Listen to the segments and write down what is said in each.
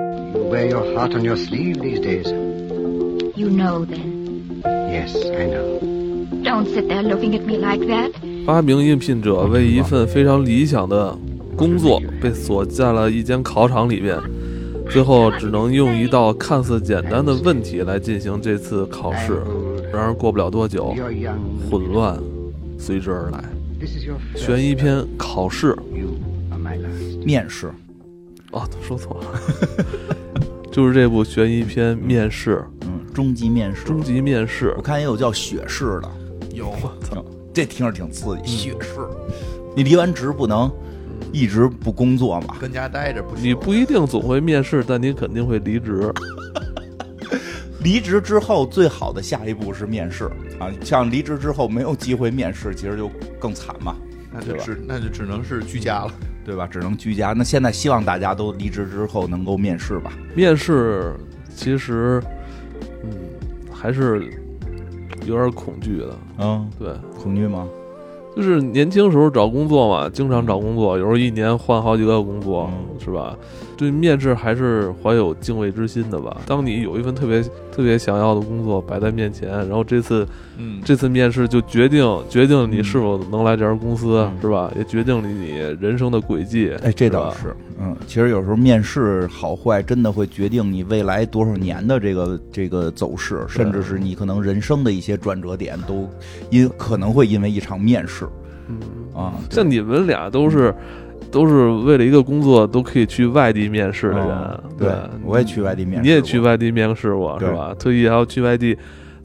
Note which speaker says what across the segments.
Speaker 1: You wear your heart on your sleeve these days.
Speaker 2: You know then.
Speaker 1: Yes, I know.
Speaker 2: Don't sit there looking at me like that.
Speaker 3: 八名应聘者为一份非常理想的工作被锁在了一间考场里面，最后只能用一道看似简单的问题来进行这次考试。然而过不了多久，
Speaker 1: You're young.
Speaker 3: 混乱随之而来。
Speaker 1: This is your first.
Speaker 3: 悬疑片考试
Speaker 1: You are my last.
Speaker 4: 面试，
Speaker 3: 哦，说错了， 就是这部悬疑片《面试
Speaker 4: 嗯，终极面试》，
Speaker 3: 终极面试
Speaker 4: 我看也有叫雪式的，
Speaker 3: 有
Speaker 4: 挺这听着挺刺激。雪式，你离完职不能一直不工作嘛？
Speaker 5: 跟家待着不行
Speaker 3: 你不一定总会面试，但你肯定会离职。
Speaker 4: 离职之后最好的下一步是面试啊，像离职之后没有机会面试，其实就更惨嘛，
Speaker 5: 那
Speaker 4: 对
Speaker 5: 就
Speaker 4: 吧
Speaker 5: 只那就只能是居家了。
Speaker 4: 对吧？只能居家。那现在希望大家都离职之后能够面试吧。
Speaker 3: 面试其实，嗯，还是有点恐惧的。
Speaker 4: 嗯，
Speaker 3: 对，
Speaker 4: 恐惧吗？
Speaker 3: 就是年轻时候找工作嘛，经常找工作，有时候一年换好几个工作，
Speaker 4: 嗯
Speaker 3: 是吧？对面试还是怀有敬畏之心的吧。当你有一份特别特别想要的工作摆在面前，然后这次
Speaker 5: 嗯，
Speaker 3: 这次面试就决定决定你是否能来这家公司，
Speaker 4: 嗯
Speaker 3: 是吧？也决定了你人生的轨迹。
Speaker 4: 哎，这倒
Speaker 3: 吧
Speaker 4: 是，嗯，其实有时候面试好坏真的会决定你未来多少年的这个这个走势，甚至是你可能人生的一些转折点都因可能会因为一场面试
Speaker 3: 嗯。
Speaker 4: 啊。对
Speaker 3: 像你们俩都是都是为了一个工作都可以去外地面试的人，
Speaker 4: 嗯
Speaker 3: 对
Speaker 4: 对，我也去外地面试过，
Speaker 3: 你也去外地面试过是
Speaker 4: 对
Speaker 3: 吧？特意还要去外地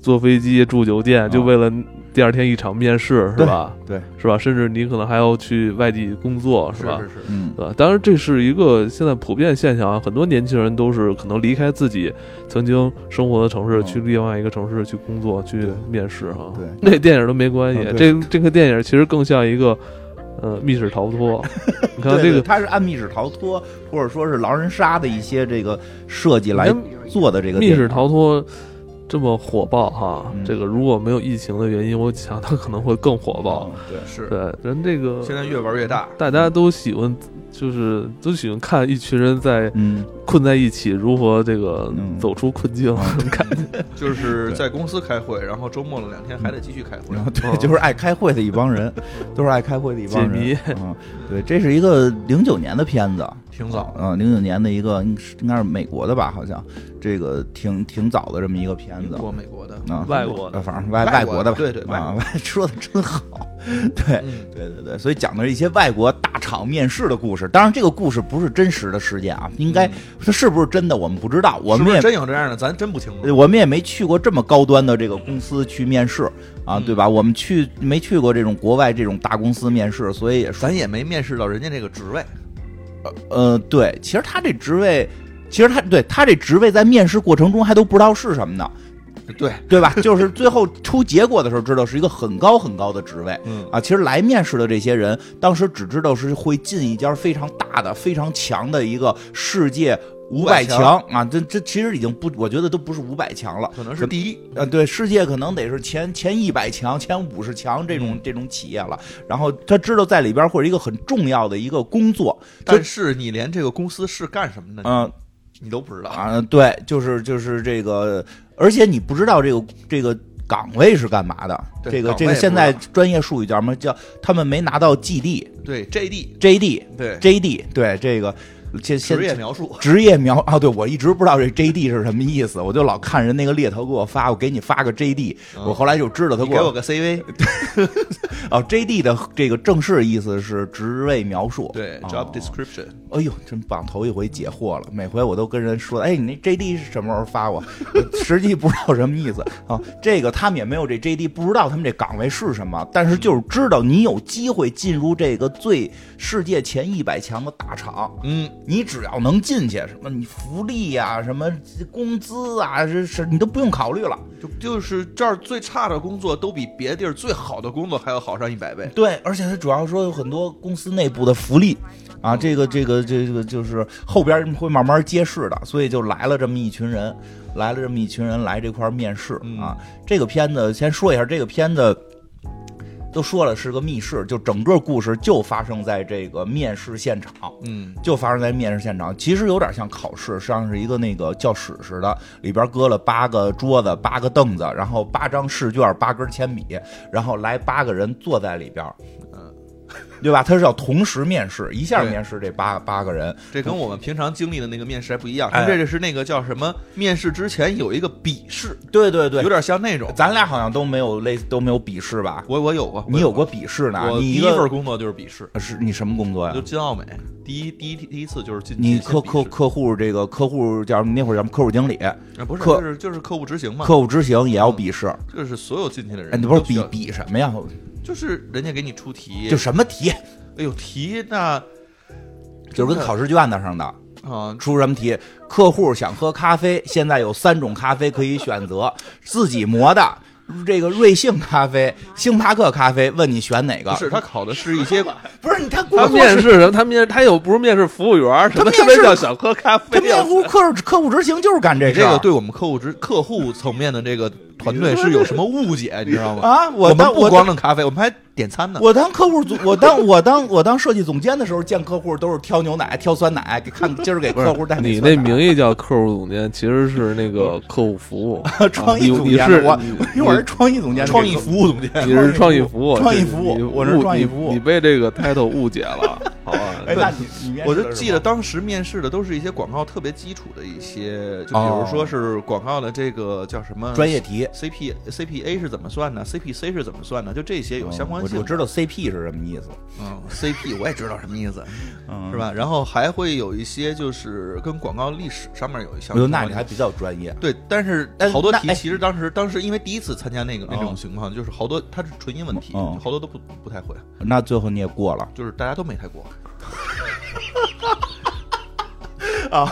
Speaker 3: 坐飞机住酒店，就
Speaker 4: 嗯
Speaker 3: 为了第二天一场面试是吧？
Speaker 4: 对，
Speaker 3: 是吧？甚至你可能还要去外地工作是吧？
Speaker 5: 是是是，
Speaker 4: 嗯，
Speaker 3: 对吧？当然，这是一个现在普遍现象啊，很多年轻人都是可能离开自己曾经生活的城市，
Speaker 4: 嗯
Speaker 3: 去另外一个城市去工作、去
Speaker 4: 对
Speaker 3: 面试哈。
Speaker 4: 对
Speaker 3: 那电影都没关系，
Speaker 4: 嗯
Speaker 3: 这
Speaker 4: 对
Speaker 3: 这个电影其实更像一个呃密室逃 脱。你看
Speaker 4: 对
Speaker 3: 这
Speaker 4: 对
Speaker 3: 个，
Speaker 4: 它是按密室逃脱或者说是狼人杀的一些这个设计来做的这个
Speaker 3: 密室
Speaker 4: 电影
Speaker 3: 逃脱这么火爆哈，
Speaker 4: 嗯
Speaker 3: 这个如果没有疫情的原因，我想它可能会更火爆。
Speaker 4: 嗯对。
Speaker 5: 是
Speaker 3: 对，人这个
Speaker 5: 现在越玩越大。
Speaker 3: 大家都喜欢，就是都喜欢看一群人在
Speaker 4: 嗯，
Speaker 3: 困在一起如何这个
Speaker 4: 嗯
Speaker 3: 走出困境。 看
Speaker 5: 就是在公司开会，然后周末了两天还得继续开会
Speaker 4: 然。后
Speaker 3: 嗯
Speaker 4: 对，就是爱开会的一帮 人，都是爱开会的一帮人。
Speaker 3: 解谜
Speaker 4: 嗯，对，这是一个零九年的片子，
Speaker 5: 挺早
Speaker 4: 嗯，零九年的一个应应该是美国的吧，好像这个挺挺早的这么一个片
Speaker 5: 英
Speaker 4: 子。
Speaker 5: 国、美国的，
Speaker 4: 啊，
Speaker 3: 外国的
Speaker 4: 呃反正外
Speaker 5: 外国
Speaker 4: 国的吧，
Speaker 5: 对对外
Speaker 4: 啊
Speaker 5: 国，
Speaker 4: 说的真好，对
Speaker 5: 嗯，
Speaker 4: 对对对，所以讲的是一些外国大厂面试的故事。当然，这个故事不是真实的事件啊，应该
Speaker 5: 嗯
Speaker 4: 它是不是真的我们不知道，我
Speaker 5: 是
Speaker 4: 们
Speaker 5: 不
Speaker 4: 也
Speaker 5: 是真有这样的？咱真不清
Speaker 4: 呃
Speaker 5: 楚。
Speaker 4: 我们也没去过这么高端的这个公司去面试啊，
Speaker 5: 嗯
Speaker 4: 对吧？我们去没去过这种国外这种大公司面试，所以也说，
Speaker 5: 咱也没面试到人家这个职位，
Speaker 4: 呃，对，其实他这职位，其实他对他这职位在面试过程中还都不知道是什么呢，
Speaker 5: 对，
Speaker 4: 对吧？ 就是最后出结果的时候知道是一个很高很高的职位。
Speaker 5: 嗯
Speaker 4: 啊，其实来面试的这些人，当时只知道是会进一家非常大的、非常强的一个世界五
Speaker 5: 百
Speaker 4: 百
Speaker 5: 强
Speaker 4: 强啊，这这其实已经不，我觉得都不是五百强了，
Speaker 5: 可能是第一。
Speaker 4: 呃，对，世界可能得是前前一百强、前五十强这
Speaker 5: 嗯
Speaker 4: 种这种企业了。然后他知道在里边会有一个很重要的一个工作，就
Speaker 5: 但是你连这个公司是干什么的，
Speaker 4: 嗯
Speaker 5: 你都不知道。
Speaker 4: 啊，对，就是就是这个，而且你不知道这个这个岗位是干嘛的。
Speaker 5: 对
Speaker 4: 这个
Speaker 5: 岗
Speaker 4: 这个
Speaker 5: 位
Speaker 4: 现
Speaker 5: 不
Speaker 4: 在
Speaker 5: 知道
Speaker 4: 专业术语叫什么？叫他们没拿到 GD、
Speaker 5: 对，JD，
Speaker 4: JD、
Speaker 5: 对，
Speaker 4: JD，对这个现现
Speaker 5: 职业描述。
Speaker 4: 职业描啊，对我一直不知道这 JD 是什么意思，我就老看人那个猎头给我发，我给你发个 JD，、我后来就知道他
Speaker 5: 嗯你
Speaker 4: 给
Speaker 5: 给
Speaker 4: 我
Speaker 5: 我个 CV，
Speaker 4: 哦，JD 的这个正式意思是职位描述。
Speaker 5: 对
Speaker 4: 哦
Speaker 5: ，job description，
Speaker 4: 哎呦，真棒！头一回解惑了。每回我都跟人说，哎，你那 JD 是什么时候发我？ 我实际不知道什么意思啊。这个他们也没有这 JD，不知道他们这岗位是什么，但是就是知道你有机会进入这个最世界前一百强的大厂。
Speaker 5: 嗯，
Speaker 4: 你只要能进去，什么你福利啊，什么工资啊，是是，你都不用考虑了。
Speaker 5: 就就是这儿最差的工作都比别地儿最好的工作还要好上一百倍。
Speaker 4: 对，而且它主要说有很多公司内部的福利啊，这个这个这个就是后边会慢慢揭示的，所以就来了这么一群人，来了这么一群人来这块儿面试
Speaker 5: 嗯
Speaker 4: 啊。这个片子先说一下，这个片子都说了是个密室，就整个故事就发生在这个面试现场。
Speaker 5: 嗯，
Speaker 4: 就发生在面试现场，其实有点像考试，实际上是一个那个教室似的，里边搁了八个桌子、八个凳子，然后八张试卷、八根铅笔，然后来八个人坐在里边，
Speaker 5: 嗯，
Speaker 4: 对吧？他是要同时面试，一下
Speaker 5: 对
Speaker 4: 面试这八八个人，
Speaker 5: 这跟我们平常经历的那个面试还不一样，
Speaker 4: 哎
Speaker 5: 他这个是那个叫什么？面试之前有一个笔试，
Speaker 4: 对对对
Speaker 5: 有，点像那种。
Speaker 4: 咱俩好像都没有类似都没有笔试吧？
Speaker 5: 我我有过，
Speaker 4: 你有过笔试呢？
Speaker 5: 我
Speaker 4: 你一
Speaker 5: 第一
Speaker 4: 个
Speaker 5: 份工作就是笔试，
Speaker 4: 是你什么工作呀
Speaker 5: 就？进奥美，第一第一第一次就是进
Speaker 4: 你
Speaker 5: 进
Speaker 4: 客
Speaker 5: 笔
Speaker 4: 客
Speaker 5: 试
Speaker 4: 客户这个客户叫什么？那会儿叫什么客户经理，
Speaker 5: 啊不是
Speaker 4: 客
Speaker 5: 就是就是客户执行嘛，
Speaker 4: 客户执行也要笔试。
Speaker 5: 这个是所有进去的人
Speaker 4: 哎，
Speaker 5: 嗯都需
Speaker 4: 你
Speaker 5: 要，
Speaker 4: 不是比比什么呀？
Speaker 5: 就是人家给你出题，
Speaker 4: 就什么题？
Speaker 5: 哎呦题那
Speaker 4: 就是跟考试卷子上的
Speaker 5: 啊
Speaker 4: 出什么题？客户想喝咖啡，现在有三种咖啡可以选择，自己磨的。这个瑞幸咖啡、星巴克咖啡，问你选哪个？
Speaker 5: 不是他考的是一些
Speaker 4: 不是你他
Speaker 3: 他
Speaker 4: 客户
Speaker 3: 面
Speaker 4: 是
Speaker 3: 试什么？他面他又不是面试服务员，什么
Speaker 4: 面
Speaker 3: 他妈
Speaker 4: 试
Speaker 3: 叫想喝咖啡
Speaker 4: 他
Speaker 3: 啊？
Speaker 4: 面户客户客户执行就是干这
Speaker 5: 你
Speaker 4: 事
Speaker 5: 这啊
Speaker 4: 儿
Speaker 5: 个对我们客户之客户层面的这个团队是有什么误解，你知道吗？
Speaker 4: 啊！我
Speaker 5: 我们
Speaker 4: 当
Speaker 5: 不
Speaker 4: 我
Speaker 5: 光
Speaker 4: 当
Speaker 5: 弄咖啡，我们还点餐呢。
Speaker 4: 我当客户总，我当我当我当设计总监的时候，见客户都是挑牛奶、挑酸奶，给看今儿给
Speaker 3: 不是
Speaker 4: 客户带哪
Speaker 3: 你
Speaker 4: 酸
Speaker 3: 那
Speaker 4: 奶
Speaker 3: 名义叫客户总监，其实是那个客户服务
Speaker 4: 创
Speaker 3: 啊
Speaker 4: 意
Speaker 3: 你
Speaker 4: 总
Speaker 3: 你
Speaker 4: 监
Speaker 3: 是
Speaker 4: 我
Speaker 3: 你
Speaker 4: 我一会儿是创意总监，
Speaker 5: 创意服务总监，
Speaker 3: 你是创意服务，
Speaker 4: 创意
Speaker 3: 这
Speaker 4: 服务
Speaker 3: 你
Speaker 4: 我是
Speaker 3: 误
Speaker 4: 创意
Speaker 3: 你
Speaker 4: 服务
Speaker 3: 你被这个 title 误解了，好吧？
Speaker 4: 哎，那你你面试
Speaker 5: 我就
Speaker 4: 的是
Speaker 5: 记得
Speaker 4: 吗
Speaker 5: 当时面试的都是一些广告特别基础的一些，就比如说是广告的这个叫什么
Speaker 4: 专业题
Speaker 5: CP CPA 是怎么算的，CPC 是怎么算的，就这些有相关
Speaker 4: 我
Speaker 5: 性。
Speaker 4: 我知道 CP 是什么意思，
Speaker 5: 嗯，CP 我也知道什么意思，
Speaker 4: 嗯
Speaker 5: 是？吧？然后还会有一些就是跟广告历史上面有一
Speaker 4: 我
Speaker 5: 项
Speaker 4: 觉得
Speaker 5: 关，
Speaker 4: 那你还比较专业。
Speaker 5: 对，但是
Speaker 4: 哎
Speaker 5: 好多
Speaker 4: 那
Speaker 5: 题
Speaker 4: 哎
Speaker 5: 其实当时当时因为第一次参加那个那种
Speaker 4: 哦
Speaker 5: 情况，就是好多它是纯英文题，
Speaker 4: 哦
Speaker 5: 好多都不不太会，
Speaker 4: 那最后你也过了
Speaker 5: 就是大家都没太过。
Speaker 4: 啊，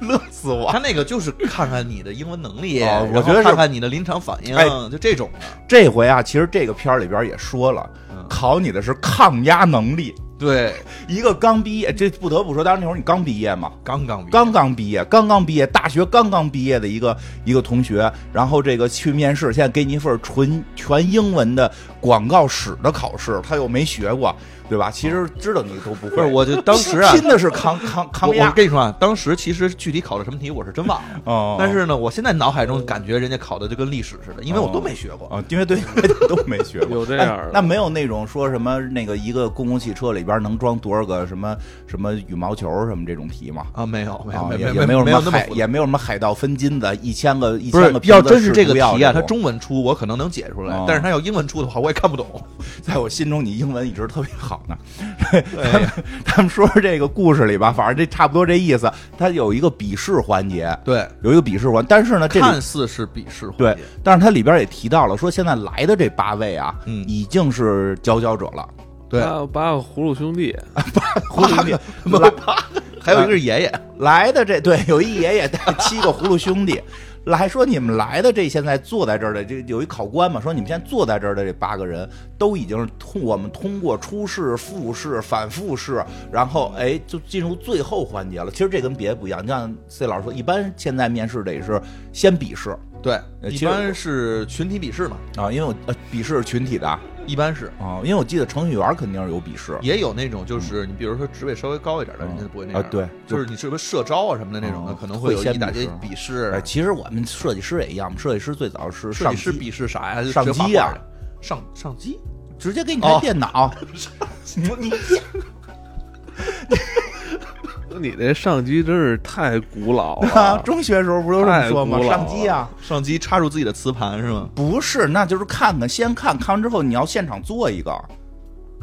Speaker 4: 乐 死我！
Speaker 5: 他那个就是看看你的英文能力，
Speaker 4: 哦我
Speaker 5: 然后
Speaker 4: 觉得是
Speaker 5: 看看你的临场反应，
Speaker 4: 哎
Speaker 5: 就这种的。
Speaker 4: 这回啊，其实这个片儿里边也说了，
Speaker 5: 嗯
Speaker 4: 考你的是抗压能力。
Speaker 5: 对，
Speaker 4: 一个刚毕业，这不得不说，当时那会儿你刚毕业嘛，
Speaker 5: 刚刚毕业
Speaker 4: 刚刚毕业，刚刚毕业，大学刚刚毕业的一个一个同学，然后这个去面试，现在给你一份纯全英文的广告史的考试，他又没学过，对吧？其实知道你都不会。
Speaker 5: 不是，我就当时啊，
Speaker 4: 拼的是抗抗
Speaker 5: 我
Speaker 4: 抗
Speaker 5: 我
Speaker 4: 压，
Speaker 5: 跟你说啊，当时其实具体考的什么题我是真忘了，
Speaker 4: 哦
Speaker 5: 但是呢，我现在脑海中感觉人家考的就跟历史似的，因为我都没学过。
Speaker 4: 啊，因为对都没学过，哎
Speaker 3: 有这样的
Speaker 4: 那那没有那种说什么那个一个公共汽车里边能装多少个什么什么羽毛球什么这种题吗？
Speaker 5: 啊，没有，没有，
Speaker 4: 啊，
Speaker 5: 没
Speaker 4: 也
Speaker 5: 有，
Speaker 4: 也
Speaker 5: 没
Speaker 4: 没有什
Speaker 5: 没有
Speaker 4: 么
Speaker 5: 那么
Speaker 4: 海，
Speaker 5: 复杂
Speaker 4: 也没有什么海盗分金子，一千个一
Speaker 5: 不
Speaker 4: 千
Speaker 5: 是
Speaker 4: 个。
Speaker 5: 要真是这个题啊，
Speaker 4: 啊，
Speaker 5: 它中文出我可能能解出来
Speaker 4: 哦，
Speaker 5: 但是它要英文出的话，我也看不懂。
Speaker 4: 在我心中你英文一直特别好呢。
Speaker 5: 哎呀
Speaker 4: 他们说这个故事里吧，反正这差不多这意思。它有一个笔试环节，
Speaker 5: 对，
Speaker 4: 有一个笔试环，但是呢，这里
Speaker 5: 看似是笔试环
Speaker 4: 对
Speaker 5: 节，，
Speaker 4: 但是它里边也提到了，说现在来的这八位啊，
Speaker 5: 嗯
Speaker 4: 已经是佼佼者了。
Speaker 5: 对
Speaker 3: 八八个葫芦兄弟，
Speaker 4: 葫芦里
Speaker 5: 不
Speaker 4: 来啊
Speaker 5: 还有一个是爷爷，
Speaker 4: 来的这对有一爷爷带七个葫芦兄 弟，来说你们来的这现在坐在这儿的这有一考官嘛，说你们现在坐在这儿的这八个人都已经是通我们通过初试、复试、反复试，然后哎就进入最后环节了。其实这跟别的不一样，你像 C 老师说，一般现在面试得是先笔试
Speaker 5: 对，
Speaker 4: 呃
Speaker 5: 一
Speaker 4: 其实
Speaker 5: 般是群体笔试嘛，
Speaker 4: 啊，因为我呃笔试是群体的啊，
Speaker 5: 一般是。
Speaker 4: 因为我记得程序员肯定是有笔试。
Speaker 5: 也有啊那种，就是你比如说职位稍微高一点的，人家就不会那
Speaker 4: 嗯
Speaker 5: 样
Speaker 4: 啊对
Speaker 5: 就是你是不是社招啊什么的那种的，
Speaker 4: 嗯
Speaker 5: 可能会有
Speaker 4: 会先
Speaker 5: 一大
Speaker 4: 笔
Speaker 5: 堆
Speaker 4: 试
Speaker 5: 笔试
Speaker 4: 哎，，其实我们设计师也一样，我们设计师最早是
Speaker 5: 设
Speaker 4: 上
Speaker 5: 计师
Speaker 4: 机
Speaker 5: 笔试啥呀？就
Speaker 4: 上
Speaker 5: 直接画
Speaker 4: 机啊
Speaker 5: 画的，上上机，
Speaker 4: 直接给你台
Speaker 5: 哦
Speaker 4: 电脑，你
Speaker 3: 你这上机真 是太古老
Speaker 4: 啊，
Speaker 3: 了。
Speaker 4: 中学时候不都这么说吗？
Speaker 3: 太古老
Speaker 4: 上机啊，
Speaker 5: 上机插入自己的磁盘是吗？
Speaker 4: 不是，那就是看看，先看看完之后你要现场做一个。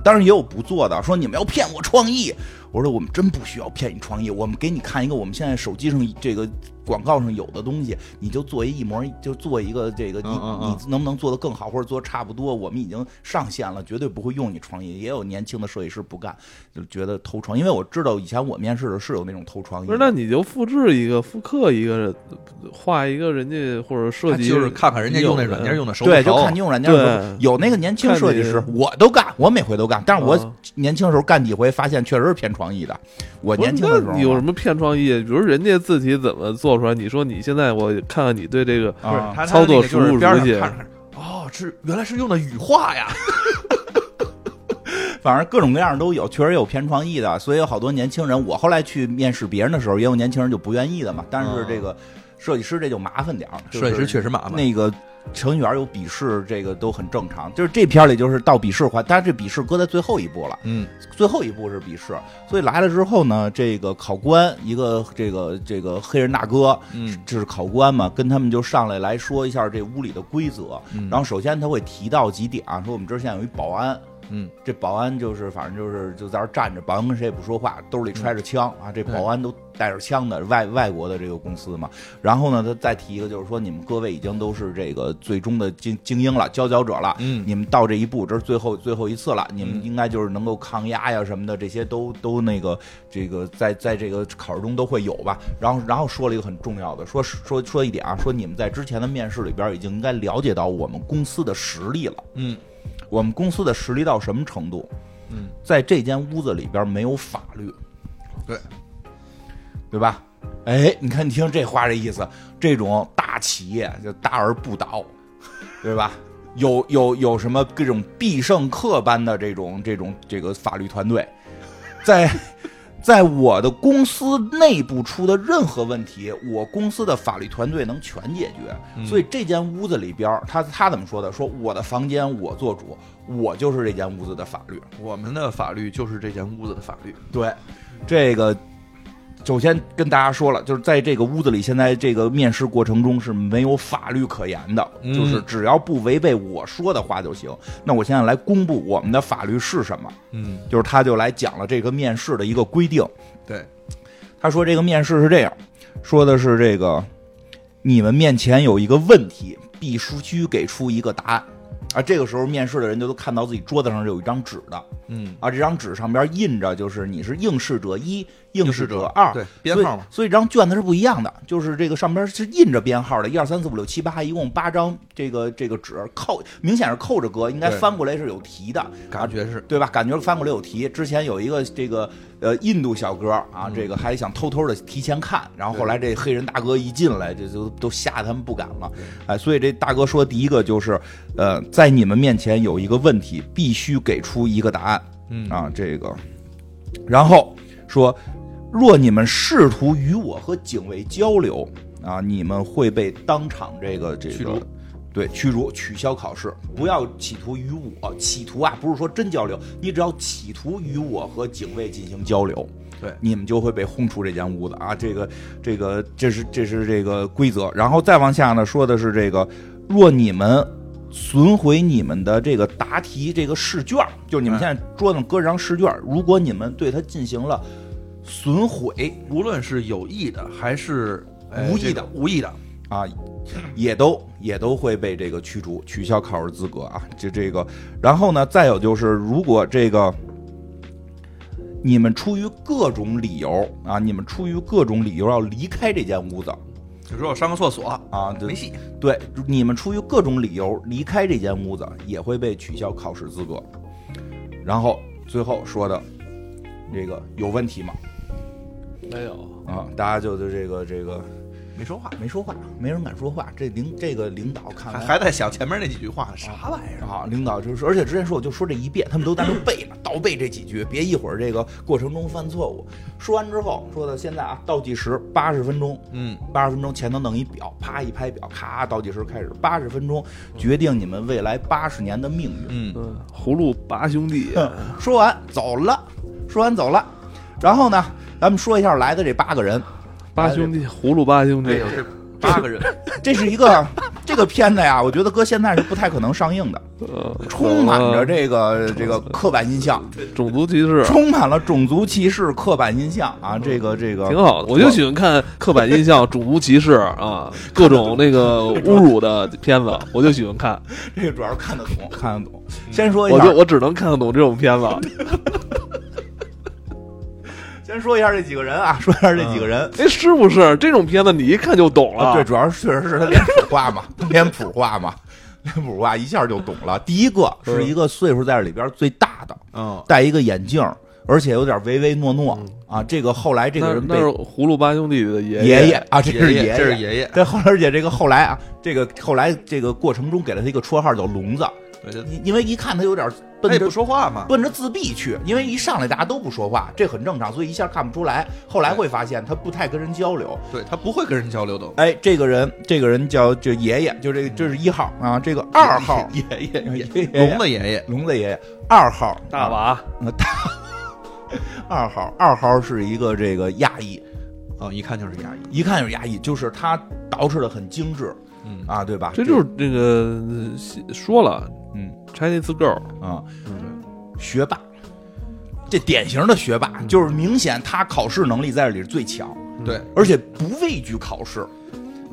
Speaker 4: 当然也有不做的，说你们要骗我创意。我说我们真不需要骗你创意，我们给你看一个我们现在手机上这个广告上有的东西，你就做一一模，就做一个这个，你
Speaker 5: 嗯嗯嗯
Speaker 4: 你能不能做得更好，或者做得差不多？我们已经上线了，绝对不会用你创意。也有年轻的设计师不干，就觉得偷创，因为我知道以前我面试的是有那种偷创 意
Speaker 3: 不
Speaker 4: 的。
Speaker 3: 是，那你就复制一个、复刻一个、画一个人家或者设
Speaker 5: 他
Speaker 3: 计，
Speaker 5: 就是看看人家用那软件用的熟不
Speaker 4: 对，
Speaker 5: 熟，
Speaker 4: 就看你用软件的时候
Speaker 3: 对
Speaker 4: 有那个年轻设计师
Speaker 3: 看，
Speaker 4: 我都干，我每回都干。但是我
Speaker 3: 啊
Speaker 4: 年轻时候干几回，发现确实是偏创意的。我
Speaker 3: 不是
Speaker 4: 年轻的时候
Speaker 3: 那
Speaker 4: 啊
Speaker 3: 你有什么骗创意？比如人家字体怎么做出来，你说你现在我看看你对这个
Speaker 5: 不是
Speaker 4: 啊
Speaker 5: 他
Speaker 3: 操作
Speaker 5: 他那个就是
Speaker 3: 熟不
Speaker 5: 边
Speaker 3: 熟
Speaker 5: 上
Speaker 3: 悉
Speaker 5: 看着看着，哦，是原来是用的羽化呀，
Speaker 4: 反正各种各样都有，确实有偏创意的，所以有好多年轻人。我后来去面试别人的时候，也有年轻人就不愿意的嘛。但是这个设计师这就麻烦点儿，就是
Speaker 5: 哦设计师确实麻烦。
Speaker 4: 那个程序员有笔试，这个都很正常。就是这片儿里就是到笔试环，当然这笔试搁在最后一步了，
Speaker 5: 嗯，
Speaker 4: 最后一步是笔试。所以来了之后呢，这个考官一个这个这个黑人大哥，
Speaker 5: 嗯，
Speaker 4: 这是考官嘛，跟他们就上来来说一下这屋里的规则。
Speaker 5: 嗯
Speaker 4: 然后首先他会提到几点啊，说我们这儿现在有一保安，
Speaker 5: 嗯，
Speaker 4: 这保安就是反正就是就在这儿站着，保安跟谁也不说话，兜里揣着枪
Speaker 5: 嗯
Speaker 4: 啊，这保安都带着枪的，外外国的这个公司嘛。然后呢，他再提一个就是说，你们各位已经都是这个最终的精精英了，佼佼者了，
Speaker 5: 嗯
Speaker 4: 你们到这一步，这是最后最后一次了，你们
Speaker 5: 嗯
Speaker 4: 应该就是能够抗压呀什么的，这些都都那个这个在在这个考试中都会有吧。然后然后说了一个很重要的，说说说一点啊，说你们在之前的面试里边已经应该了解到我们公司的实力了。
Speaker 5: 嗯
Speaker 4: 我们公司的实力到什么程度？
Speaker 5: 嗯，
Speaker 4: 在这间屋子里边没有法律，
Speaker 5: 对，
Speaker 4: 对吧？哎，你看，你听这话这意思，这种大企业就大而不倒，对吧？有有有什么各种必胜客般的这种这种这个法律团队，在在我的公司内部出的任何问题，我公司的法律团队能全解决。所以这间屋子里边儿，他他怎么说的？说我的房间我做主，我就是这间屋子的法律。
Speaker 5: 我们的法律就是这间屋子的法律。
Speaker 4: 对，这个首先跟大家说了，就是在这个屋子里，现在这个面试过程中是没有法律可言的，
Speaker 5: 嗯
Speaker 4: 就是只要不违背我说的话就行。那我现在来公布我们的法律是什么，
Speaker 5: 嗯，
Speaker 4: 就是他就来讲了这个面试的一个规定。
Speaker 5: 对，
Speaker 4: 他说这个面试是这样，说的是这个，你们面前有一个问题，必须给出一个答案。啊，这个时候面试的人就都看到自己桌子上是有一张纸的，
Speaker 5: 嗯，
Speaker 4: 啊，这张纸上边印着就是你是应试者一、应
Speaker 5: 应
Speaker 4: 试
Speaker 5: 试
Speaker 4: 者
Speaker 5: 者
Speaker 4: 二，
Speaker 5: 对编
Speaker 4: 所以
Speaker 5: 号嘛
Speaker 4: 所以这张卷子是不一样的，就是这个上边是印着编号的，一二三四五六七八，一共八张这个这个纸扣，明显是扣着搁，应该
Speaker 5: 对
Speaker 4: 翻过来是有题的，啊
Speaker 5: 感觉是
Speaker 4: 对吧？感觉翻过来有题。之前有一个这个呃印度小哥啊，这个还想偷偷的提前看，然后后来这黑人大哥一进来，这就都吓得他们不敢了。哎，所以这大哥说第一个就是，呃，在你们面前有一个问题，必须给出一个答案。
Speaker 5: 嗯
Speaker 4: 啊，这个，然后说，若你们试图与我和警卫交流啊，你们会被当场这个这个
Speaker 5: 驱逐
Speaker 4: 对，驱逐取消考试，不要企图与我企图啊，不是说真交流，你只要企图与我和警卫进行交流，
Speaker 5: 对
Speaker 4: 你们就会被轰出这间屋子啊！这个这个这是这是这个规则。然后再往下呢，说的是这个，若你们损毁你们的这个答题这个试卷儿，就是你们
Speaker 5: 嗯
Speaker 4: 现在桌子上搁着张试卷儿，如果你们对它进行了损毁
Speaker 5: 无论是有意的还是、呃
Speaker 4: 无意的
Speaker 5: 这个无意的，
Speaker 4: 啊，也都也都会被这个驱逐、取消考试资格啊。这这个，然后呢，再有就是，如果这个你们出于各种理由啊，你们出于各种理由要离开这间屋子
Speaker 5: 比如说我上个厕所
Speaker 4: 啊，对
Speaker 5: 没戏，
Speaker 4: 对，你们出于各种理由离开这间屋子，也会被取消考试资格。然后最后说的这个有问题吗？
Speaker 3: 没有，
Speaker 4: 啊，大家就就这个这个
Speaker 5: 没说话，
Speaker 4: 没说话，没人敢说话。这领这个领导看
Speaker 5: 还
Speaker 4: 来
Speaker 5: 还在想前面那几句话，啥玩意儿？
Speaker 4: 啊，领导就是，而且之前说我就说这一遍，他们都在那背着倒背这几句，别一会儿这个过程中犯错误。说完之后说的现在啊，倒计时八十分钟，
Speaker 5: 嗯，
Speaker 4: 八十分钟前头弄一表，啪一拍表，咔倒计时开始，八十分钟决定你们未来八十年的命运。
Speaker 5: 嗯，
Speaker 3: 嗯，葫芦八兄弟，
Speaker 4: 说完走了，说完走了，然后呢，咱们说一下来的这八个人，
Speaker 3: 八兄弟，葫芦八兄
Speaker 5: 哎
Speaker 3: 弟
Speaker 5: 呦，，这八个人，
Speaker 4: 这是一个这个片子呀，我觉得搁现在是不太可能上映的，
Speaker 3: 呃，
Speaker 4: 充满着这个这个刻板印象。
Speaker 3: 种族歧视，
Speaker 4: 充满了种族歧视、刻板印象啊！这个这个
Speaker 3: 挺好的。我就喜欢看刻板印象、种族歧视啊，各种那个侮辱的片子，我就喜欢看。
Speaker 4: 这个主要是看得 懂，看得懂。先说一
Speaker 3: 我
Speaker 4: 下
Speaker 3: 就，我只能看得懂这种片 子。
Speaker 4: 先说一下这几个人啊，说一下这几个人。
Speaker 3: 哎，是不是这种片子你一看就懂了？
Speaker 4: 啊，对，，主要是确实是他脸谱化嘛， 脸谱化嘛，脸谱化一下就懂了。第一个
Speaker 3: 嗯
Speaker 4: 是一个岁数在这里边最大的，
Speaker 5: 嗯，
Speaker 4: 戴一个眼镜，而且有点唯唯诺诺啊。这个后来这个
Speaker 3: 嗯那
Speaker 4: 人
Speaker 3: 那
Speaker 4: 被
Speaker 3: 是葫芦八兄弟的爷
Speaker 4: 爷爷啊，这是
Speaker 5: 爷
Speaker 4: 爷
Speaker 5: 这是爷爷，
Speaker 4: 这后来，而且这个后来啊，这个后来这个过程中给了他一个绰号叫“聋子”，
Speaker 5: 对对，
Speaker 4: 因因为一看他有点奔
Speaker 5: 他也
Speaker 4: 着
Speaker 5: 不说话嘛，
Speaker 4: 奔着自闭去，因为一上来大家都不说话，这很正常，所以一下看不出来。后来会发现他不太跟人交流。
Speaker 5: 对他不会跟人交流的。
Speaker 4: 哎，这个人，这个人叫这爷爷，就这这是一号啊，这个二号
Speaker 5: 爷爷爷
Speaker 4: 爷爷
Speaker 5: 龙的爷爷，
Speaker 4: 聋子爷爷，二号
Speaker 3: 大娃
Speaker 4: 啊二号二号是一个这个亚裔，
Speaker 5: 哦，一看就是亚裔，
Speaker 4: 一看就是亚裔，就是他捯饬的很精致
Speaker 5: 嗯
Speaker 4: 啊，对吧？
Speaker 3: 这就是那个呃说了
Speaker 4: 嗯
Speaker 3: Chinese girl，
Speaker 4: 啊，
Speaker 5: 嗯
Speaker 4: 学霸，这典型的学
Speaker 3: 嗯
Speaker 4: 霸，就是明显他考试能力在这里是最强，
Speaker 5: 对，
Speaker 4: 而且不畏惧考试。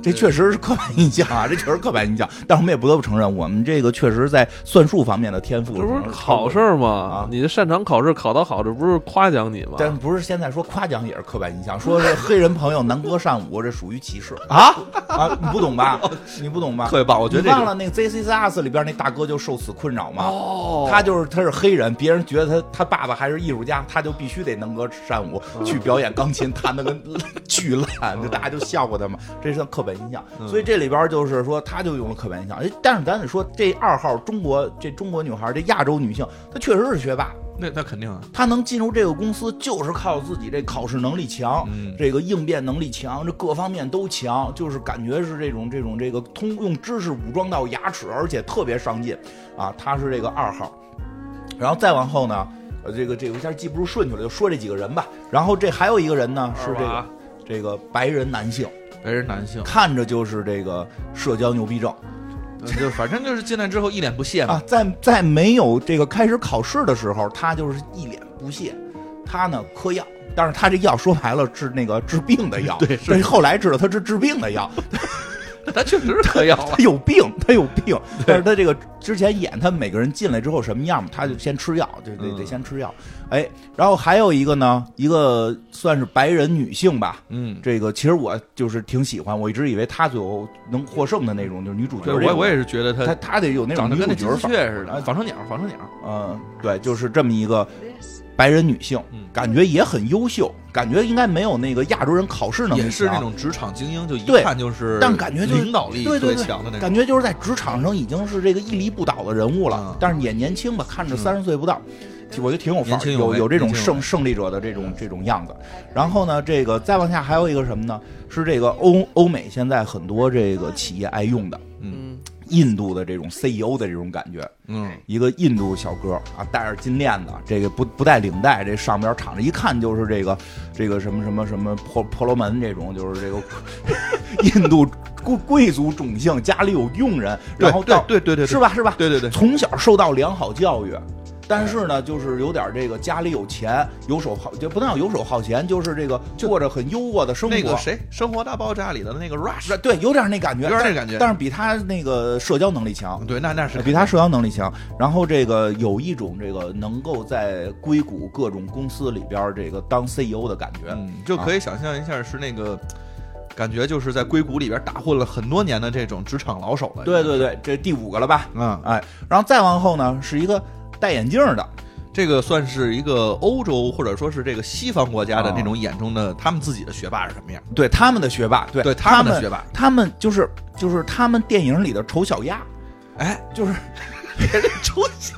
Speaker 4: 这确实是刻板印象啊，这确实是刻板印象。但我们也不得不承认，我们这个确实在算术方面的天赋
Speaker 3: 这不
Speaker 4: 可能
Speaker 3: 是
Speaker 4: 是
Speaker 3: 考试吗
Speaker 4: 啊？
Speaker 3: 你这擅长考试，考得好，这不是夸奖你吗？
Speaker 4: 但不是现在说夸奖也是刻板印象， 说是黑人朋友南歌善舞，这属于歧视啊啊！你不懂吧？你不懂吧？
Speaker 5: 特别棒，我觉得
Speaker 4: 你
Speaker 5: 这
Speaker 4: 忘
Speaker 5: 个
Speaker 4: 了那个 ZC Us 里边那大哥就受此困扰吗？
Speaker 3: 哦，
Speaker 4: 他就是他是黑人，别人觉得他他爸爸还是艺术家，他就必须得能歌善舞，
Speaker 5: 嗯
Speaker 4: 去表演钢琴，弹的跟 巨烂，就大家就笑话他嘛，这是刻板印象。
Speaker 5: 嗯
Speaker 4: 所以这里边就是说，他就用了刻板印象。哎，但是咱得说，这二号中国这中国女孩，这亚洲女性，她确实是学霸，
Speaker 5: 那那肯定啊，
Speaker 4: 她能进入这个公司，就是靠自己这考试能力强，
Speaker 5: 嗯
Speaker 4: 这个应变能力强，这各方面都强，就是感觉是这种这种这个通用知识武装到牙齿，而且特别上进啊。他是这个二号，然后再往后呢，呃，这个这个我一下记不住顺序了，就说这几个人吧。然后这还有一个人呢是
Speaker 3: 二
Speaker 4: 这个
Speaker 3: 娃
Speaker 4: 这个白人男性，
Speaker 5: 白人男性，
Speaker 4: 看着就是这个社交牛逼症。
Speaker 5: 嗯就反正就是进来之后一脸不屑 嘛
Speaker 4: 啊，，在在没有这个开始考试的时候，他就是一脸不屑，他呢嗑药。但是他这药说白了是那个治病的药，对，是后来知道他是治病的药，
Speaker 5: 他确实是嗑药了
Speaker 4: 他，有病，他有病。但是他这个之前演他们每个人进来之后什么样嘛，他就先吃药，就得
Speaker 5: 嗯
Speaker 4: 得先吃药。哎，然后还有一个呢，一个算是白人女性吧，
Speaker 5: 嗯，
Speaker 4: 这个其实我就是挺喜欢，我一直以为她最后能获胜的那种，就是女主角这
Speaker 5: 对，我
Speaker 4: 个。
Speaker 5: 也我也是觉得
Speaker 4: 她
Speaker 5: 他
Speaker 4: 她得有那
Speaker 5: 长
Speaker 4: 种
Speaker 5: 得
Speaker 4: 女
Speaker 5: 跟
Speaker 4: 主
Speaker 5: 那
Speaker 4: 角
Speaker 5: 金丝
Speaker 4: 范儿
Speaker 5: 雀似的，
Speaker 4: 啊
Speaker 5: 仿生鸟，仿生鸟，
Speaker 4: 嗯，对，就是这么一个白人女性
Speaker 5: 嗯，
Speaker 4: 感觉也很优秀，感觉应该没有那个亚洲人考试能力
Speaker 5: 也是那
Speaker 4: 强
Speaker 5: 种职场精英，就一
Speaker 4: 对
Speaker 5: 看就是，
Speaker 4: 但感觉就是
Speaker 5: 领导力
Speaker 4: 对对
Speaker 5: 最
Speaker 4: 对
Speaker 5: 强的那种，
Speaker 4: 感觉就是在职场上已经是这个屹立不倒的人物了
Speaker 5: 嗯，
Speaker 4: 但是也年轻吧，看着
Speaker 5: 嗯
Speaker 4: 三十岁不到，挺我觉得挺有范
Speaker 5: 年
Speaker 4: 儿，
Speaker 5: 轻有
Speaker 4: 有
Speaker 5: 为
Speaker 4: 有这种
Speaker 5: 年轻有嗯
Speaker 4: 胜
Speaker 5: 为
Speaker 4: 胜利者的这种这种样子。然后呢，这个再往下还有一个什么呢？是这个欧欧美现在很多这个企业爱用的
Speaker 5: 嗯
Speaker 3: 嗯，
Speaker 4: 印度的这种 CEO 的这种感觉，
Speaker 5: 嗯，
Speaker 4: 一个印度小哥啊，戴着金链子，这个不不带领带，这上边敞着，一看就是这个这个什么什么什么婆婆罗门这种，就是这个 印度贵贵族种姓，家里有佣人，然后
Speaker 5: 对
Speaker 4: 到
Speaker 5: 对对对对，
Speaker 4: 是吧是吧？
Speaker 5: 对对对，
Speaker 4: 从小受到良好教育。但是呢，就是有点这个家里有钱，游手好，就不能叫游手好闲，就是这个过着很优渥的生活。
Speaker 5: 那个谁，《生活大爆炸》里的那个 Rush，
Speaker 4: 对，有点那感觉，
Speaker 5: 有点那
Speaker 4: 但
Speaker 5: 感觉
Speaker 4: 但是比他那个社交能力强。
Speaker 5: 对，那那是
Speaker 4: 比他社交能力强。然后这个有一种这个能够在硅谷各种公司里边儿这个当 CEO 的感觉。
Speaker 5: 嗯，就可以想象一下是那个。感觉就是在硅谷里边打混了很多年的这种职场老手了。
Speaker 4: 啊对对对，这第五个了吧？
Speaker 5: 嗯，
Speaker 4: 哎，然后再往后呢，是一个戴眼镜的，
Speaker 5: 这个算是一个欧洲或者说是这个西方国
Speaker 4: 啊
Speaker 5: 家的那种眼中的他们自己的学霸是什么样？
Speaker 4: 对他们的学霸，对
Speaker 5: 对
Speaker 4: 他
Speaker 5: 他们的学霸，
Speaker 4: 他们就是就是他们电影里的丑小鸭，
Speaker 5: 哎，
Speaker 4: 就是
Speaker 5: 别人出 去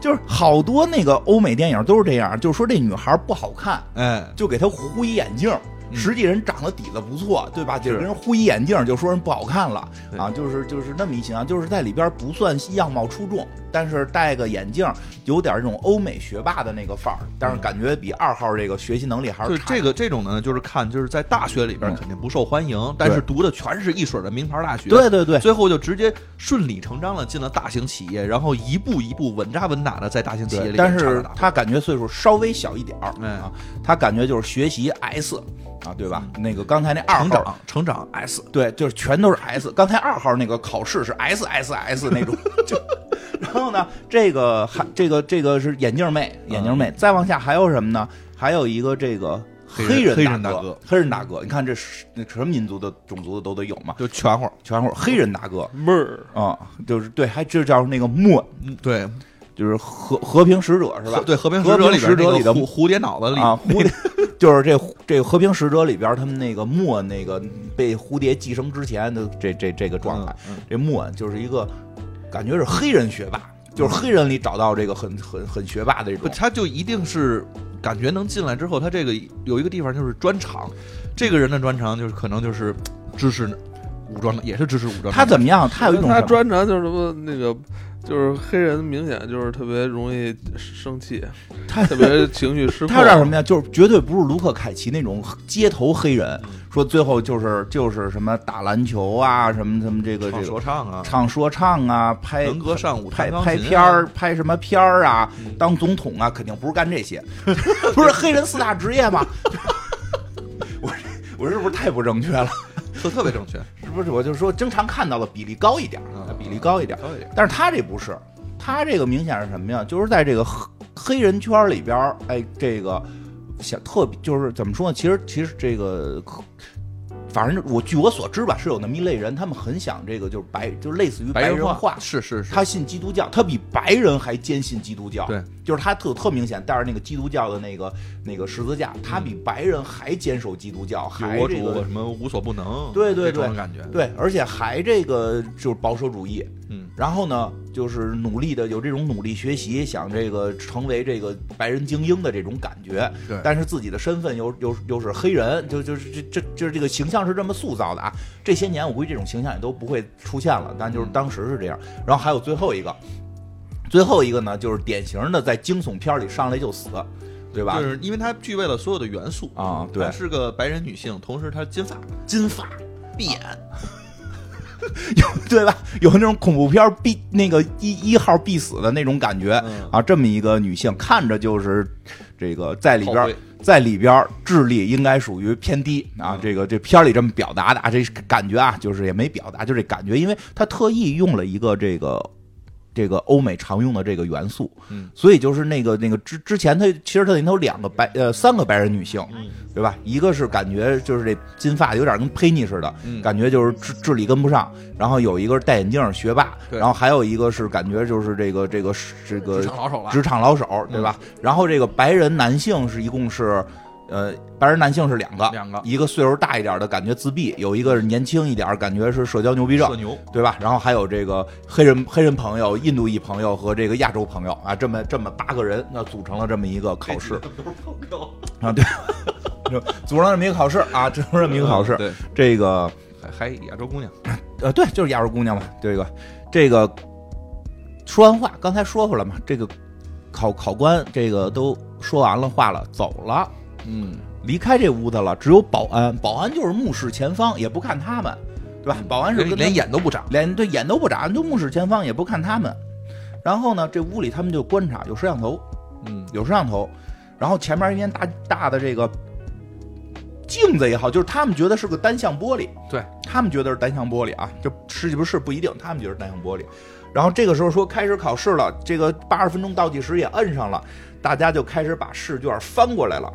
Speaker 4: 就是好多那个欧美电影都是这样，就是说这女孩不好看，
Speaker 5: 哎，
Speaker 4: 就给她糊一眼镜儿。
Speaker 5: 嗯
Speaker 4: 实际人长得底子不错，对吧？就是跟人糊一眼镜儿就说人不好看了
Speaker 5: 对
Speaker 4: 啊，就是就是那么一形象，就是在里边不算样貌出众，但是戴个眼镜儿有点这种欧美学霸的那个范儿，但是感觉比二号这个学习能力还
Speaker 5: 嗯就是
Speaker 4: 差。
Speaker 5: 这个这种呢，就是看就是在大学里边
Speaker 4: 嗯
Speaker 5: 肯定不受欢迎，但是读的全是一水的名牌大学，
Speaker 4: 对对对
Speaker 5: 最后就直接顺理成章的进了大型企业，然后一步一步稳扎稳打的在大型企业
Speaker 4: 对，
Speaker 5: 里边
Speaker 4: 但
Speaker 5: 插着
Speaker 4: 是
Speaker 5: 打
Speaker 4: 他感觉岁数稍微小一点儿、
Speaker 5: 哎
Speaker 4: 啊，他感觉就是学习 S 啊，对吧？那个刚才那二
Speaker 5: 嗯成
Speaker 4: 号
Speaker 5: 长成长
Speaker 4: 哎
Speaker 5: S，
Speaker 4: 对，就是全都是 S。刚才二号那个考试是 S S S 那种，就然后呢，这个还这个这个是眼镜妹，眼镜
Speaker 5: 嗯
Speaker 4: 妹。再往下还有什么呢？还有一个这个
Speaker 5: 黑
Speaker 4: 人
Speaker 5: 人
Speaker 4: 大
Speaker 5: 黑人大
Speaker 4: 哥
Speaker 5: 哥，
Speaker 4: 黑人大哥，你看这是那什么民族的种族的都得有嘛，
Speaker 5: 就全乎，
Speaker 4: 全会儿黑人大哥
Speaker 3: 妹儿，
Speaker 4: 啊、就是对，还这叫那个莫，
Speaker 5: 嗯，对，
Speaker 4: 就是和和平使者是吧
Speaker 5: 和？对，和平
Speaker 4: 和
Speaker 5: 使者里边
Speaker 4: 平使者
Speaker 5: 那
Speaker 4: 里
Speaker 5: 个
Speaker 4: 的
Speaker 5: 蝴蝴蝶脑子里
Speaker 4: 啊，蝴蝶就是这蝴这个和平使者里边，他们那个墨
Speaker 5: 嗯
Speaker 4: 那个被蝴蝶寄生之前的这这这个状态，这墨就是一个感觉是黑人学霸，就是黑人里找到这个很很很学霸的这
Speaker 5: 不，
Speaker 4: 种。
Speaker 5: 他就一定是感觉能进来之后，他这个有一个地方就是专长，这个人的专长就是可能就是知识武装的，也是知识武装的。
Speaker 4: 他怎么样？他有一种
Speaker 3: 他
Speaker 4: 什么？
Speaker 3: 专长就是什么那个，就是黑人明显就是特别容易生气，
Speaker 4: 他
Speaker 3: 特别情绪失控。
Speaker 4: 他有点什么呀？就是绝对不是卢克凯奇那种街头黑人，
Speaker 5: 嗯
Speaker 4: 说最后就是就是什么打篮球啊，什么什么这个
Speaker 5: 唱
Speaker 4: 这
Speaker 5: 说
Speaker 4: 个
Speaker 5: 唱啊，
Speaker 4: 唱说唱啊，拍
Speaker 5: 能歌善舞，
Speaker 4: 拍
Speaker 5: 弹钢
Speaker 4: 拍
Speaker 5: 琴啊嗯
Speaker 4: 片儿，拍什么片儿啊，当总统啊，肯定不是干这些， 不是黑人四大职业吗？ 我我是不是太不正确了？
Speaker 5: 特特别正确，
Speaker 4: 是不是？我就说经常看到的比例高一点儿，
Speaker 5: 嗯
Speaker 4: 比例高一点儿。
Speaker 5: 高一点。
Speaker 4: 但是他这不是，他这个明显是什么呀？就是在这个黑黑人圈儿里边儿，哎，这个想特别就是怎么说呢？其实其实这个。反正我据我所知吧，是有那么一类人，他们很想这个，就是白，就类似于白人化，
Speaker 5: 是是是，
Speaker 4: 他信基督教，他比白人还坚信基督教。
Speaker 5: 对，
Speaker 4: 就是他特特明显带着那个基督教的那个那个十字架，他比白人还坚守基督教，
Speaker 5: 嗯有
Speaker 4: 还
Speaker 5: 我
Speaker 4: 这
Speaker 5: 主
Speaker 4: 个
Speaker 5: 什么无所不能，
Speaker 4: 对对对
Speaker 5: 这种感觉，
Speaker 4: 对，而且还这个就是保守主义。
Speaker 5: 嗯，
Speaker 4: 然后呢，就是努力的有这种努力学习，想这个成为这个白人精英的这种感觉。
Speaker 5: 对
Speaker 4: 但是自己的身份又又又是黑人，就就是这这就是这个形象是这么塑造的啊。这些年我估计这种形象也都不会出现了，但就是
Speaker 5: 嗯
Speaker 4: 当时是这样。然后还有最后一个，最后一个呢，就是典型的在惊悚片里上来就死，对吧？
Speaker 5: 就是因为他具备了所有的元素
Speaker 4: 啊对
Speaker 5: 她是个白人女性，同时她金发、
Speaker 4: 金发，
Speaker 5: 闭眼，
Speaker 4: 对吧？有那种恐怖片儿必那个一一号必死的那种感觉、
Speaker 5: 嗯
Speaker 4: 啊，这么一个女性，看着就是这个在里边
Speaker 5: 好
Speaker 4: 儿
Speaker 5: 会，
Speaker 4: 在里边儿智力应该属于偏低啊
Speaker 5: 嗯。
Speaker 4: 这个这片儿里这么表达的啊，这是感觉啊，就是也没表达，就这感觉，因为他特意用了一个这个。这个欧美常用的这个元素，
Speaker 5: 嗯
Speaker 4: 所以就是那个那个之之前他其实他里头有两个白呃三个白人女性，
Speaker 5: 嗯
Speaker 4: 对吧？一个是感觉就是这金发有点跟佩妮似的，
Speaker 5: 嗯
Speaker 4: 感觉就是智智力跟不上。然后有一个是戴眼镜儿学霸，
Speaker 5: 对
Speaker 4: 然后还有一个是感觉就是这个这个这个
Speaker 5: 职场老手啊嗯了
Speaker 4: 职场老手，对吧？然后这个白人男性是一共是。呃，白人男性是两个，
Speaker 5: 两个
Speaker 4: 一个岁数大一点的感觉自闭，有一个是年轻一点儿感觉是社交牛逼症
Speaker 5: 社，牛，
Speaker 4: 对吧？然后还有这个黑人黑人朋友、印度裔朋友和这个亚洲朋友啊，这么这么八个人，那组成了这么一个考试
Speaker 5: 这几个都是朋 友
Speaker 4: 啊，对，就组成了这么一个考试啊，组成了这么一个考试。
Speaker 5: 嗯对，
Speaker 4: 这个
Speaker 5: 还还亚洲姑娘，
Speaker 4: 呃，对，就是亚洲姑娘嘛，这个这个说完话，刚才说回来嘛，这个考考官这个都说完了话了，走了。
Speaker 5: 嗯，
Speaker 4: 离开这屋子了，只有保安，保安就是目视前方，也不看他们，对吧？保安是跟他
Speaker 5: 嗯连眼都不长，
Speaker 4: 连对眼都不眨，就目视前方，也不看他们。然后呢，这屋里他们就观察，有摄像头，
Speaker 5: 嗯，
Speaker 4: 有摄像头。然后前面一面大大的这个镜子也好，就是他们觉得是个单向玻璃，
Speaker 5: 对，
Speaker 4: 他们觉得是单向玻璃啊，就是不是不一定，他们觉得是单向玻璃。然后这个时候说开始考试了，这个八十分钟倒计时也摁上了，大家就开始把试卷翻过来了，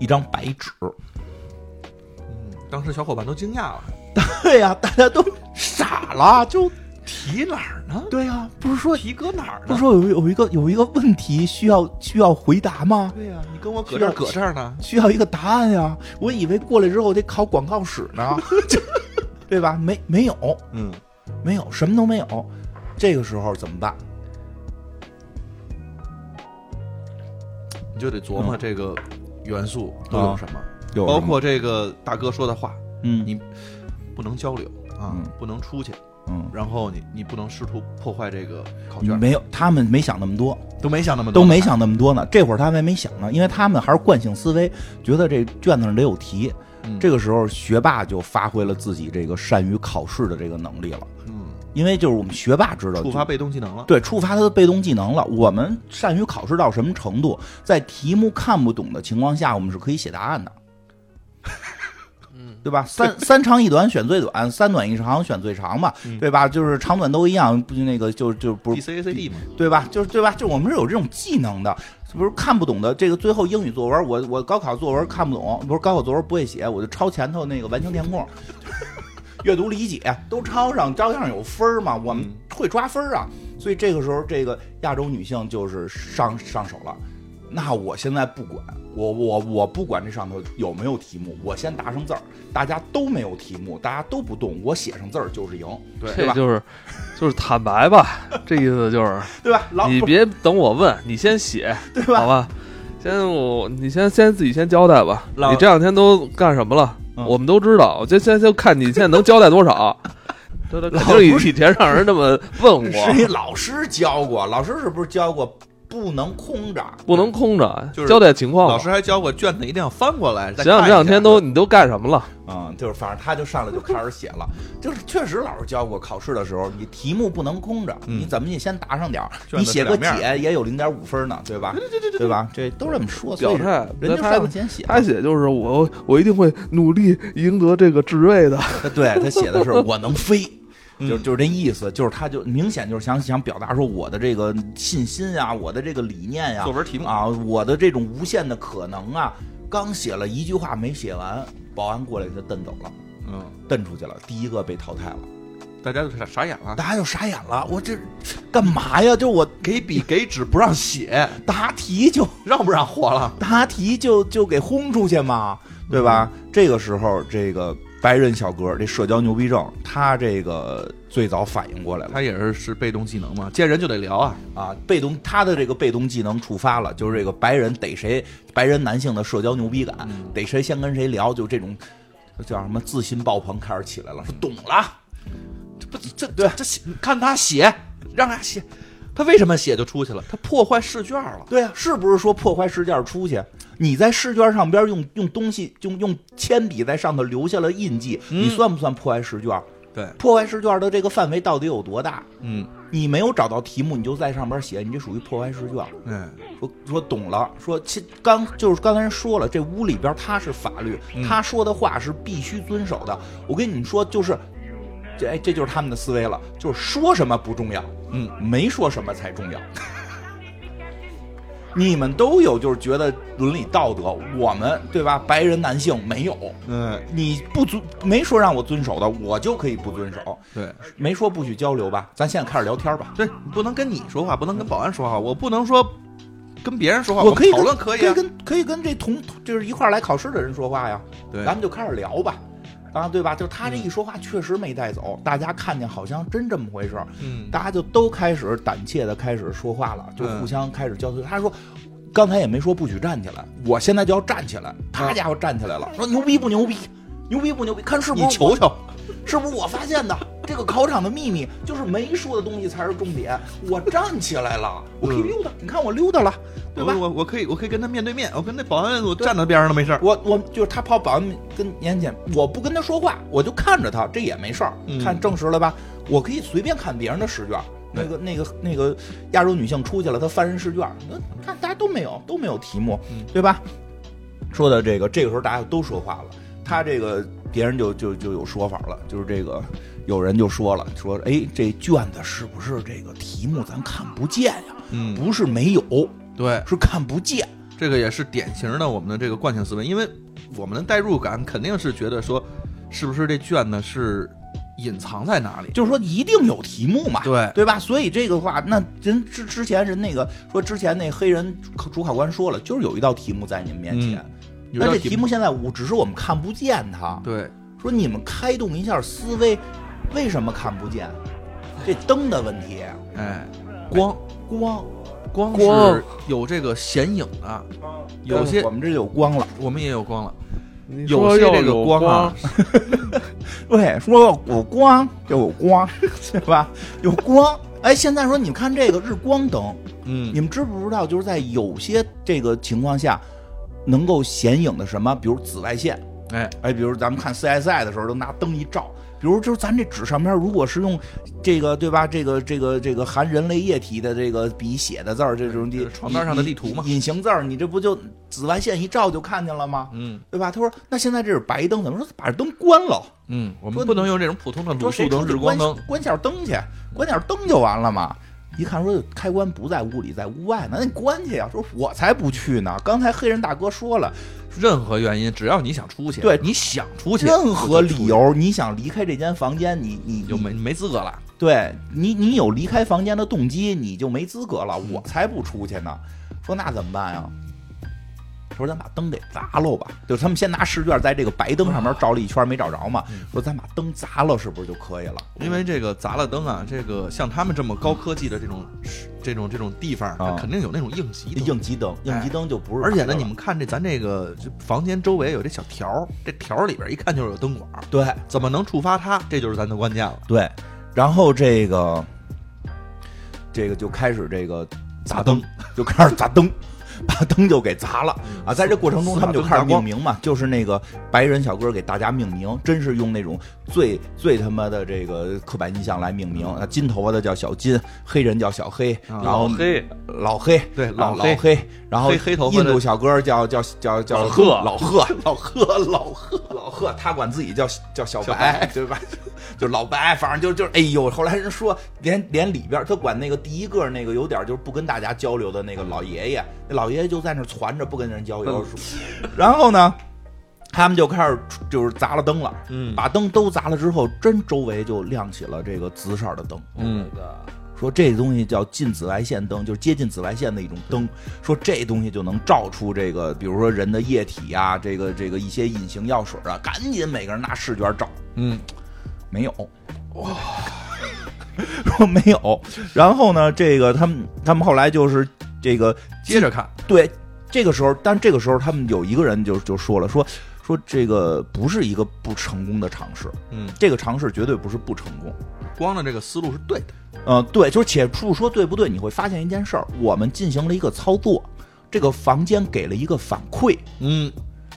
Speaker 4: 一张白纸。
Speaker 5: 嗯当时小伙伴都惊讶了，
Speaker 4: 对呀、大家都傻了，就
Speaker 5: 题哪儿呢？
Speaker 4: 对呀、不是说
Speaker 5: 题搁哪儿
Speaker 4: 不
Speaker 5: 呢
Speaker 4: 是？说有有一个有一个问题需要需要回答吗？
Speaker 5: 对呀，你跟我搁这儿搁这儿呢，
Speaker 4: 需要一个答案呀、我以为过来之后得考广告史呢， 就对吧？没没有
Speaker 5: 嗯，
Speaker 4: 没有，什么都没有。这个时候怎么办？
Speaker 5: 你就得琢磨这个元素都
Speaker 4: 嗯啊
Speaker 5: 有什么，
Speaker 4: 有
Speaker 5: 包括这个大哥说的话，
Speaker 4: 嗯
Speaker 5: 你不能交流啊
Speaker 4: 嗯，
Speaker 5: 不能出去，
Speaker 4: 嗯，
Speaker 5: 然后你你不能试图破坏这个考
Speaker 4: 你
Speaker 5: 卷，
Speaker 4: 没有，他们没想那么多，
Speaker 5: 都没想那么多，
Speaker 4: 都没想那么多呢。这会儿他们还没想呢，因为他们还是惯性思维，觉得这卷子上得有题。
Speaker 5: 嗯
Speaker 4: 这个时候，学霸就发挥了自己这个善于考试的这个能力了，
Speaker 5: 嗯，
Speaker 4: 因为就是我们学霸知道
Speaker 5: 触
Speaker 4: 就
Speaker 5: 发被动技能了，
Speaker 4: 对，触发他的被动技能了。我们善于考试到什么程度？在题目看不懂的情况下，我们是可以写答案的，对吧？三三长一短选最短，三短一长选最长嘛，对吧？就是长短都一样，不就那个就就不
Speaker 5: B C A C D 嘛，
Speaker 4: 对吧？就是对吧？就我们是有这种技能的，是不是看不懂的？这个最后英语作文，我我高考作文看不懂，不是高考作文不会写，我就抄前头那个完形填空， 阅读理解都抄上，照样有分儿嘛。我们会抓分儿啊，所以这个时候，这个亚洲女性就是上上手了。那我现在不管，我我我不管这上头有没有题目，我先答上字儿，大家都没有题目，大家都不动，我写上字儿就是赢，
Speaker 5: 对
Speaker 4: 吧
Speaker 3: 这？就是就是坦白吧，这意思就是
Speaker 4: 对吧？老
Speaker 3: 你
Speaker 4: 不
Speaker 3: 别等我问，你先写，
Speaker 4: 对
Speaker 3: 好
Speaker 4: 吧？
Speaker 3: 吧？先我你先先自己先交代吧。
Speaker 5: 老
Speaker 3: 你这两天都干什么了？
Speaker 4: 嗯
Speaker 3: 我们都知道，我就现在就看你现在能交代多 少。对对，肯定以以前让人这么问我，
Speaker 4: 是一老师教过，老师是不是教过不能空着？
Speaker 3: 不能空着，
Speaker 5: 就是
Speaker 3: 交代情况吧。
Speaker 5: 老师还教过卷子一定要翻过来。再
Speaker 3: 想想
Speaker 5: 看
Speaker 3: 这
Speaker 5: 一
Speaker 3: 两天
Speaker 5: 下
Speaker 3: 都你都干什么了？
Speaker 4: 嗯，就是反正他就上来就开始写了，就是确实老师教过，考试的时候你题目不能空着，
Speaker 5: 嗯
Speaker 4: 你怎么你先答上点儿，
Speaker 5: 卷子
Speaker 4: 你写个
Speaker 5: 是两面
Speaker 4: 解也有零点五分呢，对吧？对对对对，吧？这都这么说，
Speaker 3: 表
Speaker 4: 所以
Speaker 3: 态
Speaker 4: 人
Speaker 3: 那
Speaker 4: 家
Speaker 3: 他
Speaker 4: 上来先
Speaker 5: 啊
Speaker 4: 写，
Speaker 3: 他写就是我，我一定会努力赢得这个职 位的。
Speaker 4: 对他写的是我能飞。
Speaker 5: 嗯
Speaker 4: 就就是这意思，就是他就明显就是想想表达说我的这个信心呀，我的这个理念呀
Speaker 5: 作，文题目，
Speaker 4: 啊，我的这种无限的可能啊，刚写了一句话没写完，保安过来给他蹬走了，
Speaker 5: 嗯，
Speaker 4: 蹬出去了，第一个被淘汰了。
Speaker 5: 大家就傻傻眼了，
Speaker 4: 大家就傻眼了，我这干嘛呀？就我
Speaker 5: 给笔给纸不让写，
Speaker 4: 答题就
Speaker 5: 让不让活了？
Speaker 4: 答题就就给轰出去嘛，对吧？这个时候，这个白人小哥这社交牛逼症，他这个最早反应过来了
Speaker 5: 他也是是被动技能嘛，见人就得聊啊，
Speaker 4: 啊，被动他的这个被动技能触发了，就是这个白人逮谁，白人男性的社交牛逼感，逮谁先跟谁聊，就这种叫什么自信爆棚开始起来了，说懂了。
Speaker 5: 这不这对这写看他写，让他写，他为什么写就出去了？他破坏试卷了。
Speaker 4: 对啊，是不是说破坏试卷出去？你在试卷上边用用东西用用铅笔在上头留下了印记，你算不算破坏试卷？
Speaker 5: 嗯对，
Speaker 4: 破坏试卷的这个范围到底有多大？
Speaker 5: 嗯，
Speaker 4: 你没有找到题目，你就在上边写，你这属于破坏试卷。
Speaker 5: 嗯，
Speaker 4: 说说懂了，说其刚就是刚才人说了，这屋里边他是法律，
Speaker 5: 嗯
Speaker 4: 他说的话是必须遵守的。我跟你们说，就是这哎，这就是他们的思维了，就是说什么不重要，
Speaker 5: 嗯，
Speaker 4: 没说什么才重要。你们都有，就是觉得伦理道德，我们对吧？白人男性没有，
Speaker 5: 对
Speaker 4: 你不遵没说让我遵守的，我就可以不遵守，
Speaker 5: 对
Speaker 4: 没说不许交流吧？咱现在开始聊天吧。
Speaker 5: 对，不能跟你说话，不能跟保安说话，我不能说跟别人说话，
Speaker 4: 我
Speaker 5: 们
Speaker 4: 可以
Speaker 5: 讨
Speaker 4: 跟
Speaker 5: 论可以啊，
Speaker 4: 跟可以跟这同就是一块儿来考试的人说话呀，
Speaker 5: 对嗯
Speaker 4: 咱们就开始聊吧，啊，对吧？就他这一说话确实没带走，大家看见好像真这么回事儿，
Speaker 5: 嗯，
Speaker 4: 大家就都开始胆怯的开始说话了，就
Speaker 5: 嗯
Speaker 4: 互相开始交流。他说。刚才也没说不许站起来，我现在就要站起来。
Speaker 5: 嗯
Speaker 4: 他家伙站起来了，说牛逼不牛逼，牛逼不牛逼，看是不是
Speaker 5: 你
Speaker 4: 我
Speaker 5: 求求，
Speaker 4: 是不是我发现的？这个考场的秘密就是没说的东西才是重点。我站起来了，我可以
Speaker 5: 嗯
Speaker 4: 溜达，你看我溜达了，对吧
Speaker 5: 我？我我可以我可以跟他面对面，我跟那保安我站到边上都没事儿，
Speaker 4: 我我就是他跑保安跟年检，我不跟他说话，我就看着他，这也没事儿
Speaker 5: 嗯，
Speaker 4: 看证实了吧？我可以随便看别人的试卷。那个、那个、那个亚洲女性出去了，她翻人试卷，那看大家都没有，都没有题目
Speaker 5: 嗯，
Speaker 4: 对吧？说的这个，这个时候大家都说话了，他这个别人就就就有说法了，就是这个有人就说了，说哎，这卷子是不是这个题目咱看不见呀？
Speaker 5: 嗯
Speaker 4: 不是没有，
Speaker 5: 对，
Speaker 4: 是看不见。
Speaker 5: 这个也是典型的我们的这个惯性思维，因为我们的代入感肯定是觉得说，是不是这卷呢是隐藏在哪里？
Speaker 4: 就是说一定有题目嘛，
Speaker 5: 对
Speaker 4: 对吧？所以这个话，那人之之前人那个说之前那黑人主主考官说了，就是有一道题目在你们面前，
Speaker 5: 有
Speaker 4: 那
Speaker 5: 道
Speaker 4: 这题目现在我只是我们看不见它。
Speaker 5: 对，
Speaker 4: 说你们开动一下思维，为什么看不见？这灯的问题，
Speaker 5: 哎，光
Speaker 4: 光，
Speaker 5: 光
Speaker 3: 光
Speaker 5: 是有这个显影的，有
Speaker 4: 但是
Speaker 5: 些
Speaker 4: 我们这有光了。
Speaker 5: 我们也有光了，
Speaker 3: 你
Speaker 5: 有
Speaker 3: 说
Speaker 5: 些
Speaker 3: 要
Speaker 5: 这个
Speaker 3: 有
Speaker 5: 光啊
Speaker 4: 对，说有光就有光，对吧？有光。哎，现在说你看这个日光灯，
Speaker 5: 嗯
Speaker 4: 你们知不知道，就是在有些这个情况下，能够显影的什么，比如紫外线，
Speaker 5: 哎，
Speaker 4: 哎，比如咱们看 CSI 的时候，都拿灯一照，比如就是咱这纸上面，如果是用这个对吧，这个这个这个含人类液体的这个笔写的字儿，这种地
Speaker 5: 就是床单上的地图嘛
Speaker 4: 隐形字儿，你这不就紫外线一照就看见了吗？
Speaker 5: 嗯
Speaker 4: 对吧？他说，那现在这是白灯，怎么说把灯关了？
Speaker 5: 嗯，我
Speaker 4: 说
Speaker 5: 们不能用这种普通的
Speaker 4: 说
Speaker 5: 卤
Speaker 4: 谁
Speaker 5: 素嗯灯、
Speaker 4: 出去
Speaker 5: 日光灯，
Speaker 4: 关下灯去，关下灯就完了嘛。一看说开关不在屋里，在屋外呢，那你关去呀、说我才不去呢。刚才黑人大哥说了，
Speaker 5: 任何原因，只要你想出去，
Speaker 4: 对
Speaker 5: 你想出去，
Speaker 4: 任何理由你想离开这间房间，你你
Speaker 5: 你就没你没资格了。
Speaker 4: 对你你有离开房间的动机，你就没资格了。我才不出去呢。说那怎么办呀？说咱把灯给砸喽吧，就是他们先拿试卷在这个白灯上面照了一圈没找着嘛，
Speaker 5: 嗯
Speaker 4: 说咱把灯砸了是不是就可以了？
Speaker 5: 因为这个砸了灯啊，这个像他们这么高科技的这种这种这种地方，它
Speaker 4: 啊
Speaker 5: 肯定有那种应急灯。
Speaker 4: 应急灯，应急灯就不是白
Speaker 5: 而
Speaker 4: 的了，
Speaker 5: 且呢，你们看这咱这个这房间周围有这小条儿，这条儿里边一看就是有灯管儿，
Speaker 4: 对
Speaker 5: 怎么能触发它？这就是咱的关键了。
Speaker 4: 对，然后这个这个就开始这个砸灯，就开始砸灯，把灯就给砸了啊！在这过程中，他们就开始命名嘛，就是那个白人小哥给大家命名，真是用那种最最他妈的这个刻板印象来命名。啊，金头发的叫小金，黑人叫小黑，
Speaker 5: 啊
Speaker 4: 然
Speaker 3: 老
Speaker 4: 后
Speaker 3: 黑
Speaker 4: 老黑
Speaker 5: 对
Speaker 4: 啊
Speaker 5: 老
Speaker 4: 老
Speaker 5: 黑
Speaker 4: 黑，然后
Speaker 5: 黑黑头发
Speaker 4: 印
Speaker 5: 的
Speaker 4: 度小哥叫叫叫叫
Speaker 3: 老贺
Speaker 4: 老 贺老贺老贺老贺，他管自己叫叫小
Speaker 5: 小
Speaker 4: 白 对吧？就老白，反正就就是，哎呦，后来人说，连连里边儿他管那个第一个那个有点就是不跟大家交流的那个老爷爷，那老爷爷就在那儿攒着不跟人交
Speaker 5: 嗯
Speaker 4: 流，然后呢，他们就开始就是砸了灯了，
Speaker 5: 嗯
Speaker 4: 把灯都砸了之后，真周围就亮起了这个紫色的灯，
Speaker 5: 嗯，
Speaker 4: 说这东西叫近紫外线灯，就是接近紫外线的一种灯。说这东西就能照出这个，比如说人的液体啊，这个这个一些隐形药水啊，赶紧每个人拿试卷照。
Speaker 5: 嗯，
Speaker 4: 没有，哇， 说没有。然后呢，这个他们他们后来就是这个
Speaker 5: 接着看，
Speaker 4: 对，这个时候，但这个时候他们有一个人就就说了，说说这个不是一个不成功的尝试，
Speaker 5: 嗯，
Speaker 4: 这个尝试绝对不是不成功。
Speaker 5: 光的这个思路是对的，
Speaker 4: 呃，对，就是且不说对不对，你会发现一件事儿，我们进行了一个操作，这个房间给了一个反馈，
Speaker 5: 嗯，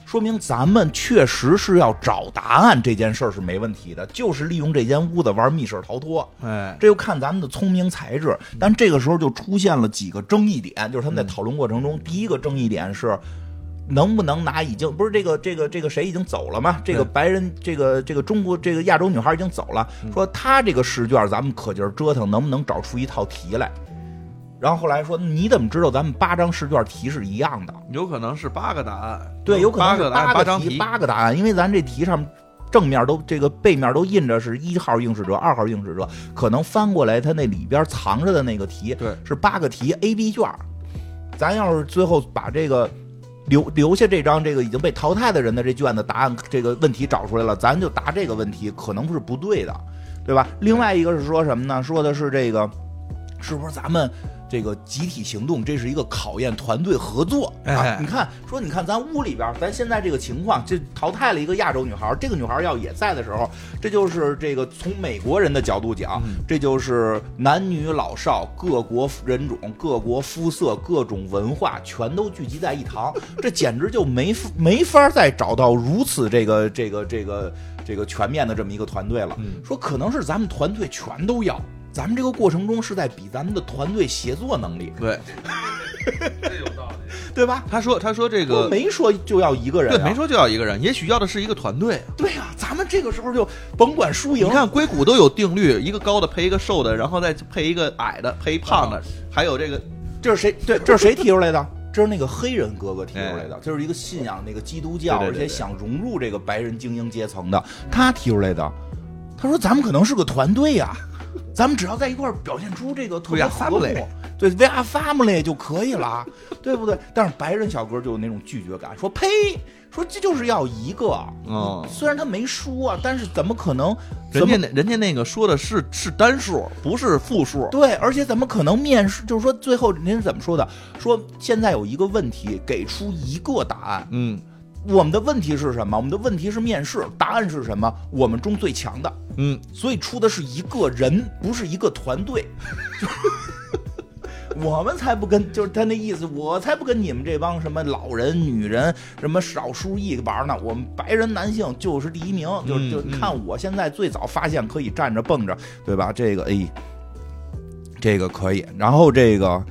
Speaker 4: 说明咱们确实是要找答案这件事儿是没问题的，就是利用这间屋子玩密室逃脱。
Speaker 5: 哎，
Speaker 4: 这就看咱们的聪明才智，但这个时候就出现了几个争议点，就是他
Speaker 5: 嗯
Speaker 4: 们在讨论过程中，第一个争议点是，能不能拿已经不是这个这个这个谁已经走了吗？这个白人这个这个中国这个亚洲女孩已经走了，说她这个试卷咱们可劲儿折腾，能不能找出一套题来？然后后来说你怎么知道咱们八张试卷题是一样的？
Speaker 5: 有可能是八个答案，
Speaker 4: 对，有可能
Speaker 5: 八
Speaker 4: 是
Speaker 5: 个答案，
Speaker 4: 八
Speaker 5: 张
Speaker 4: 题
Speaker 5: 题，
Speaker 4: 八个答案，因为咱这题上正面都这个背面都印着是一号应试者、二号应试者，可能翻过来它那里边藏着的那个题
Speaker 5: 对，
Speaker 4: 是八个题 A、B 卷儿。咱要是最后把这个留留下这张这个已经被淘汰的人的这卷的答案这个问题找出来了，咱就答这个问题，可能是不对的，对吧？另外一个是说什么呢？说的是这个是不是咱们这个集体行动，这是一个考验团队合作
Speaker 5: 哎
Speaker 4: 啊？你看，说你看咱屋里边儿，咱现在这个情况，这淘汰了一个亚洲女孩儿，这个女孩儿要也在的时候，这就是这个从美国人的角度讲，
Speaker 5: 嗯
Speaker 4: 这就是男女老少、各国人种、各国肤色、各种文化全都聚集在一堂， 这简直就没法没法再找到如此这个这个这个这个全面的这么一个团队了。
Speaker 5: 嗯
Speaker 4: 说可能是咱们团队全都要。咱们这个过程中是在比咱们的团队协作能力，
Speaker 5: 对，
Speaker 4: 对吧？
Speaker 5: 他说他说这
Speaker 4: 我
Speaker 5: 个
Speaker 4: 没说就要一个人、啊，
Speaker 5: 对，没说就要一个人，也许要的是一个团队啊。
Speaker 4: 对呀、咱们这个时候就甭管输赢，
Speaker 5: 你看硅谷都有定律，一个高的配一个瘦的，然后再配一个矮的，配一胖的，还有这个
Speaker 4: 这是谁？ 对，这是谁提出来的？这是那个黑人哥哥提出来
Speaker 5: 哎
Speaker 4: 的，这是一个信仰那个基督教，
Speaker 5: 对对
Speaker 4: 而
Speaker 5: 对
Speaker 4: 且想融入这个白人精英阶层的，他提出来的。他说：“咱们可能是个团队呀、 咱们只要在一块儿表现出这个特别
Speaker 5: We
Speaker 4: 和
Speaker 5: are
Speaker 4: 睦
Speaker 5: 啊 family，
Speaker 4: 对 we are family 就可以了， 对不对？但是白人小哥就有那种拒绝感，说呸，说这就是要一个。
Speaker 5: 嗯
Speaker 4: 虽然他没说啊，但是怎么可能？
Speaker 5: 人
Speaker 4: 怎么
Speaker 5: 家那人家那个说的是是单数，不是复数。
Speaker 4: 对，而且怎么可能面试？就是说，最后您是怎么说的？说现在有一个问题，给出一个答案。
Speaker 5: 嗯
Speaker 4: 我们的问题是什么？我们的问题是面试，答案是什么？我们中最强的。
Speaker 5: 嗯，
Speaker 4: 所以出的是一个人，不是一个团队。 就我们才不跟，就是他那意思，我才不跟你们这帮什么老人、女人、什么少数裔玩呢。我们白人男性就是第一名，就
Speaker 5: 嗯
Speaker 4: 就
Speaker 5: 嗯
Speaker 4: 看我现在最早发现可以站着蹦着，对吧？这个哎，这个可以。然后这个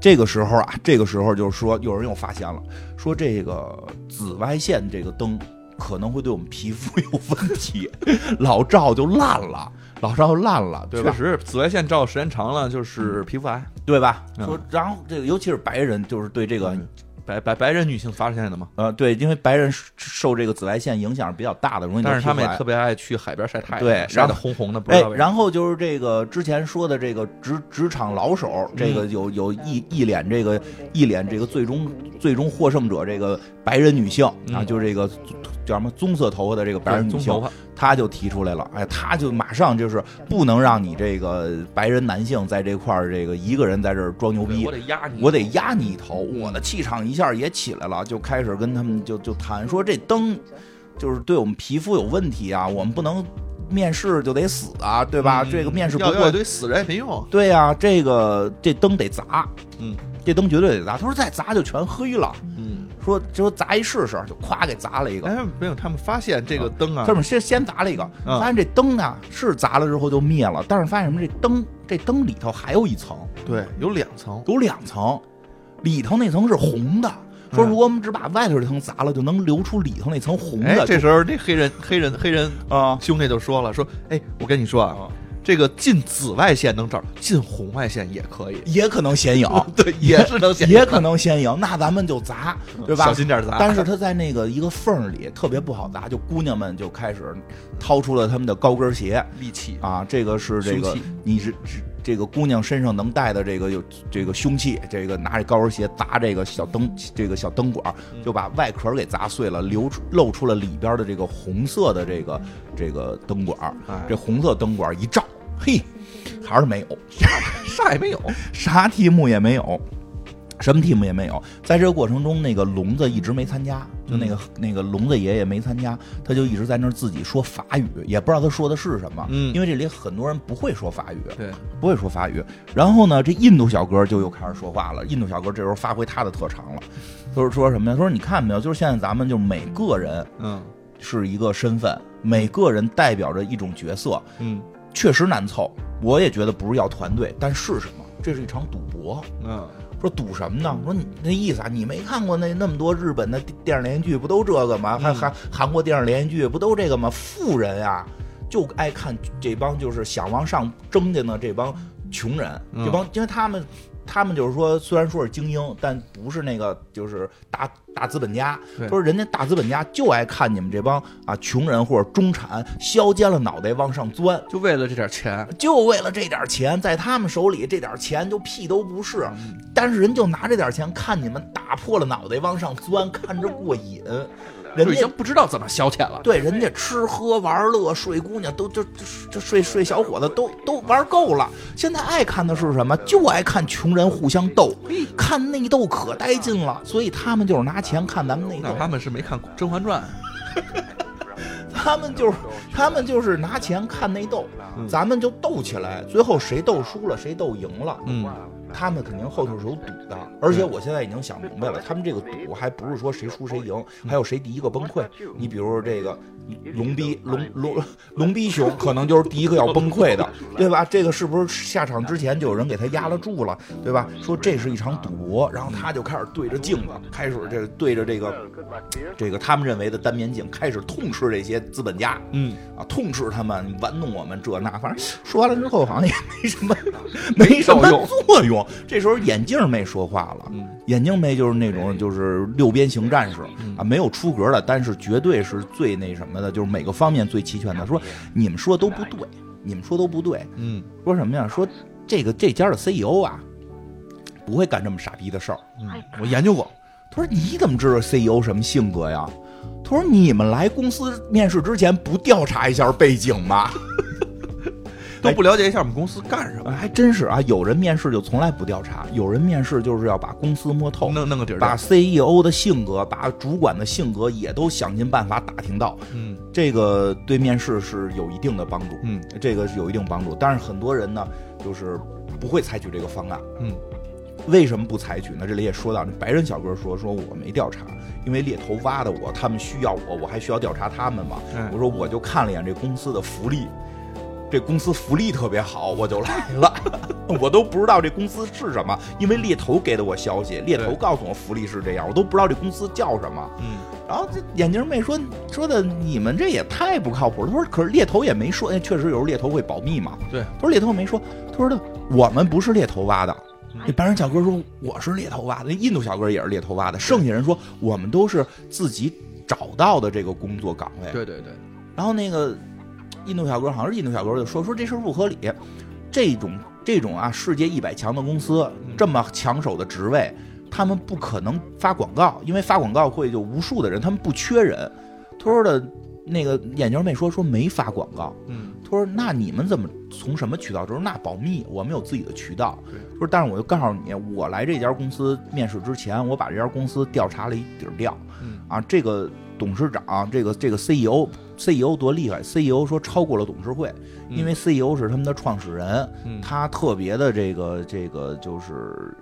Speaker 4: 这个时候啊，这个时候就是说，有人又发现了，说这个紫外线这个灯可能会对我们皮肤有问题，老赵就烂了，老赵就烂了，对
Speaker 5: 确
Speaker 4: 吧？
Speaker 5: 实，紫外线照时间长了就是皮肤癌。
Speaker 4: 对吧？
Speaker 5: 嗯
Speaker 4: 说，然后这个尤其是白人，就是对这个
Speaker 5: 白白白人女性发现的嘛，
Speaker 4: 呃，对，因为白人受这个紫外线影响是比较大的，容易得
Speaker 5: 但是他
Speaker 4: 皮
Speaker 5: 们也
Speaker 4: 肤癌
Speaker 5: 特别爱去海边晒太阳，
Speaker 4: 对
Speaker 5: 晒
Speaker 4: 然
Speaker 5: 得
Speaker 4: 后
Speaker 5: 红红的，不知
Speaker 4: 哎
Speaker 5: 道，为啥
Speaker 4: 然后就是这个之前说的这个职职场老手，这
Speaker 5: 嗯
Speaker 4: 个有有一一脸这个一脸这个最终最终获胜者这个白人女性啊，
Speaker 5: 嗯
Speaker 4: 就这个叫什么棕色头发的这个白人
Speaker 5: 对
Speaker 4: 女
Speaker 5: 棕
Speaker 4: 性
Speaker 5: 头发，
Speaker 4: 她就提出来了，哎，她就马上就是不能让你这个白人男性在这块儿这个一个人在这儿装牛
Speaker 5: 对
Speaker 4: 逼
Speaker 5: 我，得压你，嗯
Speaker 4: 我得压你一头，我的气场一下也起来了，就开始跟他们就就谈说这灯就是对我们皮肤有问题啊，我们不能面试就得死啊，对吧？
Speaker 5: 嗯
Speaker 4: 这个面试不
Speaker 5: 要要一
Speaker 4: 过，
Speaker 5: 堆死人也没用，
Speaker 4: 对呀、这个这灯得砸，
Speaker 5: 嗯
Speaker 4: 这灯绝对得砸。他说再砸就全黑了，
Speaker 5: 嗯，
Speaker 4: 说说砸一试试，就咵给砸了一个。
Speaker 5: 哎，没有，他们发现这个灯啊
Speaker 4: 他，们先先砸了一个，
Speaker 5: 嗯
Speaker 4: 发现这灯啊是砸了之后就灭了，但是发现什么？这灯这灯里头还有一层，
Speaker 5: 对，有两层，
Speaker 4: 有两层，里头那层是红的。说
Speaker 5: 嗯
Speaker 4: 如果我们只把外头这层砸了，就能留出里头那层红
Speaker 5: 哎
Speaker 4: 的。，
Speaker 5: 这时候那黑人黑人黑人
Speaker 4: 啊，
Speaker 5: 兄弟就说了，说，哎，我跟你说啊，这个近紫外线能找，近红外线也可以，
Speaker 4: 也可能显影，
Speaker 5: 对，也是能显，
Speaker 4: 也可能显影。那咱们就砸，对吧？
Speaker 5: 小心点砸
Speaker 4: 但是他在那个一个缝儿里特别不好砸，就姑娘们就开始掏出了他们的高跟鞋
Speaker 5: 利器，
Speaker 4: 啊，这个是这
Speaker 5: 凶
Speaker 4: 个
Speaker 5: 器
Speaker 4: 你是是这个姑娘身上能带的这个有这个凶器，这个拿着高跟鞋砸这个小灯这个小灯管儿，
Speaker 5: 嗯
Speaker 4: 就把外壳给砸碎了，留出露出了里边的这个红色的这个这个灯管儿
Speaker 5: 哎，
Speaker 4: 这红色灯管儿一照，嘿，还是没有，
Speaker 5: 啥也没有，
Speaker 4: 啥题目也没有，什么题目也没有。在这个过程中，那个聋子一直没参加，就
Speaker 5: 嗯
Speaker 4: 那个、那个聋子爷爷没参加，他就一直在那儿自己说法语，也不知道他说的是什么。
Speaker 5: 嗯
Speaker 4: 因为这里很多人不会说法语，
Speaker 5: 对，
Speaker 4: 不会说法语。然后呢，这印度小哥就又开始说话了。印度小哥这时候发挥他的特长了，就是说什么呀？他说：“你看没有，就是现在咱们就是每个人
Speaker 5: 嗯
Speaker 4: 是一个身份，每个人代表着一种角色，
Speaker 5: 嗯
Speaker 4: 确实难凑。我也觉得不是要团队，但是什么？这是一场赌博。”
Speaker 5: 嗯，
Speaker 4: 说赌什么呢？说你那意思啊，你没看过那那么多日本的电电视连续剧不都这个吗？
Speaker 5: 嗯
Speaker 4: 还韩韩国电视连续剧不都这个吗？富人啊，就爱看这帮就是想往上争的呢这帮穷人，
Speaker 5: 嗯
Speaker 4: 这帮因为他们。他们就是说，虽然说是精英，但不是那个就是大大资本家。
Speaker 5: 对
Speaker 4: 说人家大资本家就爱看你们这帮啊穷人或者中产削尖了脑袋往上钻，
Speaker 5: 就为了这点钱，
Speaker 4: 就为了这点钱，在他们手里这点钱就屁都不是，但是人就拿这点钱看你们打破了脑袋往上钻，看着过瘾，人
Speaker 5: 就已
Speaker 4: 家
Speaker 5: 经。不知道怎么消遣了，
Speaker 4: 对，人家吃喝玩乐、睡姑娘都就就就睡睡小伙子都都玩够了。现在爱看的是什么？就爱看穷人互相斗，看内斗可带劲了。所以他们就是拿钱看咱们内
Speaker 5: 那
Speaker 4: 斗，
Speaker 5: 他们是没看《甄嬛传
Speaker 4: 他们就是他们就是拿钱看内斗，咱们就斗起来，最后谁斗输了谁斗赢了，》，
Speaker 5: 嗯，
Speaker 4: 他们肯定后头是有赌的，而且我现在已经想明白了，他们这个赌还不是说谁输谁赢，还有谁第一个崩溃。你比如说嗯这个龙逼龙龙龙逼 熊，可能就是第一个要崩溃 的，对吧？这个是不是下场之前就有人给他压了注了，对吧？说这是一场赌博，然后他就开始对着镜子，开始这对着这个这个他们认为的单面镜，开始痛斥这些资本家，
Speaker 5: 嗯
Speaker 4: 啊，痛斥他们玩弄我们这那，反正说完了之后好像也没什么没什么作用。嗯这时候眼镜妹说话了，眼镜妹就是那种就是六边形战士啊，没有出格的，但是绝对是最那什么的，就是每个方面最齐全的。说你们说都不对，你们说都不对，
Speaker 5: 嗯
Speaker 4: 说什么呀？说这个这家的 CEO 啊，不会干这么傻逼的事儿。
Speaker 5: 嗯，我研究过，
Speaker 4: 他说：“你怎么知道 CEO 什么性格呀？”他说：“你们来公司面试之前不调查一下背景吗
Speaker 5: 都不了解一下我们公司干什？”么，
Speaker 4: 啊还真是啊，有人面试就从来不调查，有人面试就是要把公司摸透，
Speaker 5: 弄弄个底儿
Speaker 4: 把
Speaker 5: 吧，
Speaker 4: CEO 的性格、把主管的性格也都想尽办法打听到。
Speaker 5: 嗯
Speaker 4: 这个对面试是有一定的帮助，
Speaker 5: 嗯，
Speaker 4: 这个是有一定帮助。但是很多人呢，就是不会采取这个方案。
Speaker 5: 嗯
Speaker 4: 为什么不采取呢？这里也说到，那白人小哥说说我没调查，因为猎头挖的我，他们需要我，我还需要调查他们吗？
Speaker 5: 嗯
Speaker 4: 我说我就看了一眼这公司的福利，这公司福利特别好，我就来了。 我都不知道这公司是什么，因为猎头给的我消息，猎头
Speaker 5: 对
Speaker 4: 告诉我福利是这样，我都不知道这公司叫什么。
Speaker 5: 嗯，
Speaker 4: 然后这眼镜妹说说的你们这也太不靠谱了。他说可是猎头也没说，哎，确实有时候猎头会保密嘛。
Speaker 5: 对，
Speaker 4: 他说猎头没说，他说的我们不是猎头挖的，那白人小哥说我是猎头挖的，那印度小哥也是猎头挖的，剩下人说我们都是自己找到的这个工作岗位。
Speaker 5: 对对对，
Speaker 4: 然后那个印度小哥好像是印度小哥就说说这事儿不合理，这种这种啊世界一百强的公司
Speaker 5: 嗯
Speaker 4: 这么抢手的职位，他们不可能发广告，因为发广告会就无数的人，他们不缺人。他说的那个眼镜妹说说没发广告，
Speaker 5: 嗯，
Speaker 4: 他说那你们怎么从什么渠道？就是那保密，我们有自己的渠道。
Speaker 5: 对
Speaker 4: 他说但是我就告诉你，我来这家公司面试之前，我把这家公司调查了一底儿调，
Speaker 5: 嗯
Speaker 4: 啊，这个董事长，这个这个 E CEO。CEO 多厉害！CEO 说超过了董事会，因为 CEO 是他们的创始人，
Speaker 5: 嗯
Speaker 4: 他特别的这个这个就是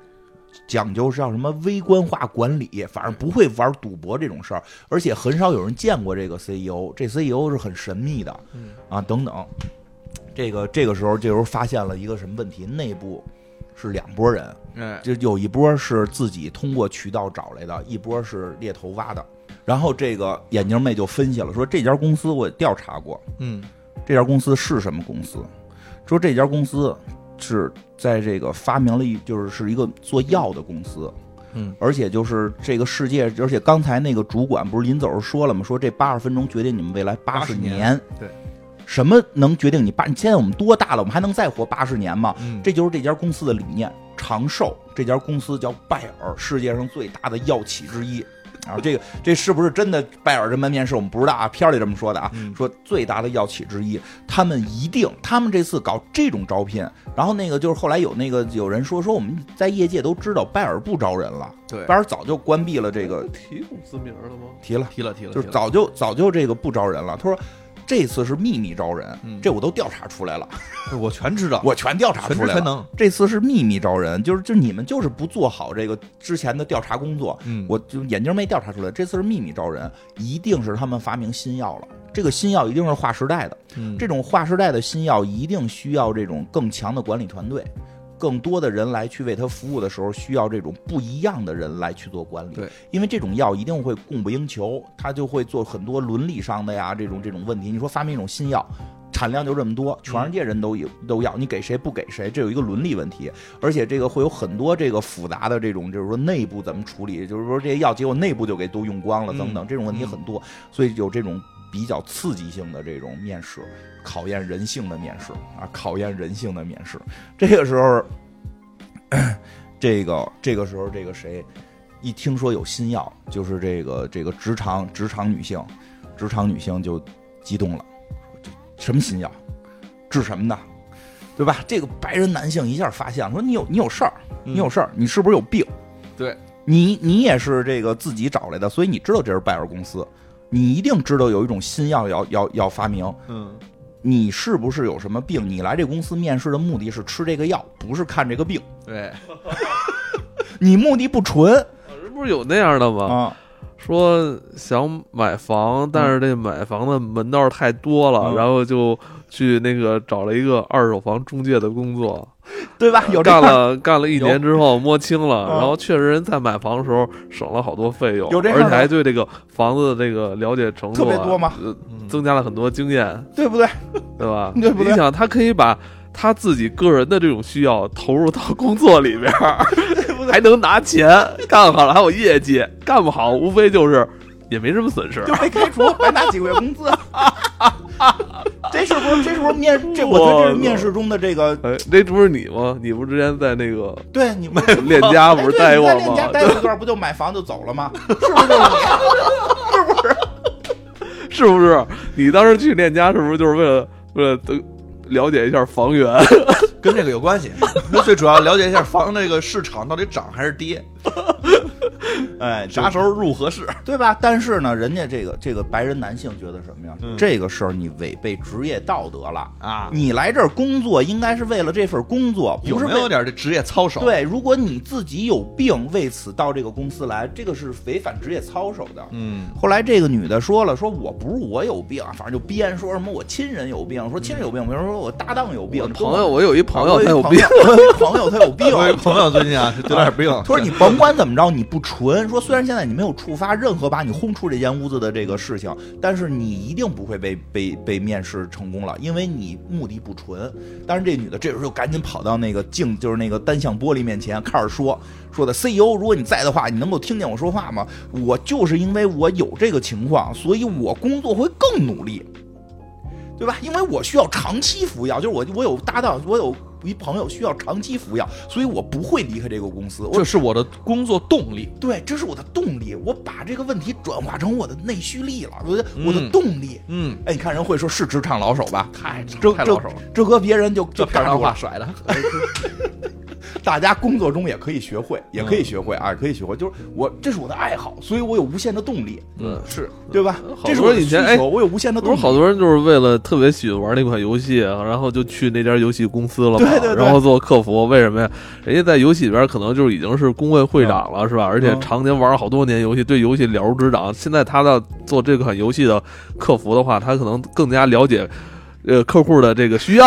Speaker 4: 讲究叫什么微观化管理，反正不会玩赌博这种事儿，而且很少有人见过这个 CEO，这 CEO 是很神秘的，啊等等。这个这个时候，这时候发现了一个什么问题？内部是两拨人，
Speaker 5: 哎，
Speaker 4: 就有一波是自己通过渠道找来的，一波是猎头挖的。然后这个眼镜妹就分析了，说这家公司我调查过，
Speaker 5: 嗯
Speaker 4: 这家公司是什么公司？说这家公司是在这个发明了一，就是是一个做药的公司，
Speaker 5: 嗯，
Speaker 4: 而且就是这个世界，而且刚才那个主管不是临走时说了吗？说这八十分钟决定你们未来八十
Speaker 5: 80年
Speaker 4: 年，
Speaker 5: 对，
Speaker 4: 什么能决定你八？现在我们多大了？我们还能再活八十年吗？
Speaker 5: 嗯
Speaker 4: 这就是这家公司的理念，长寿。这家公司叫拜耳，世界上最大的药企之一。啊，这个这是不是真的拜耳这门面试我们不知道啊，片儿里这么说的啊，
Speaker 5: 嗯
Speaker 4: 说最大的药企之一，他们一定，他们这次搞这种招聘，然后那个就是后来有那个有人说说我们在业界都知道拜耳不招人了，
Speaker 5: 对
Speaker 4: 拜耳早就关闭了这个
Speaker 3: 提公司名了吗？
Speaker 4: 提了，
Speaker 5: 提了提了，
Speaker 4: 就是
Speaker 5: 早
Speaker 4: 早就早就这个不招人了，他说。这次是秘密招人，
Speaker 5: 嗯
Speaker 4: 这我都调查出来 了，
Speaker 5: 我全知道，
Speaker 4: 我全调查
Speaker 5: 全
Speaker 4: 出
Speaker 5: 知
Speaker 4: 来了。
Speaker 5: 全能，
Speaker 4: 这次是秘密招人，就是就你们就是不做好这个之前的调查工作，
Speaker 5: 嗯
Speaker 4: 我就眼镜没调查出来，这次是秘密招人，一定是他们发明新药了。这个新药一定是划时代的，
Speaker 5: 嗯
Speaker 4: 这种划时代的新药一定需要这种更强的管理团队，更多的人来去为它服务的时候，需要这种不一样的人来去做管理。
Speaker 5: 对，
Speaker 4: 因为这种药一定会供不应求，它就会做很多伦理上的呀这种这种问题。你说发明一种新药，产量就这么
Speaker 5: 嗯
Speaker 4: 多，全世界人都有都要，你给谁不给谁，这有一个伦理问题，而且这个会有很多这个复杂的这种，就是说内部怎么处理，就是说这些药结果内部就给都用光了
Speaker 5: 嗯
Speaker 4: 等等，这种问题很多，所以有这种比较刺激性的这种面试，考验人性的面试啊，考验人性的面试。这个时候， 这个这个时候，这个谁一听说有新药，就是这个这个职场职场女性，职场女性就激动了，说这什么新药，治什么的，对吧？这个白人男性一下发现了，说你有你有事儿，你有事儿，你是不是有病？
Speaker 5: 对，
Speaker 4: 你你也是这个自己找来的，所以你知道这是拜耳公司，你一定知道有一种新药要要要发明，
Speaker 5: 嗯
Speaker 4: 你是不是有什么病？你来这公司面试的目的是吃这个药，不是看这个病。
Speaker 5: 对，
Speaker 4: 你目的不纯
Speaker 3: 这不是有那样的吗？
Speaker 4: 啊！
Speaker 3: 说想买房，但是这买房的门道太多了，
Speaker 4: 嗯
Speaker 3: 然后就去那个找了一个二手房中介的工作，
Speaker 4: 对吧？哦有这
Speaker 3: 干
Speaker 4: 块
Speaker 3: 了干了一年之后摸清了，
Speaker 4: 嗯
Speaker 3: 然后确实人在买房的时候省了好多费用，
Speaker 4: 有这事儿
Speaker 3: 而
Speaker 4: 吗
Speaker 3: 且还对这个房子的这个了解程度、啊、
Speaker 4: 特别多吗
Speaker 3: 呃
Speaker 5: 嗯
Speaker 3: 增加了很多经验，
Speaker 4: 对不对？
Speaker 3: 对吧？
Speaker 4: 对不对
Speaker 3: 你想，他可以把他自己个人的这种需要投入到工作里边 儿，还能拿钱，干好了还有业绩，干不好无非就是也没什么损失。
Speaker 4: 就被开除，白拿几个月工资。这是不是？这是不是面？这我
Speaker 3: 我
Speaker 4: 觉得这是面试中的这个。
Speaker 3: 哎，那不是你吗？你不是之前在那 个
Speaker 4: 对，你们
Speaker 3: 链家不是待过
Speaker 4: 哎对你在链家
Speaker 3: 吗？
Speaker 4: 待过一段，不就买房就走了吗？是不是就是你？
Speaker 3: 是不是？你当时去链家是不是就是为了为了得了解一下房源？
Speaker 5: 跟这个有关系。那最主要了解一下房这个市场到底涨还是跌，
Speaker 4: 哎，
Speaker 5: 啥时候入合适？
Speaker 4: 对吧？但是呢，人家这个这个白人男性觉得什么呀？这个事儿你违背职业道德了
Speaker 5: 啊
Speaker 4: 你来这儿工作应该是为了这份工作，
Speaker 5: 有
Speaker 4: 不是
Speaker 5: 没
Speaker 4: 为
Speaker 5: 有点这职业操守？，
Speaker 4: 对，如果你自己有病，为此到这个公司来，这个是违反职业操守的。
Speaker 5: 嗯，
Speaker 4: 后来这个女的说了，说我啊不是我有病，反正就编说什么我亲人有病，说亲人有病，比如说我搭档有病，
Speaker 3: 我
Speaker 4: 跟
Speaker 3: 朋友，我有一朋友他有病，
Speaker 4: 我有一 朋友他有病，
Speaker 5: 我有朋友最近啊，得点 病，
Speaker 4: 他说你甭管怎么着，你不纯。说虽然现在你没有触发任何把你轰出这间屋子的这个事情，但是你一定不会被被被面试成功了，因为你目的不纯。但是这女的这时候就赶紧跑到那个镜，就是那个单向玻璃面前，开始说说的 CEO，如果你在的话，你能够听见我说话吗？我就是因为我有这个情况，所以我工作会更努力。对吧？因为我需要长期服药，就是我我有搭档，我有一朋友需要长期服药，所以我不会离开这个公司。我
Speaker 5: 这是我的工作 动力。
Speaker 4: 对，这是我的动力，我把这个问题转化成我的内驱力了，我的我的
Speaker 5: 嗯
Speaker 4: 动力。
Speaker 5: 嗯，
Speaker 4: 哎，你看人会说是职场老手吧？
Speaker 5: 太
Speaker 4: 这
Speaker 5: 太
Speaker 4: 这
Speaker 5: 老手了，
Speaker 4: 这和别人就就
Speaker 5: 这片
Speaker 4: 尬
Speaker 5: 儿大
Speaker 4: 住了
Speaker 5: 话 甩的，
Speaker 4: 大家工作中也可以学会，也可以学会啊，也可以学会。就是我这是我的爱好，所以我有无限的动力，
Speaker 3: 嗯，
Speaker 4: 是对吧？
Speaker 3: 好
Speaker 4: 这是
Speaker 3: 多
Speaker 4: 我的
Speaker 3: 以
Speaker 4: 需
Speaker 3: 前哎
Speaker 4: 求，我有无限的
Speaker 3: 不是
Speaker 4: 动力。
Speaker 3: 好多人就是为了特别喜欢玩那款游戏，啊然后就去那家游戏公司了嘛，
Speaker 4: 对对对
Speaker 3: 然后做客服。为什么呀？人家在游戏里边可能就是已经是工会会长了，是吧？而且
Speaker 4: 嗯
Speaker 3: 常年玩了好多年游戏，对游戏了如指掌。现在他在做这款游戏的客服的话，他可能更加了解。呃，客户的这个需 要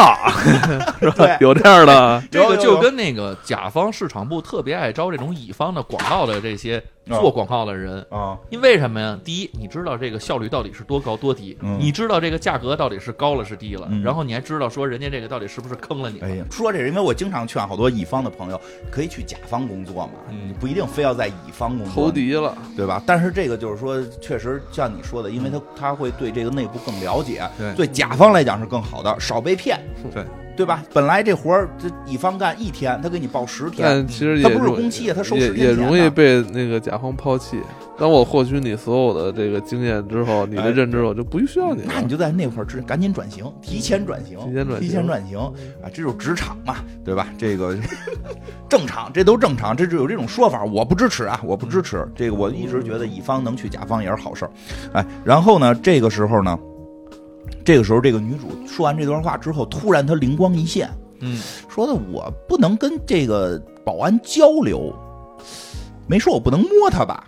Speaker 3: 是吧
Speaker 4: 对？
Speaker 3: 有这样的，
Speaker 5: 这
Speaker 4: 有
Speaker 5: 个
Speaker 4: 有
Speaker 5: 就
Speaker 4: 有
Speaker 5: 跟那个甲方市场部特别爱招这种乙方的广告的这些
Speaker 4: 啊
Speaker 5: 做广告的人，
Speaker 4: 啊，
Speaker 5: 因为什么呀？第一，你知道这个效率到底是多高多低，
Speaker 4: 嗯
Speaker 5: 你知道这个价格到底是高了是低了，
Speaker 4: 嗯
Speaker 5: 然后你还知道说人家这个到底是不是坑了你了。
Speaker 4: 哎呀，说这是因为我经常劝好多乙方的朋友，可以去甲方工作嘛，
Speaker 5: 嗯
Speaker 4: 你不一定非要在乙方工
Speaker 3: 投
Speaker 4: 作，
Speaker 3: 敌了。
Speaker 4: 对吧？但是这个就是说，确实像你说的，因为
Speaker 3: 嗯
Speaker 4: 他他会对这个内部更了解，
Speaker 5: 对
Speaker 4: 甲方来讲是更好的，少被骗，
Speaker 5: 对
Speaker 4: 对吧？本来这活儿这乙方干一天，他给你报十天，
Speaker 3: 但其实
Speaker 4: 他
Speaker 3: 也
Speaker 4: 不是
Speaker 3: 容
Speaker 4: 工期啊他收
Speaker 3: 也
Speaker 4: 10天
Speaker 3: 也
Speaker 4: 钱
Speaker 3: 容易
Speaker 4: 呢
Speaker 3: 被那个甲方抛弃。当我获取你所有的这个经验之后，你
Speaker 4: 哎
Speaker 3: 的认知我就不需要你了
Speaker 4: 那。你就在那块儿直赶紧转型，提前转型，
Speaker 3: 提前转型
Speaker 4: 提前转型啊，这就是职场嘛，对吧？这个正常，这都正常，这就有这种说法，我不支持啊，我不支
Speaker 3: 嗯
Speaker 4: 持。这个我一直觉得乙方能去甲方也是好事儿，哎，然后呢，这个时候呢，这个时候这个女主说完这段话之后，突然她灵光一现，
Speaker 5: 嗯，
Speaker 4: 说的我不能跟这个保安交流，没说我不能摸他 吧。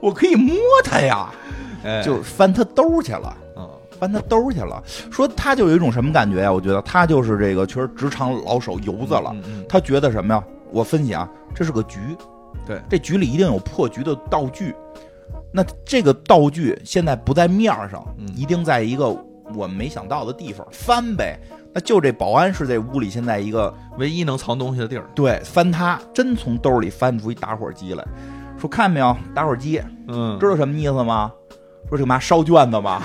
Speaker 4: 我可以摸他呀，
Speaker 5: 哎
Speaker 4: 就翻他兜儿去了，
Speaker 5: 嗯
Speaker 4: 翻他兜儿去了。说他就有一种什么感觉啊呀、我觉得他就是这个确实职场老手油子了。
Speaker 5: 嗯嗯
Speaker 4: 他觉得什么呀？我分析啊，这是个局，
Speaker 5: 对
Speaker 4: 这局里一定有破局的道具。那这个道具现在不在面儿上，
Speaker 5: 嗯
Speaker 4: 一定在一个我们没想到的地方翻呗。那就这保安是这屋里现在一个
Speaker 5: 唯一能藏东西的地儿，
Speaker 4: 对翻他，真从兜里翻出一打火机来，说看没有打火机，
Speaker 5: 嗯
Speaker 4: 知道什么意思吗？说这嘛烧卷子 吗？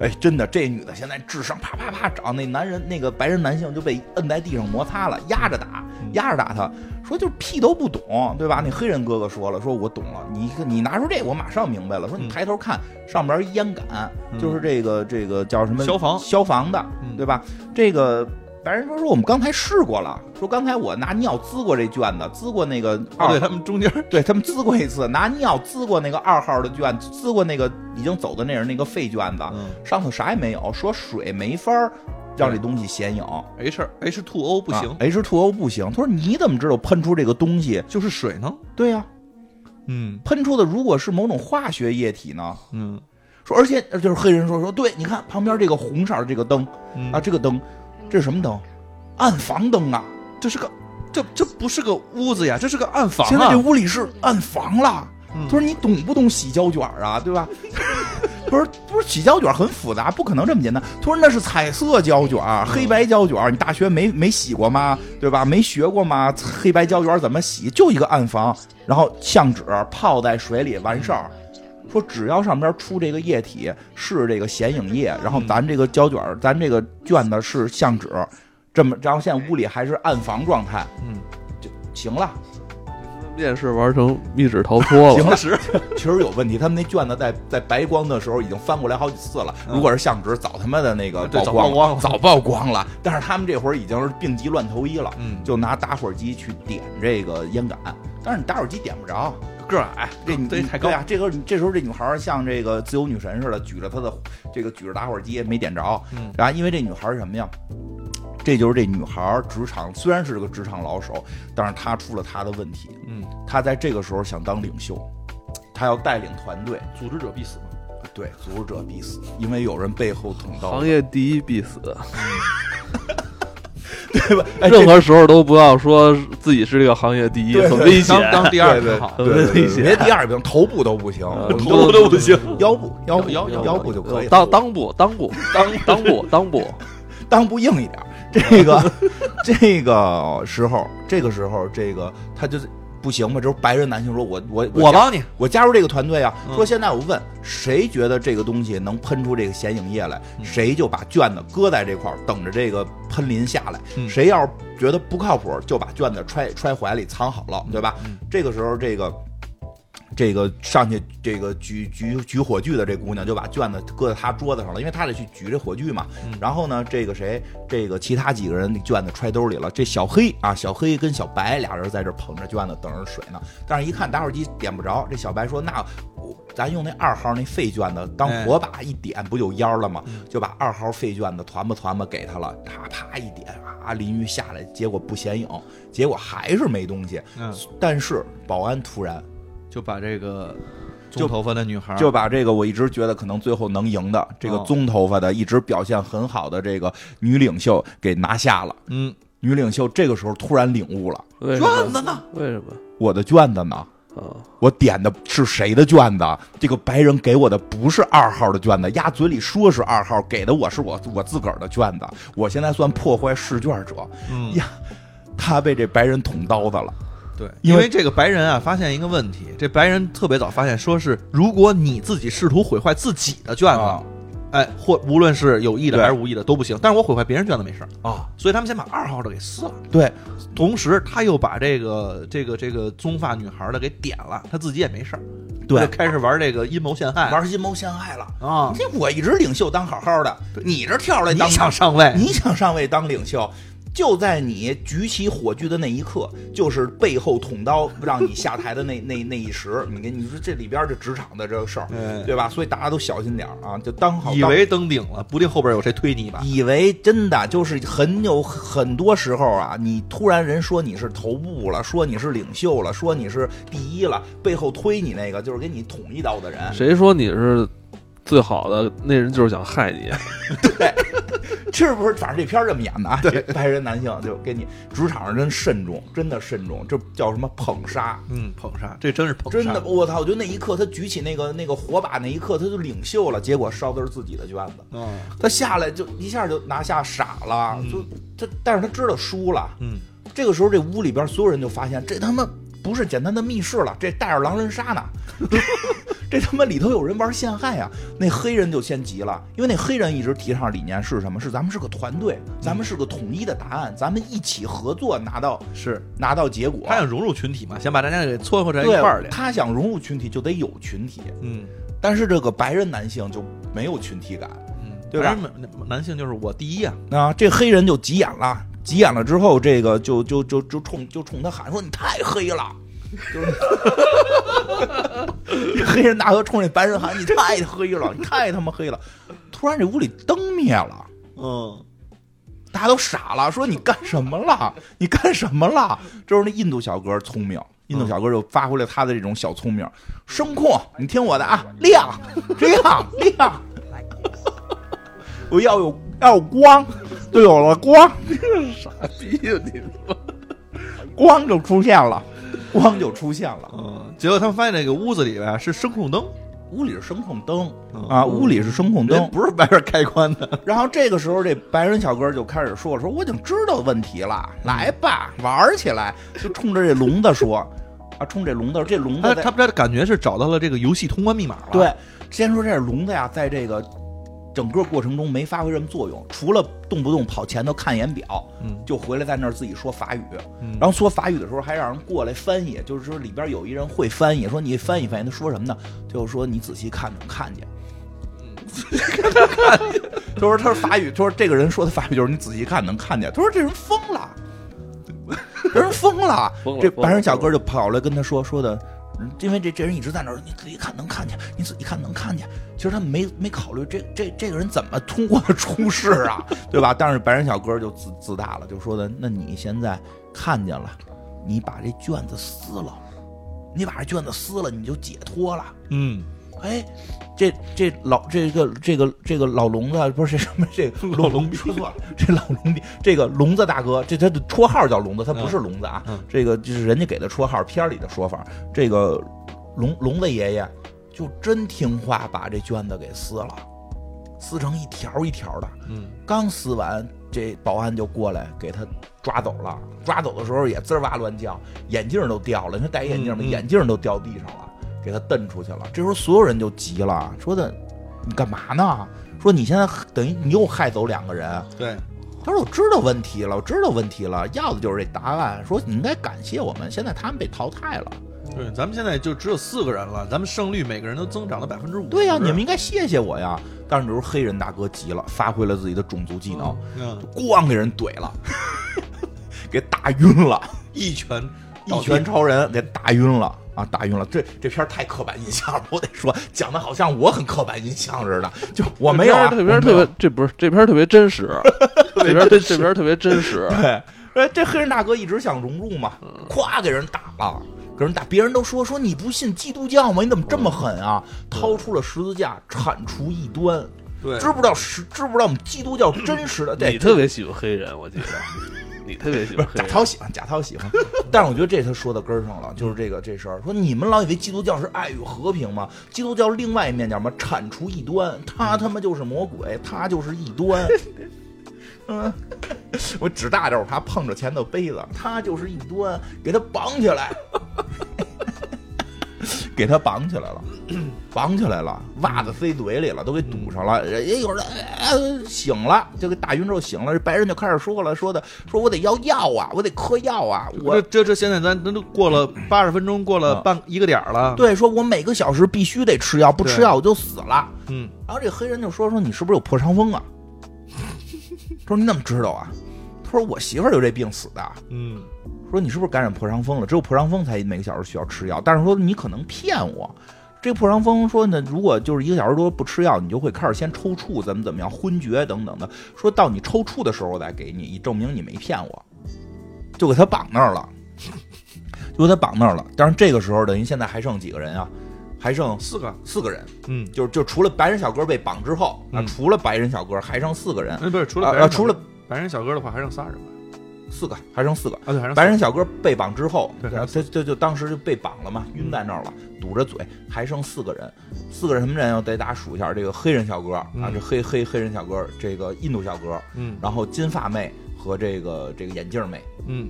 Speaker 4: 哎，真的，这女的现在智商啪啪啪涨，那男人那个白人男性就被摁在地上摩擦了，压着打，
Speaker 5: 嗯
Speaker 4: 压着打他，说就是屁都不懂，对吧？那黑人哥哥说了，说我懂了，你你拿出这个我马上明白了，说你
Speaker 5: 嗯
Speaker 4: 抬头看上边烟杆，
Speaker 5: 嗯
Speaker 4: 就是这个这个叫什么
Speaker 5: 消防
Speaker 4: 消防的，
Speaker 5: 嗯
Speaker 4: 对吧？这个白人说说我们刚才试过了，说刚才我拿尿滋过这卷子，滋过那个
Speaker 5: 哦
Speaker 4: 二
Speaker 5: 对他们中间
Speaker 4: 对他们滋过一次，拿尿滋过那个二号的卷，滋过那个已经走的那人那个废卷子，
Speaker 5: 嗯
Speaker 4: 上头啥也没有，说水没法儿让这东西显影，哎
Speaker 5: H H two O
Speaker 4: 啊
Speaker 5: 不行，
Speaker 4: h 2 o 不行。他说你怎么知道喷出这个东西？
Speaker 5: 就是水呢，
Speaker 4: 对呀、
Speaker 5: 嗯
Speaker 4: 喷出的如果是某种化学液体呢？
Speaker 5: 嗯
Speaker 4: 说，而且呃就是黑人说说，对，你看旁边这个红色儿的这个灯
Speaker 5: 嗯
Speaker 4: 啊，这个灯，这是什么灯？暗房灯啊！
Speaker 5: 这是个这这不是个屋子呀，这是个暗房
Speaker 4: 现在
Speaker 5: 啊
Speaker 4: 这，屋里是暗房了。
Speaker 5: 嗯
Speaker 4: 他说你懂不懂洗胶卷啊？对吧？ 不是不是，洗胶卷很复杂，不可能这么简单。他说那是彩色胶卷，
Speaker 5: 嗯
Speaker 4: 黑白胶卷，你大学没没洗过吗？对吧？没学过吗？黑白胶卷怎么洗？就一个暗房，然后相纸泡在水里完事儿。说只要上边出这个液体是这个显影液，
Speaker 5: 嗯
Speaker 4: 然后咱这个胶卷，咱这个卷子是相纸，这么，然后现在屋里还是暗房状态，
Speaker 5: 嗯，
Speaker 4: 就行了。
Speaker 3: 面试玩成密室逃 脱
Speaker 4: 行
Speaker 3: 了，
Speaker 4: 了， 确实有问题。他们那卷子在在白光的时候已经翻过来好几次了。如果是相纸，早他妈的那个
Speaker 5: 嗯对
Speaker 4: 曝
Speaker 5: 早曝光
Speaker 4: 光
Speaker 5: 了
Speaker 4: 早曝光了。但是他们这会儿已经是病急乱投医了，
Speaker 5: 嗯
Speaker 4: 就拿打火机去点这个烟杆。但是你打火机点不着，
Speaker 5: 个儿矮，
Speaker 4: 这你
Speaker 5: 对太高
Speaker 4: 对，啊，这个这时候这女孩儿像这个自由女神似的，举着她的这个举着打火机没点着，
Speaker 5: 嗯
Speaker 4: 然后因为这女孩儿是什么呀？这就是这女孩儿职场虽然是个职场老手，但是她出了她的问题，
Speaker 5: 嗯，
Speaker 4: 她在这个时候想当领袖，她要带领团队，
Speaker 5: 组织者必死嘛，
Speaker 4: 对，阻止者必死，因为有人背后捅刀，
Speaker 3: 行业第一必死，
Speaker 4: 对吧？哎，
Speaker 3: 任何时候都不要说自己是这个行业第一，
Speaker 4: 对
Speaker 3: 很危险
Speaker 5: 当。当第二就好。
Speaker 4: 这对对
Speaker 3: 危
Speaker 4: 对，
Speaker 3: 险
Speaker 4: 别第二不行，头部都不行，
Speaker 3: 呃
Speaker 4: 我们
Speaker 3: 头部都不行，
Speaker 4: 腰部腰部
Speaker 5: 嗯腰
Speaker 4: 腰部就可以了，
Speaker 3: 当裆部，裆部，裆裆部，裆部，
Speaker 4: 裆部硬一点儿。这个 这个时候，这个时候，这个他就是不行嘛，就是白人男性说我我
Speaker 5: 我
Speaker 4: 加
Speaker 5: 帮你，
Speaker 4: 我加入这个团队啊，
Speaker 5: 嗯
Speaker 4: 说现在我问谁觉得这个东西能喷出这个显影液来，
Speaker 5: 嗯
Speaker 4: 谁就把卷子搁在这块儿，等着这个喷淋下来。
Speaker 5: 嗯
Speaker 4: 谁要是觉得不靠谱，就把卷子揣揣怀里藏好了，对吧？
Speaker 5: 嗯
Speaker 4: 这个时候，这个这个上去这个举举举火炬的这姑娘就把卷子搁在她桌子上了，因为她得去举这火炬嘛。
Speaker 5: 嗯
Speaker 4: 然后呢，这个谁，这个其他几个人卷子揣兜里了。这小黑啊，小黑跟小白俩人在这捧着卷子等着水呢，但是一看打火机点不着，这小白说：“那我咱用那二号那废卷子当火把一点，不就烟了吗？”
Speaker 5: 嗯
Speaker 4: 就把二号废卷子团吧团吧给他了，啪啪一点啊，淋雨下来，结果不显影，结果还是没东西。
Speaker 5: 嗯，
Speaker 4: 但是保安突然
Speaker 5: 就把这个
Speaker 4: 就
Speaker 5: 棕头发的女孩儿
Speaker 4: 就把这个我一直觉得可能最后能赢的这个
Speaker 5: 啊哦
Speaker 4: 棕头发的一直表现很好的这个女领袖给拿下了。
Speaker 5: 嗯，
Speaker 4: 女领袖这个时候突然领悟了，
Speaker 3: 为什
Speaker 5: 卷
Speaker 3: 么？
Speaker 5: 子呢？
Speaker 3: 为什么？
Speaker 4: 我的卷子呢？
Speaker 3: 啊，
Speaker 4: 我点的是谁的卷子？这个白人给我的不是二号的卷子，压嘴里说是二号，给的我是我我自个儿的卷子。我现在算破坏试卷者，
Speaker 5: 嗯
Speaker 4: 呀，他被这白人捅刀子了。
Speaker 5: 对，
Speaker 4: 因
Speaker 5: 因
Speaker 4: 为
Speaker 5: 为这个白人啊，发现一个问题，这白人特别早发现，说是如果你自己试图毁坏自己的卷子，
Speaker 4: 啊
Speaker 5: 哎，或无论是有意的
Speaker 4: 对
Speaker 5: 还是无意的都不行，但是我毁坏别人卷子没事儿，
Speaker 4: 啊，
Speaker 5: 所以他们先把二号的给撕了，
Speaker 4: 对，
Speaker 5: 同时他又把这个这个这个棕发女孩的给点了，他自己也没事儿，
Speaker 4: 对
Speaker 5: 就开始玩这个阴谋陷害
Speaker 4: 玩阴谋陷害了。
Speaker 5: 哎啊，
Speaker 4: 这我一直领袖当好好的，你这跳出来
Speaker 5: 你
Speaker 4: 当
Speaker 5: 想上位，
Speaker 4: 你想上位当领袖，就在你举起火炬的那一刻， 就是背后捅刀让你下台的那 那那一时。你跟你说这里边这职场的这个事儿，
Speaker 5: 哎
Speaker 4: 对吧？所以大家都小心点儿啊，就当好
Speaker 5: 以
Speaker 4: 当
Speaker 5: 为登顶了，不定后边有谁推你一把。
Speaker 4: 以为真的就是很有很多时候啊，你突然人说你是头部了，说你是领袖了，说你是第一了，背后推你那个就是给你捅一刀的人，
Speaker 3: 谁说你是最好的？那人就是想害你。
Speaker 4: 是不是？反正这片儿这么演的啊，对，白人男性就给你职场上真慎重，真的慎重，这叫什么捧杀？
Speaker 5: 嗯，捧杀，这真是捧杀，
Speaker 4: 真的，我操！我觉得那一刻他举起那个那个火把那一刻，他就领袖了。结果烧的是自己的卷子，
Speaker 5: 嗯
Speaker 4: 他下来就一下就拿下傻了，
Speaker 5: 嗯
Speaker 4: 就他，但是他知道输了。
Speaker 5: 嗯，
Speaker 4: 这个时候，这屋里边所有人就发现，这他妈不是简单的密室了，这带着狼人杀呢， 这他妈里头有人玩陷害啊！那黑人就先急了，因为那黑人一直提倡理念是什么？是咱们是个团队，
Speaker 5: 嗯
Speaker 4: 咱们是个统一的答案，咱们一起合作拿到
Speaker 5: 是
Speaker 4: 拿到结果
Speaker 5: 他。想融入群体嘛，想把大家给撮合在一块儿
Speaker 4: 对，
Speaker 5: 来。
Speaker 4: 他想融入群体就得有群体，
Speaker 5: 嗯
Speaker 4: 但是这个白人男性就没有群体感。
Speaker 5: 嗯，
Speaker 4: 对吧
Speaker 5: 反正男男性就是我第一啊，
Speaker 4: 啊，这黑人就急眼了，急眼了之后，这个就就就就冲就冲他喊说：“你太黑了！”就是黑人大哥冲 这白人喊：“你太黑了，你太他妈黑了！”突然这屋里灯灭了，
Speaker 5: 嗯，
Speaker 4: 大家都傻了，说：“你干什么了？你干什么了？”这时候那印度小哥聪明。印度小哥就发挥了他的这种小聪明，声控，你听我的啊，亮，这样亮，我哎要有要有 光，就有了 光，
Speaker 3: 逼
Speaker 4: 啊
Speaker 3: 你！
Speaker 4: 光就出现了，光就出现了。
Speaker 5: 嗯，结果他们发现这个屋子里边啊是声控灯，
Speaker 4: 屋里是声控灯
Speaker 5: 嗯
Speaker 4: 啊，屋里是声控
Speaker 5: 人
Speaker 4: 灯。
Speaker 5: 不是白人开关的，
Speaker 4: 然后这个时候，这白人小哥就开始说了：“说我已经知道问题了，来吧，玩儿起来！”就冲着这笼子说：“啊，冲这笼子，这笼
Speaker 5: 他
Speaker 4: 子在
Speaker 5: 他们这感觉是找到了这个游戏通关密码了。
Speaker 4: 对，先说这笼子呀，在这个整个过程中没发挥什么作用，除了动不动跑前头看一眼表，
Speaker 5: 嗯
Speaker 4: 就回来在那儿自己说法语。
Speaker 5: 嗯
Speaker 4: 然后说法语的时候还让人过来翻译，就是说里边有一人会翻译，说你翻译翻译，他说什么呢？就是说你仔细看能看见。他说他说法语，他说这个人说的法语就是你仔细看能看见。他说这人疯了，这人疯了，
Speaker 3: 疯了
Speaker 4: 这
Speaker 3: 疯
Speaker 4: 白人
Speaker 3: 了
Speaker 4: 小哥
Speaker 3: 疯
Speaker 4: 就跑来跟他说说的。嗯因为这这人一直在那儿，你仔细看能看见，你仔细看能看见。其实他们没没考虑这这这个人怎么通过出事啊，对吧？但是白人小哥就自自大了，就说的：“那你现在看见了，你把这卷子撕了，你把这卷子撕了，你就解脱了。
Speaker 5: 嗯，
Speaker 4: 哎，这这老这个这个这个老聋子不是什么这个老聋说错了，这老聋逼这个聋子大哥，这他的绰号叫聋子，他不是聋子啊，
Speaker 5: 嗯嗯
Speaker 4: 这个就是人家给的绰号，片儿里的说法，这个聋聋子爷爷就真听话，把这卷子给撕了，撕成一条一条的，
Speaker 5: 嗯，
Speaker 4: 刚撕完，这保安就过来给他抓走了。抓走的时候也滋儿哇乱叫，眼镜儿都掉了。你说戴眼镜儿吗？
Speaker 5: 嗯嗯
Speaker 4: 眼镜儿都掉地上了，给他蹬出去了。这时候所有人就急了，说的你干嘛呢？说你现在等于你又害走两个人。
Speaker 5: 对，
Speaker 4: 他说我知道问题了，我知道问题了，要的就是这答案。说你应该感谢我们，现在他们被淘汰了。
Speaker 5: 对，咱们现在就只有四个人了，咱们胜率每个人都增长了百分之五。
Speaker 4: 对呀、啊你们应该谢谢我呀。但是这时候黑人大哥急了，发挥了自己的种族技能，
Speaker 5: 嗯，
Speaker 4: 咣给人怼了， 给打晕了，
Speaker 5: 一拳
Speaker 4: 一拳超人给打晕了啊，打晕了。这这片儿太刻板印象了，我得说讲的好像我很刻板印象似的，就我没有、啊，
Speaker 3: 这边
Speaker 4: 我没有
Speaker 3: 特别，这不是这边特别真实，这边这这边特别真实。
Speaker 4: 对，呃，这黑人大哥一直想融入嘛，咵给人打了，给人打，别人都说说你不信基督教吗？你怎么这么狠啊？掏出了十字架铲除异端，
Speaker 5: 对
Speaker 4: 知不知道十知不知道我们基督教真实的？对，
Speaker 3: 你特别喜欢黑人，我记得，你特别喜欢黑
Speaker 4: 贾
Speaker 3: 人。
Speaker 4: 涛喜欢，贾涛喜欢。 但是我觉得这他说到根儿上了，就是这个这事儿。说你们老以为基督教是爱与和平吗？基督教另外一面叫什么？铲除异端，他他妈就是魔鬼，他就是异端。 嗯，我指大点儿，我怕碰着前头杯子。他就是异端，给他绑起来，给他绑起来了，绑起来了，袜子塞嘴里了，都给堵上了。人家有人、哎醒了，就给打晕之后醒了，这白人就开始说了，说的说我得要药啊，我得嗑药啊，我
Speaker 5: 这这这现在咱咱都过了八十分钟，过了半一个点儿了。，
Speaker 4: 嗯对，说我每个小时必须得吃药，不吃
Speaker 5: 对
Speaker 4: 药我就死了。
Speaker 5: 嗯，
Speaker 4: 然后这黑人就说说你是不是有破伤风啊？ 他说你怎么知道啊？他说我媳妇儿就这病死的。
Speaker 5: 嗯，
Speaker 4: 说你是不是感染破伤风了？只有破伤风才每个小时需要吃药，但是说你可能骗我。这破伤风说呢，如果就是一个小时多不吃药，你就会开始先抽搐，怎么怎么样，昏厥等等的。说到你抽搐的时候我再给你，以证明你没骗我，就给他绑那儿了，就给他绑那儿了。但是这个时候等于现在还剩几个人啊？还剩
Speaker 5: 四个，
Speaker 4: 四个人，
Speaker 5: 嗯，
Speaker 4: 就就除了白人小哥被绑之后啊，
Speaker 5: 嗯
Speaker 4: 除了白人小哥还剩四个人，
Speaker 5: 哎，不是，除
Speaker 4: 除
Speaker 5: 了白人
Speaker 4: 啊
Speaker 5: 小哥
Speaker 4: 除了
Speaker 5: 白人小哥的话，还剩仨人吧？
Speaker 4: 四个还剩四个，
Speaker 5: 啊，对，还剩
Speaker 4: 白人
Speaker 5: 小
Speaker 4: 小哥被绑之后，
Speaker 5: 对
Speaker 4: 然后他他就当时就被绑了嘛，晕在那儿了，堵着嘴，还剩四个人，四个人什么人啊？得大家数一下，这个黑人小哥啊，
Speaker 5: 嗯
Speaker 4: 这黑黑黑人小哥，这个印度小哥，
Speaker 5: 嗯
Speaker 4: 然后金发妹和这个这个眼镜妹，
Speaker 5: 嗯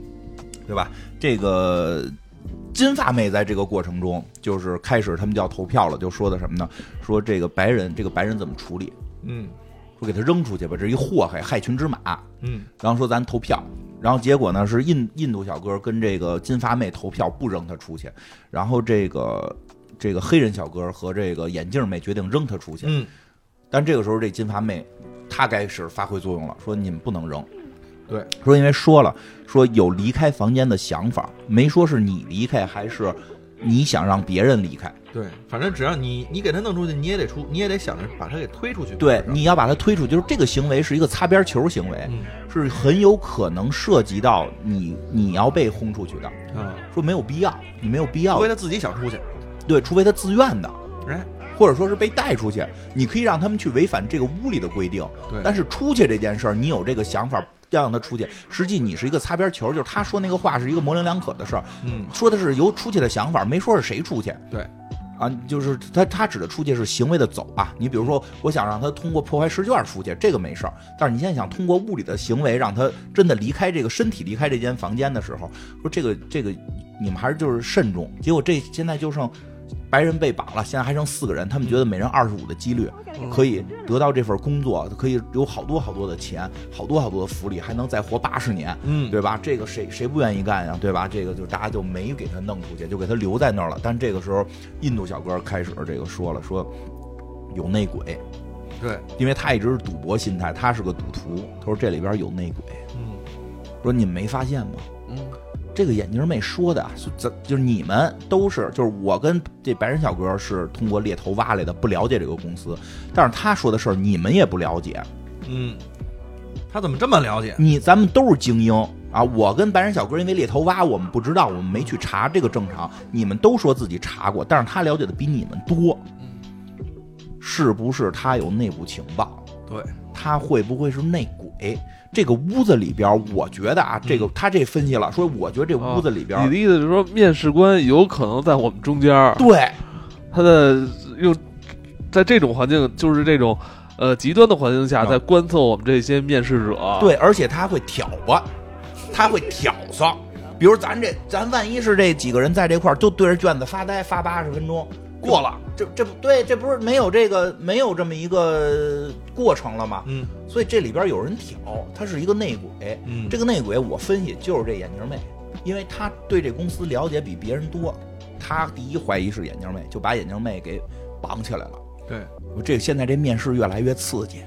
Speaker 4: 对吧？这个金发妹在这个过程中，就是开始他们就要投票了，就说的什么呢？说这个白人，这个白人怎么处理？
Speaker 5: 嗯
Speaker 4: 说给他扔出去吧，这是一祸害，害群之马。
Speaker 5: 嗯
Speaker 4: 然后说咱投票，然后结果呢是印印度小哥跟这个金发妹投票不扔他出去，然后这个这个黑人小哥和这个眼镜妹决定扔他出去，
Speaker 5: 嗯，
Speaker 4: 但这个时候这金发妹她开始发挥作用了，说你们不能扔，
Speaker 5: 对，
Speaker 4: 说因为说了说有离开房间的想法，没说是你离开还是你想让别人离开，
Speaker 5: 对，反正只要你你给他弄出去，你也得出，你也得想着把他给推出去。
Speaker 4: 对，你要把他推出去，就是这个行为是一个擦边球行为，
Speaker 5: 嗯
Speaker 4: 是很有可能涉及到你你要被轰出去的。
Speaker 5: 啊，
Speaker 4: 说没有必要，你没有必要
Speaker 5: 除非，他自己想出去，
Speaker 4: 对，除非他自愿的，
Speaker 5: 哎，
Speaker 4: 或者说是被带出去，你可以让他们去违反这个屋里的规定，
Speaker 5: 对
Speaker 4: 但是出去这件事儿，你有这个想法。要让他出去，实际你是一个擦边球，就是他说那个话是一个模棱两可的事儿，
Speaker 5: 嗯，
Speaker 4: 说的是由出去的想法，没说是谁出去
Speaker 5: 对，
Speaker 4: 啊，就是他他指的出去是行为的走啊。你比如说，我想让他通过破坏试卷出去，这个没事儿，但是你现在想通过物理的行为让他真的离开这个身体离开这间房间的时候，说这个这个你们还是就是慎重。结果这现在就剩白人被绑了，现在还剩四个人，他们觉得每人二十五的几率可以得到这份工作，可以有好多好多的钱，好多好多的福利，还能再活八十年，
Speaker 5: 嗯
Speaker 4: 对吧？这个谁谁不愿意干呀，对吧？这个就大家就没给他弄出去，就给他留在那儿了。但这个时候，印度小哥开始这个说了，说有内鬼，
Speaker 5: 对，
Speaker 4: 因为他一直是赌博心态，他是个赌徒。他说这里边有内鬼，
Speaker 5: 嗯
Speaker 4: 说你们没发现吗？
Speaker 3: 嗯，
Speaker 4: 这个眼镜妹说的啊，是咱就是你们都是，就是我跟这白人小哥是通过猎头挖来的，不了解这个公司，但是他说的事儿你们也不了解，
Speaker 5: 嗯，他怎么这么了解？
Speaker 4: 你咱们都是精英啊！我跟白人小哥因为猎头蛙，我们不知道，我们没去查，这个正常。你们都说自己查过，但是他了解的比你们多。是不是他有内部情报，
Speaker 5: 对，
Speaker 4: 他会不会是内鬼？这个屋子里边儿，我觉得啊，这个他这分析了，说我觉得这屋子里边
Speaker 3: 哦你
Speaker 4: 儿，
Speaker 3: 的意思是说，面试官有可能在我们中间儿，
Speaker 4: 对
Speaker 3: 他的用在这种环境，就是这种呃极端的环境下，
Speaker 4: 啊
Speaker 3: 在观测我们这些面试者。，
Speaker 4: 对，而且他会挑拨，他会挑唆。比如咱这，咱万一是这几个人在这块儿，就对着卷子发呆发八十分钟，
Speaker 5: 过了，
Speaker 4: 这这不对，这不是没有这个没有这么一个过程了吗？
Speaker 5: 嗯
Speaker 4: 所以这里边有人挑，他是一个内鬼。
Speaker 5: 嗯
Speaker 4: 这个内鬼我分析就是这眼镜妹，因为她对这公司了解比别人多，她第一怀疑是眼镜妹，就把眼镜妹给绑起来了。
Speaker 5: 对，
Speaker 4: 我这现在这面试越来越刺激，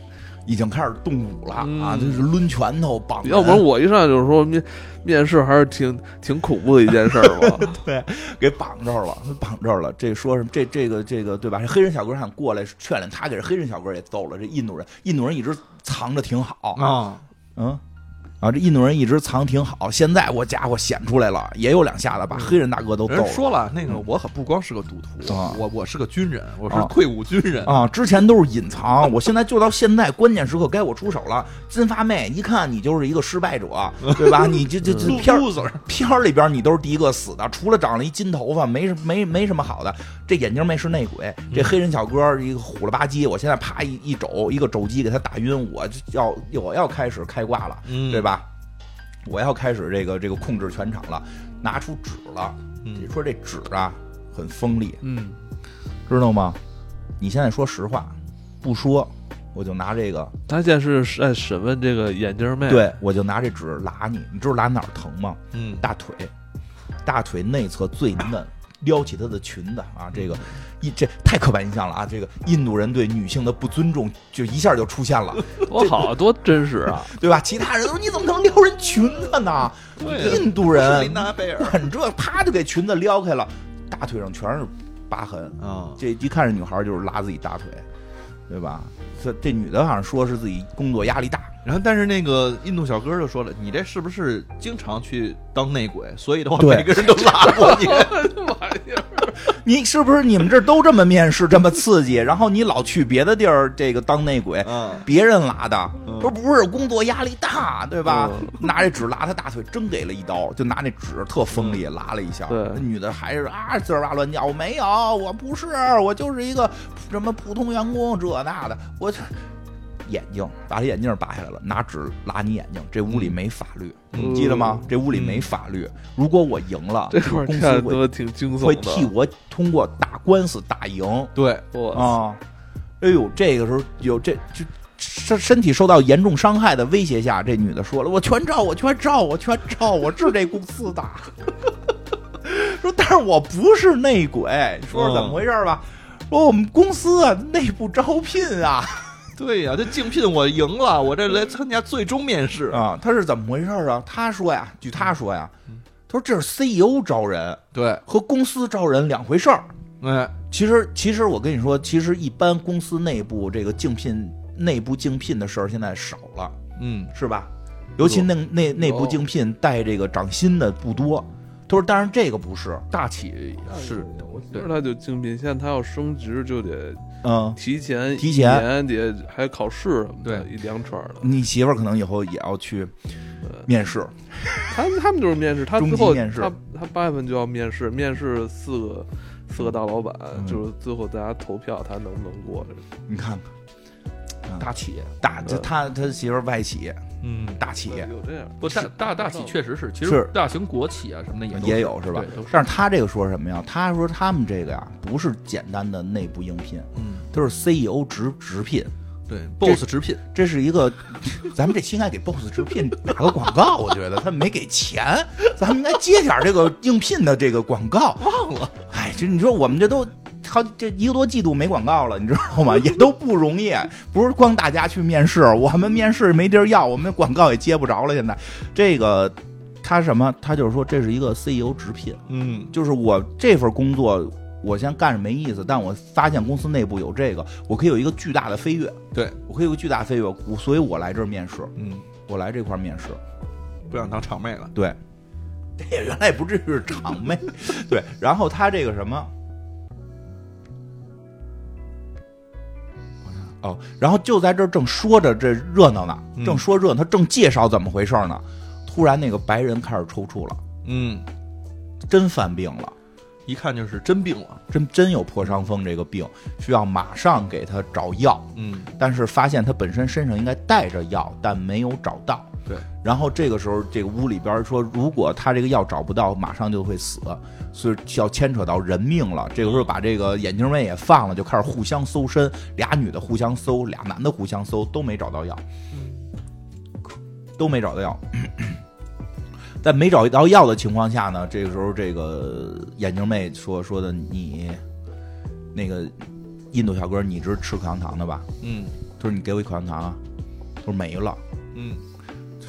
Speaker 4: 已经开始动武了、啊，
Speaker 3: 嗯
Speaker 4: 就是抡拳头绑人。
Speaker 3: 要不然我一上来就是说面面试还是挺挺恐怖的一件事儿 吧。
Speaker 4: 对，给绑这儿了，绑这儿了。这说什么？这这个这个对吧？这黑人小哥想过来劝劝他，给这黑人小哥也揍了。这印度人，印度人一直藏着挺好，
Speaker 5: 啊，
Speaker 4: 嗯，啊，这印度人一直藏挺好。现在我家伙显出来了，也有两下子把黑人大哥都揍
Speaker 5: 人
Speaker 4: 了。
Speaker 5: 说了，那个我可不光是个赌徒，
Speaker 4: 啊
Speaker 5: 我我是个军人，我是
Speaker 4: 啊
Speaker 5: 退伍军人，
Speaker 4: 啊，之前都是隐藏，我现在就到现在关键时刻该我出手了。金发妹，一看你就是一个失败者，对吧？你这这 这
Speaker 5: 路
Speaker 4: 片儿
Speaker 5: 路子儿
Speaker 4: 片儿里边你都是第一个死的，除了长了一金头发，没什没没什么好的。这眼镜妹是内鬼，
Speaker 5: 嗯
Speaker 4: 这黑人小哥儿一个虎了吧唧，我现在啪一一肘，一个肘击给他打晕，我就要我要开始开挂了，
Speaker 5: 嗯
Speaker 4: 对吧？我要开始这个这个控制全场了，拿出纸了。你
Speaker 5: 嗯
Speaker 4: 说这纸啊，很锋利，
Speaker 3: 嗯，
Speaker 4: 知道吗？你现在说实话，不说我就拿这个，
Speaker 3: 他现在是在审问这个眼镜妹。，
Speaker 4: 对我就拿这纸拉你。你知道拉哪儿疼吗？
Speaker 5: 嗯，
Speaker 4: 大腿，大腿内侧最嫩，撩起她的裙子啊，这个一这太刻板印象了啊！这个印度人对女性的不尊重就一下就出现 了，
Speaker 3: 多好，多真实 啊！
Speaker 4: 对吧？其他人都说你怎么能撩人裙子呢？
Speaker 5: 对啊
Speaker 4: 印度
Speaker 5: 是
Speaker 4: 人
Speaker 5: 琳，娜 贝尔
Speaker 4: 你这啪就给裙子撩开了，大腿上全是疤痕，
Speaker 5: 啊，
Speaker 4: 这一看这女孩就是拉自己大腿，对吧？这这女的好像说是自己工作压力大，
Speaker 5: 然后，但是那个印度小哥就说了：“你这是不是经常去当内鬼？所以的话，
Speaker 4: 对
Speaker 5: 每个人都拉过你。
Speaker 4: 你是不是你们这儿都这么面试 这么刺激？然后你老去别的地儿这个当内鬼”，
Speaker 5: 嗯，
Speaker 4: 别人拉的，
Speaker 5: 嗯
Speaker 4: 说不是工作压力大，对吧？
Speaker 3: 嗯
Speaker 4: 拿这纸拉他大腿，真给了一刀，就拿那纸特锋利拉了一下。
Speaker 3: 对
Speaker 4: 那女的还是啊滋儿哇乱叫，我没有，我不是，我就是一个什么普通员工，这那的，我就眼镜把这眼镜拔下来了，拿纸拉你眼睛，这屋里没法律，
Speaker 5: 嗯
Speaker 4: 你记得吗？这屋里没法律，如果我赢了，
Speaker 3: 这块儿
Speaker 4: 公
Speaker 3: 看着
Speaker 4: 司会
Speaker 3: 都挺惊悚
Speaker 4: 会替
Speaker 3: 的。
Speaker 4: 我通过打官司打赢。
Speaker 5: 对，
Speaker 3: 我
Speaker 4: 啊，哎呦，这个时候有这就身身体受到严重伤害的威胁下，这女的说了：“我全照，我全照，我全照，我是这公司的。” 说，但是我不是内鬼，说是怎么回事儿吧？说我们公司啊内部招聘啊
Speaker 5: 对呀、这竞聘我赢了，我这来参加最终面试。
Speaker 4: 啊，他是怎么回事儿啊？他说呀，据他说呀，他说这是 CEO 招人
Speaker 5: 对，
Speaker 4: 和公司招人两回事儿。
Speaker 5: 哎，
Speaker 4: 其实，其实我跟你说，其实一般公司内部这个竞聘、内部竞聘的事儿现在少了，
Speaker 5: 嗯，
Speaker 4: 是吧？尤其内内内部竞聘带这个涨薪的不多。他说，当然这个不是大企，
Speaker 5: 是，对
Speaker 3: 那他就竞聘，现在他要升职就得
Speaker 4: 嗯，
Speaker 3: 提前
Speaker 4: 提前嗯
Speaker 3: 一年得还考试什么的，
Speaker 5: 对
Speaker 3: 一两圈儿的。
Speaker 4: 你媳妇儿可能以后也要去面试，
Speaker 3: 他他们就是面试，他
Speaker 4: 终
Speaker 3: 最
Speaker 4: 极
Speaker 3: 后
Speaker 4: 面试
Speaker 3: 他他八月份就要面试，面试四个四个大老板，
Speaker 4: 嗯
Speaker 3: 就是最后大家投票他能不能过。
Speaker 4: 你看看，大
Speaker 5: 大企业，呃
Speaker 4: 大这他他媳妇儿外企，
Speaker 5: 嗯，
Speaker 4: 大企
Speaker 3: 有这样
Speaker 5: 不大大大企确实是，其
Speaker 4: 是
Speaker 5: 实大型国企啊什么的也都
Speaker 4: 也有是吧
Speaker 5: 对都？是
Speaker 4: 但是他这个说什么呀？他说他们这个呀不是简单的内部应聘，
Speaker 5: 嗯，
Speaker 4: 都是 CEO 直直聘。
Speaker 5: 对，boss 直聘，
Speaker 4: 这是一个， 咱们这期应该给 BOSS 直聘打个广告，我觉得他们没给钱，咱们应该接点这个应聘的这个广告。
Speaker 5: 忘了，
Speaker 4: 哎，这你说我们这都好这一个多季度没广告了，你知道 吗？也都不容易，不是光大家去面试，我们面试没地儿要，我们广告也接不着了。现在这个他什么？他就是说这是一个 CEO 直聘，
Speaker 5: 嗯，
Speaker 4: 就是我这份工作。我先干着没意思，但我发现公司内部有这个，我可以有一个巨大的飞跃，
Speaker 5: 对，
Speaker 4: 我可以有个巨大飞跃，我所以我来这儿面试，
Speaker 5: 嗯，
Speaker 4: 我来这块儿面试，
Speaker 5: 不想当场妹了，
Speaker 4: 对， 这原来也不至于是场 妹，对，然后他这个什么，哦，然后就在这儿正说着这热闹呢，
Speaker 5: 嗯
Speaker 4: 正说热闹，他正介绍怎么回事呢，突然那个白人开始抽搐了，
Speaker 5: 嗯，
Speaker 4: 真犯病了。
Speaker 5: 一看就是真病了，
Speaker 4: 真真有破伤风这个病，需要马上给他找药，
Speaker 5: 嗯，
Speaker 4: 但是发现他本身身上应该带着药，但没有找到。
Speaker 5: 对，
Speaker 4: 然后这个时候，这个屋里边说，如果他这个药找不到，马上就会死，所以要牵扯到人命了。这个时候把这个眼镜妹也放了，就开始互相搜身，俩女的互相搜，俩男的互相搜，都没找到药，都没找到药。在没找到药的情况下呢，这个时候这个眼镜妹说说的你，那个印度小哥，你一直吃口香糖的吧？
Speaker 5: 嗯，
Speaker 4: 他说你给我一口香糖啊，他说没了，
Speaker 5: 嗯，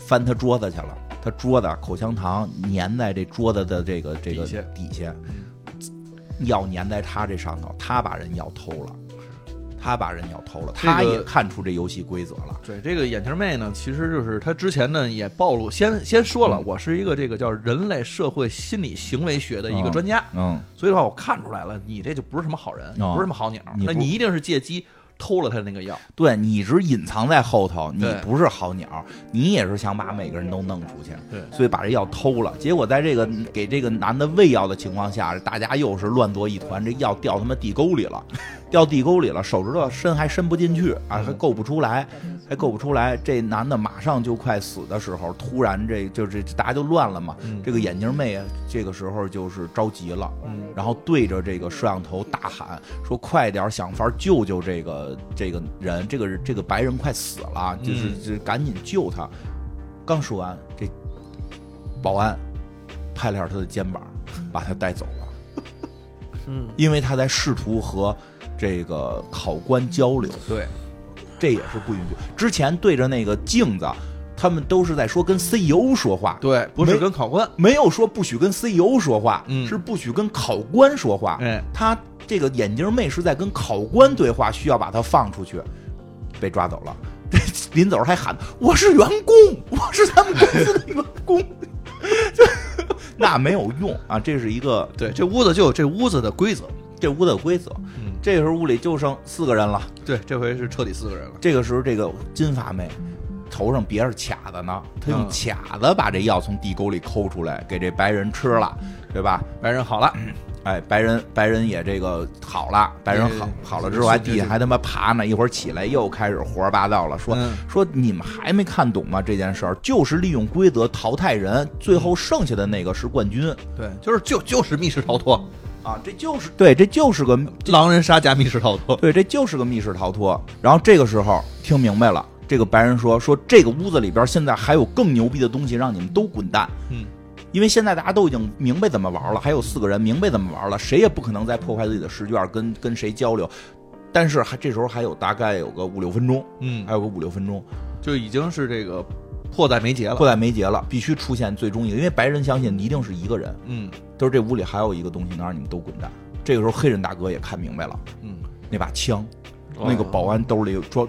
Speaker 4: 翻他桌子去了，他桌子口香糖粘在这桌子的这个这个
Speaker 5: 底下嗯
Speaker 4: 底下，药粘在他这上头，他把人药偷了，他把人药偷了，
Speaker 5: 这个
Speaker 4: 他也看出这游戏规则了，
Speaker 5: 对，这个眼镜妹呢，其实就是她之前呢也暴露，先先说了，我是一个这个叫人类社会心理行为学的一个专家，
Speaker 4: 嗯，
Speaker 5: 所以的话我看出来了，你这就不是什么好人，
Speaker 4: 哦
Speaker 5: 不是什么好鸟，
Speaker 4: 你不
Speaker 5: 那啊你一定是借机偷了他那个药，
Speaker 4: 对你一直隐藏在后头，你
Speaker 5: 对
Speaker 4: 不是好鸟，你也是想把每个人都弄出去，
Speaker 5: 对
Speaker 4: 所以把这药偷了。结果在这个给这个男的喂药的情况下，大家又是乱作一团，这药掉他妈地沟里了，掉地沟里了，手指头伸还伸不进去
Speaker 5: 嗯
Speaker 4: 啊，还够不出来，还够不出来。这男的马上就快死的时候，突然这就是大家就乱了嘛。
Speaker 5: 嗯
Speaker 4: 这个眼镜妹啊这个时候就是着急了，
Speaker 5: 嗯
Speaker 4: 然后对着这个摄像头大喊说：“快点儿想法救救这个这个人，这个这个白人快死了，就是
Speaker 5: 嗯
Speaker 4: 就是赶紧救他。”刚说完，这保安拍了下他的肩膀，把他带走了。
Speaker 3: 嗯，
Speaker 4: 因为他在试图和这个考官交流，
Speaker 5: 对，
Speaker 4: 这也是不允许。之前对着那个镜子，他们都是在说跟 CEO 说话，
Speaker 5: 对，不是
Speaker 4: 没
Speaker 5: 跟考官，
Speaker 4: 没有说不许跟 CEO 说话，
Speaker 5: 嗯
Speaker 4: 是不许跟考官说话。
Speaker 5: 哎，
Speaker 4: 他这个眼镜妹是在跟考官对话，需要把他放出去，被抓走了。 这临走还喊：“我是员工，我是他们公司的员工。 就”那没有用啊！这是一个
Speaker 5: 对，这屋子就有这屋子的规则，
Speaker 4: 这屋子有规则。
Speaker 5: 嗯，
Speaker 4: 这时候屋里就剩四个人了。
Speaker 5: 对，这回是彻底四个人了，
Speaker 4: 这个时候，这个金发妹头上别着卡子呢，她用
Speaker 5: 嗯
Speaker 4: 卡子把这药从地沟里抠出来，给这白人吃了，
Speaker 5: 嗯
Speaker 4: 对吧？
Speaker 5: 白人 好了，
Speaker 4: 哎，白人白人也这个好了，白人好
Speaker 5: 对
Speaker 4: 好了之后，还地
Speaker 5: 是是
Speaker 4: 下
Speaker 5: 是
Speaker 4: 还他妈爬呢，一会儿起来又开始胡说八道了，说、
Speaker 5: 嗯
Speaker 4: 说你们还没看懂吗？这件事儿就是利用规则淘汰人，最后剩下的那个是冠军
Speaker 5: 对，就是就就是密室逃脱，
Speaker 4: 啊，这就是对，这就是个
Speaker 5: 狼人杀加密室逃脱，
Speaker 4: 对，这就是个密室逃脱。然后这个时候听明白了，这个白人说说这个屋子里边现在还有更牛逼的东西，让你们都滚蛋。
Speaker 5: 嗯，
Speaker 4: 因为现在大家都已经明白怎么玩了，还有四个人明白怎么玩了，谁也不可能再破坏自己的试卷，跟跟谁交流。但是还这时候还有大概有个五六分钟，
Speaker 5: 嗯
Speaker 4: 还，有个五六分钟，
Speaker 5: 就已经是这个迫在眉睫了
Speaker 4: 迫，在眉睫了，必须出现最终一个，因为白人相信一定是一个人。
Speaker 5: 嗯
Speaker 4: 他说这屋里还有一个东西能让你们都滚蛋。这个时候黑人大哥也看明白了，
Speaker 5: 嗯，
Speaker 4: 那把枪，
Speaker 3: 哦
Speaker 4: 那个保安兜里有装，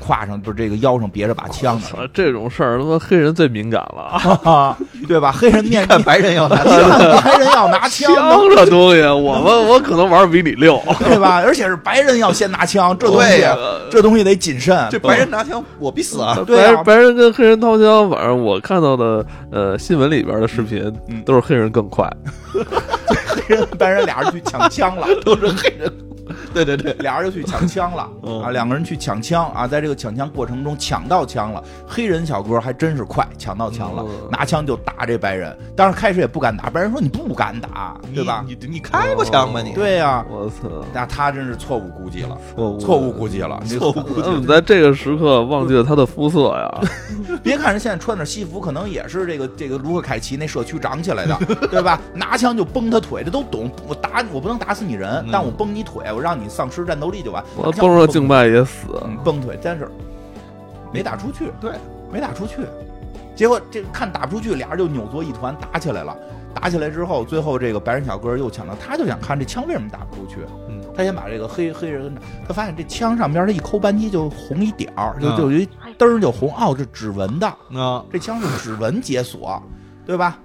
Speaker 4: 挎上不是这个腰上别着把枪呢，
Speaker 5: 哦
Speaker 3: 啊，这种事儿他妈黑人最敏感了 啊！
Speaker 4: 啊，对吧？黑人 面
Speaker 5: 看白人要拿
Speaker 4: 白人要拿枪，
Speaker 3: 这东西，我们我可能玩比你溜。
Speaker 4: 对吧？而且是白人要先拿枪，这东西
Speaker 5: 对呀
Speaker 4: 这东西得谨慎。
Speaker 5: 这白人拿枪，我必 死啊！
Speaker 4: 对啊
Speaker 3: 白白人跟黑人掏枪，反正我看到的呃新闻里边的视频
Speaker 4: 嗯
Speaker 3: 都是黑人更 快。
Speaker 4: 白人 白人俩人去抢枪了，
Speaker 5: 都是黑人，对对对，
Speaker 4: 俩人就去抢枪 了
Speaker 3: 嗯
Speaker 4: 啊！两个人去抢枪啊，在这个抢枪过程中抢到枪了，黑人小哥还真是快，抢到枪了，
Speaker 3: 嗯
Speaker 4: 拿枪就打这白人，当然开始也不敢打，白人说你不敢打，对吧？
Speaker 5: 你你开过枪吗你？
Speaker 4: 对呀、
Speaker 3: 我操，
Speaker 4: 那他真是错误估计了，
Speaker 3: 错误
Speaker 4: 错误估计了，
Speaker 5: 错误
Speaker 3: 我怎么在这个时刻忘记了他的肤色
Speaker 4: 嗯
Speaker 3: 呀？
Speaker 4: 别看人现在穿着西服，可能也是这个这个卢克凯奇那社区长起来的，对吧？拿枪就崩他腿，这都懂。我打你，我不能打死你人
Speaker 5: 嗯，
Speaker 4: 但我崩你腿，我让你丧失战斗力就完。
Speaker 3: 我崩着静脉也死。
Speaker 4: 嗯崩腿，但是没打出去，
Speaker 5: 嗯对，
Speaker 4: 没打出去。结果这看打不出去，俩人就扭作一团，打起来了。打起来之后，最后这个白人小哥又抢到，他就想看这枪为什么打不出去。
Speaker 5: 嗯，
Speaker 4: 他先把这个黑黑人，他发现这枪上边他一抠扳机就红一点儿，就
Speaker 5: 嗯
Speaker 4: 就有一灯儿就红，哦，这指纹的。
Speaker 5: 啊，
Speaker 4: 这枪是指纹解锁，对吧？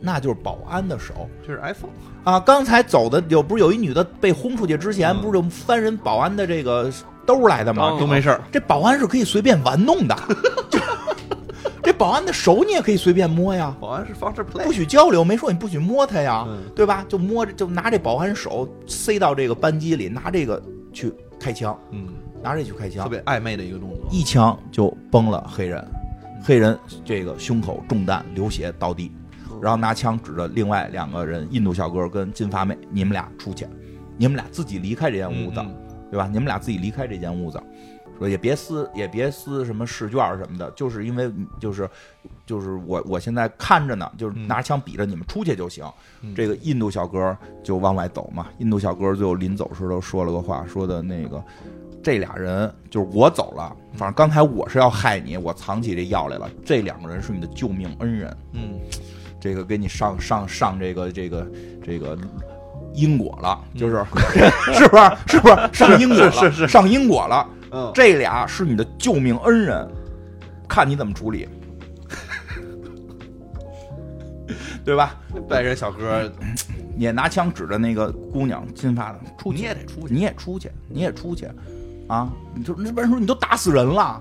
Speaker 4: 那就是保安的手
Speaker 5: 这是 iPhone，
Speaker 4: 啊！刚才走的有不是有一女的被轰出去之前，
Speaker 5: 嗯哦
Speaker 4: 不是就翻人保安的这个兜来的嘛
Speaker 3: 嗯，
Speaker 5: 都没事儿。
Speaker 4: 这保安是可以随便玩弄的， 就这保安的手你也可以随便摸呀，
Speaker 5: 保安是放这儿 play，
Speaker 4: 不许交流，没说你不许摸他呀，
Speaker 5: 嗯
Speaker 4: 对吧？就摸着就拿这保安手塞到这个扳机里，拿这个去开枪，
Speaker 5: 嗯，
Speaker 4: 拿这去开枪
Speaker 5: 特，别暧昧的一个动作。
Speaker 4: 一枪就崩了黑人，黑人这个胸口中弹流血倒地，然后拿枪指着另外两个人，印度小哥跟金发妹，你们俩出去，你们俩自己离开这间屋子，
Speaker 5: 嗯
Speaker 4: 对吧？你们俩自己离开这间屋子，说也别撕，也别撕什么试卷儿什么的，就是因为就是就是我我现在看着呢，就是
Speaker 5: 嗯
Speaker 4: 拿枪比着你们出去就行。
Speaker 5: 嗯
Speaker 4: 这个印度小哥就往外走嘛，印度小哥最后临走时候说了个话，说的那个。这俩人就是我走了，反正刚才我是要害你，我藏起这药来了。这两个人是你的救命恩人，
Speaker 5: 嗯，
Speaker 4: 这个给你上上上这个这个这个因果了，就是、 是不是是不是上因果了
Speaker 5: 嗯是是是
Speaker 4: 上因果了，
Speaker 5: 嗯
Speaker 4: 这俩是你的救命恩人，看你怎么处理， 对吧？
Speaker 5: 这白人小哥，
Speaker 4: 你也拿枪指着那个姑娘金发的，出去
Speaker 5: 你也得出去嗯
Speaker 4: 你也出去，你也出去，啊！你就那边说你都打死人了，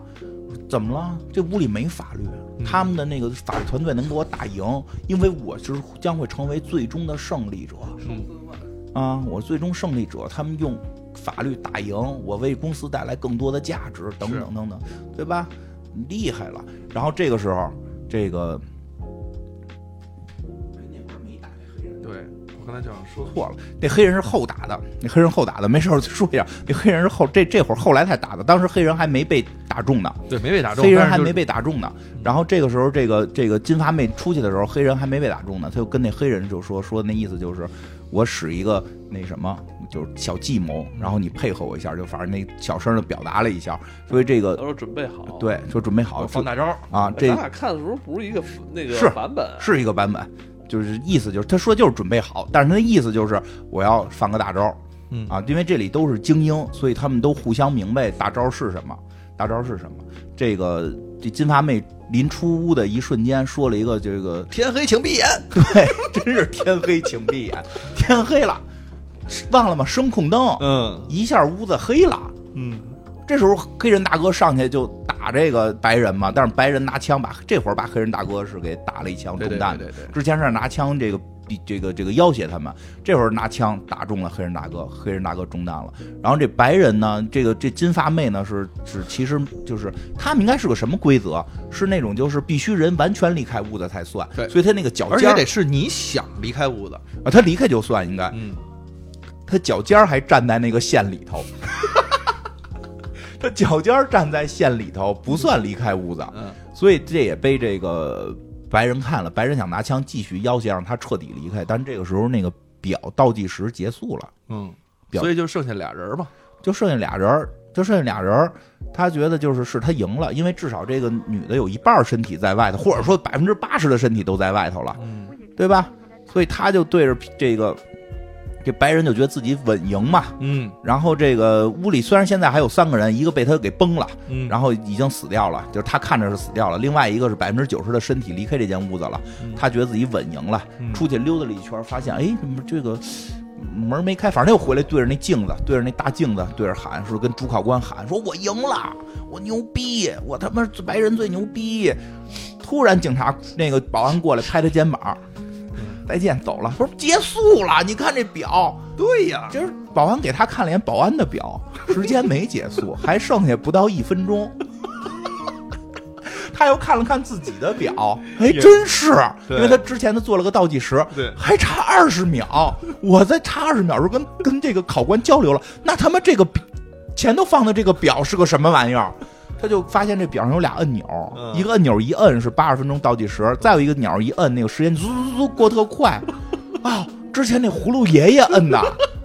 Speaker 4: 怎么了？这屋里没法律，
Speaker 5: 嗯
Speaker 4: 他们的那个法律团队能给我打赢，因为我是将会成为最终的胜利者。
Speaker 5: 嗯
Speaker 4: 啊，我是最终胜利者，他们用法律打赢，我为公司带来更多的价值，等等等等，对吧？厉害了。然后这个时候，这个
Speaker 5: 对我刚才就想说，
Speaker 4: 错了，那黑人是后打的，那黑人后打的，没事儿说一下，那黑人是后这这会儿后来才打的，当时黑人还没被打中呢，
Speaker 5: 对，没被打中，
Speaker 4: 黑人
Speaker 5: 但是嗯
Speaker 4: 还
Speaker 5: 就
Speaker 4: 没被打中呢。然后这个时候，这个这个金发妹出去的时候，黑人还没被打中呢，他就跟那黑人就说说那意思就是我使一个那什么，就是小计谋，然后你配合我一下，就反正那小声的表达了一下，所以这
Speaker 3: 到时
Speaker 4: 个
Speaker 3: 候准备好。
Speaker 4: 对，就准备好
Speaker 5: 哦我放大招儿，
Speaker 4: 啊，这
Speaker 3: 咱俩看的时候不是一个那个
Speaker 4: 是
Speaker 3: 版本，
Speaker 4: 是一个版本，就是意思就是他说就是准备好，但是他的意思就是我要放个大招，
Speaker 5: 嗯
Speaker 4: 啊，因为这里都是精英，所以他们都互相明白大招是什么，大招是什么。这个这金发妹临出屋的一瞬间说了一个这个，
Speaker 5: 天黑请闭眼，
Speaker 4: 对，真是天黑请闭眼，天黑了，忘了吗？声控灯，
Speaker 5: 嗯
Speaker 4: 一下屋子黑了。
Speaker 5: 嗯，
Speaker 4: 这时候黑人大哥上去就打这个白人嘛，但是白人拿枪把这会儿把黑人大哥是给打了一枪
Speaker 5: 对
Speaker 4: 中
Speaker 5: 对
Speaker 4: 弹
Speaker 5: 对
Speaker 4: 的。
Speaker 5: 对对，
Speaker 4: 之前是拿枪这个比这个这个要挟他们，这会儿拿枪打中了黑人大哥，黑人大哥中弹了。然后这白人呢，这个这金发妹呢是是其实就是他们应该是个什么规则？是那种就是必须人完全离开屋子才算，
Speaker 5: 对
Speaker 4: 所以他那个脚
Speaker 5: 而
Speaker 4: 尖
Speaker 5: 且
Speaker 4: 儿
Speaker 5: 得是你想离开屋子，
Speaker 4: 啊，他离开就算应该，
Speaker 5: 嗯，
Speaker 4: 他脚尖儿还站在那个线里头。他脚尖儿站在线里头，不算离开屋子，
Speaker 5: 嗯
Speaker 4: 所以这也被这个白人看了。白人想拿枪继续要挟让他彻底离开，但这个时候那个表倒计时结束了，
Speaker 5: 嗯，
Speaker 4: 表
Speaker 5: 所以就剩下俩人儿嘛，
Speaker 4: 就剩下俩人儿，就剩下俩人儿。他觉得就是是他赢了，因为至少这个女的有一半儿身体在外头，或者说百分之八十的身体都在外头了，
Speaker 5: 嗯
Speaker 4: 对吧？所以他就对着这个这白人就觉得自己稳赢嘛。
Speaker 5: 嗯
Speaker 4: 然后这个屋里虽然现在还有三个人，一个被他给崩了，
Speaker 5: 嗯
Speaker 4: 然后已经死掉了，就是他看着是死掉了。另外一个是百分之九十的身体离开这间屋子了，他觉得自己稳赢了，
Speaker 5: 嗯
Speaker 4: 出去溜达了一圈，发现哎，怎么这个门没开？反正又回来对着那镜子，对着那大镜子，对着喊，说跟主考官喊，说我赢了，我牛逼，我他妈白人最牛逼。突然警察那个保安过来拍他肩膀，再见，走了。不是结束了？你看这表，
Speaker 5: 对呀，
Speaker 4: 今儿保安给他看了眼保安的表，时间没结 束，还剩下不到一分 钟。他又看了看自己的表，哎，
Speaker 5: 也
Speaker 4: 真是，因
Speaker 5: 对
Speaker 4: 为他之前他做了个倒计时，
Speaker 5: 对
Speaker 4: 还差二十秒。我在差二十秒时候跟跟这个考官交流了，那他妈这个表前头放的这个表是个什么玩意儿？他就发现这表上有俩按钮，
Speaker 5: 嗯
Speaker 4: 一个按钮一摁是八十分钟倒计时，再有一个钮一摁那个时间嗖嗖嗖过特快。啊、之前那葫芦爷爷摁 的，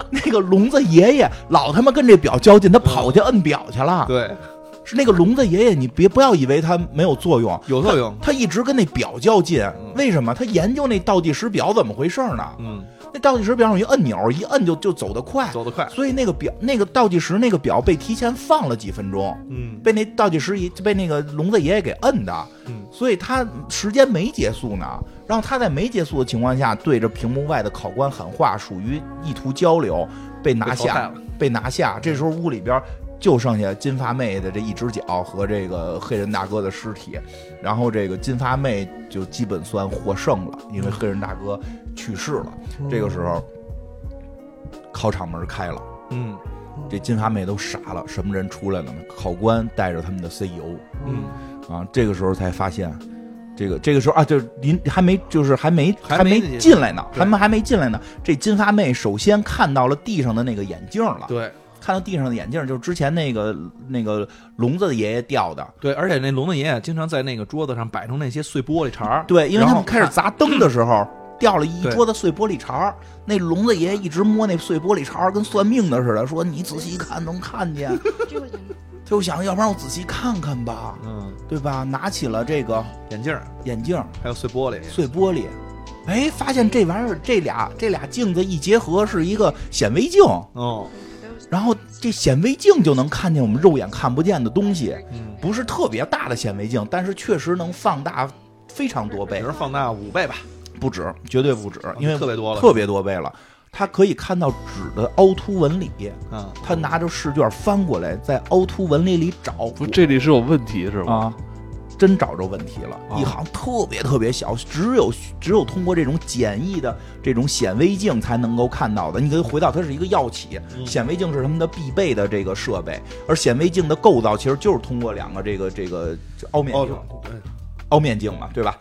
Speaker 4: 那个聋子爷爷老他妈跟这表较劲，他跑去摁表去了。
Speaker 5: 对，
Speaker 4: 是那个聋子爷爷，你别不要以为他没有作用，
Speaker 5: 有作用，
Speaker 4: 他一直跟那表较劲。为什么？他研究那倒计时表怎么回事呢？
Speaker 5: 嗯，
Speaker 4: 那倒计时表上有一按钮，一摁就就走得快，
Speaker 5: 走得快
Speaker 4: 所以那个表那个倒计时那个表被提前放了几分钟，
Speaker 5: 嗯
Speaker 4: 被那倒计时一被那个聋子爷爷给摁的，
Speaker 5: 嗯
Speaker 4: 所以他时间没结束呢。然后他在没结束的情况下，对着屏幕外的考官喊话，属于意图交流，被拿
Speaker 5: 被淘汰
Speaker 4: 下
Speaker 5: 了，
Speaker 4: 被拿下。这时候屋里边。就剩下金发妹的这一只脚和这个黑人大哥的尸体，然后这个金发妹就基本算获胜了，
Speaker 5: 嗯
Speaker 4: 因为黑人大哥去世了。这个时候，考场门开了，
Speaker 5: 嗯
Speaker 4: 这金发妹都傻了，什么人出来了呢？考官带着他们的 CEO
Speaker 5: 嗯，
Speaker 4: 啊，这个时候才发现。这个这个时候啊，就是您还没，就是还没
Speaker 5: 还
Speaker 4: 没
Speaker 5: 没
Speaker 4: 进来呢，
Speaker 5: 对
Speaker 4: 还没还没进来呢。这金发妹首先看到了地上的那个眼镜了，
Speaker 5: 对
Speaker 4: 看到地上的眼镜，就是之前那个那个聋子爷爷掉的。
Speaker 5: 对，而且那聋子爷爷经常在那个桌子上摆弄那些碎玻璃碴儿，
Speaker 4: 对，因为他
Speaker 5: 然
Speaker 4: 们
Speaker 5: 后
Speaker 4: 开始砸灯的时 候，掉了一
Speaker 5: 对
Speaker 4: 桌子碎玻璃碴儿。那聋子爷爷一直摸那碎玻璃碴儿，跟算命的似的，说你仔细一看能看见。就想，要不然我仔细看看吧，啊
Speaker 5: 嗯，
Speaker 4: 对吧？拿起了这个
Speaker 5: 眼镜儿
Speaker 4: 眼镜，
Speaker 5: 还有碎玻璃，
Speaker 4: 碎玻璃，哎，发现这玩意儿这俩这俩镜子一结合是一个显微镜，
Speaker 5: 哦，
Speaker 4: 然后这显微镜就能看见我们肉眼看不见的东西。
Speaker 5: 嗯，
Speaker 4: 不是特别大的显微镜，但是确实能放大非常多
Speaker 5: 比
Speaker 4: 倍
Speaker 5: 如，放大五倍吧，
Speaker 4: 不止，绝对不止，因为
Speaker 5: 啊特别多了
Speaker 4: 特别多倍了。它可以看到纸的凹凸纹理，
Speaker 5: 啊，
Speaker 4: 他拿着试卷翻过来，在凹凸纹理里找，
Speaker 3: 不，这里是有问题是吗？
Speaker 4: 啊，真找着问题了，
Speaker 5: 啊
Speaker 4: 一行特别特别小，只有只有通过这种简易的这种显微镜才能够看到的。你可以回到它是一个药企，
Speaker 5: 嗯
Speaker 4: 显微镜是他们的必备的这个设备，而显微镜的构造其实就是通过两个这个这个这凹面镜，
Speaker 5: 对，
Speaker 4: 凹面镜嘛，对吧？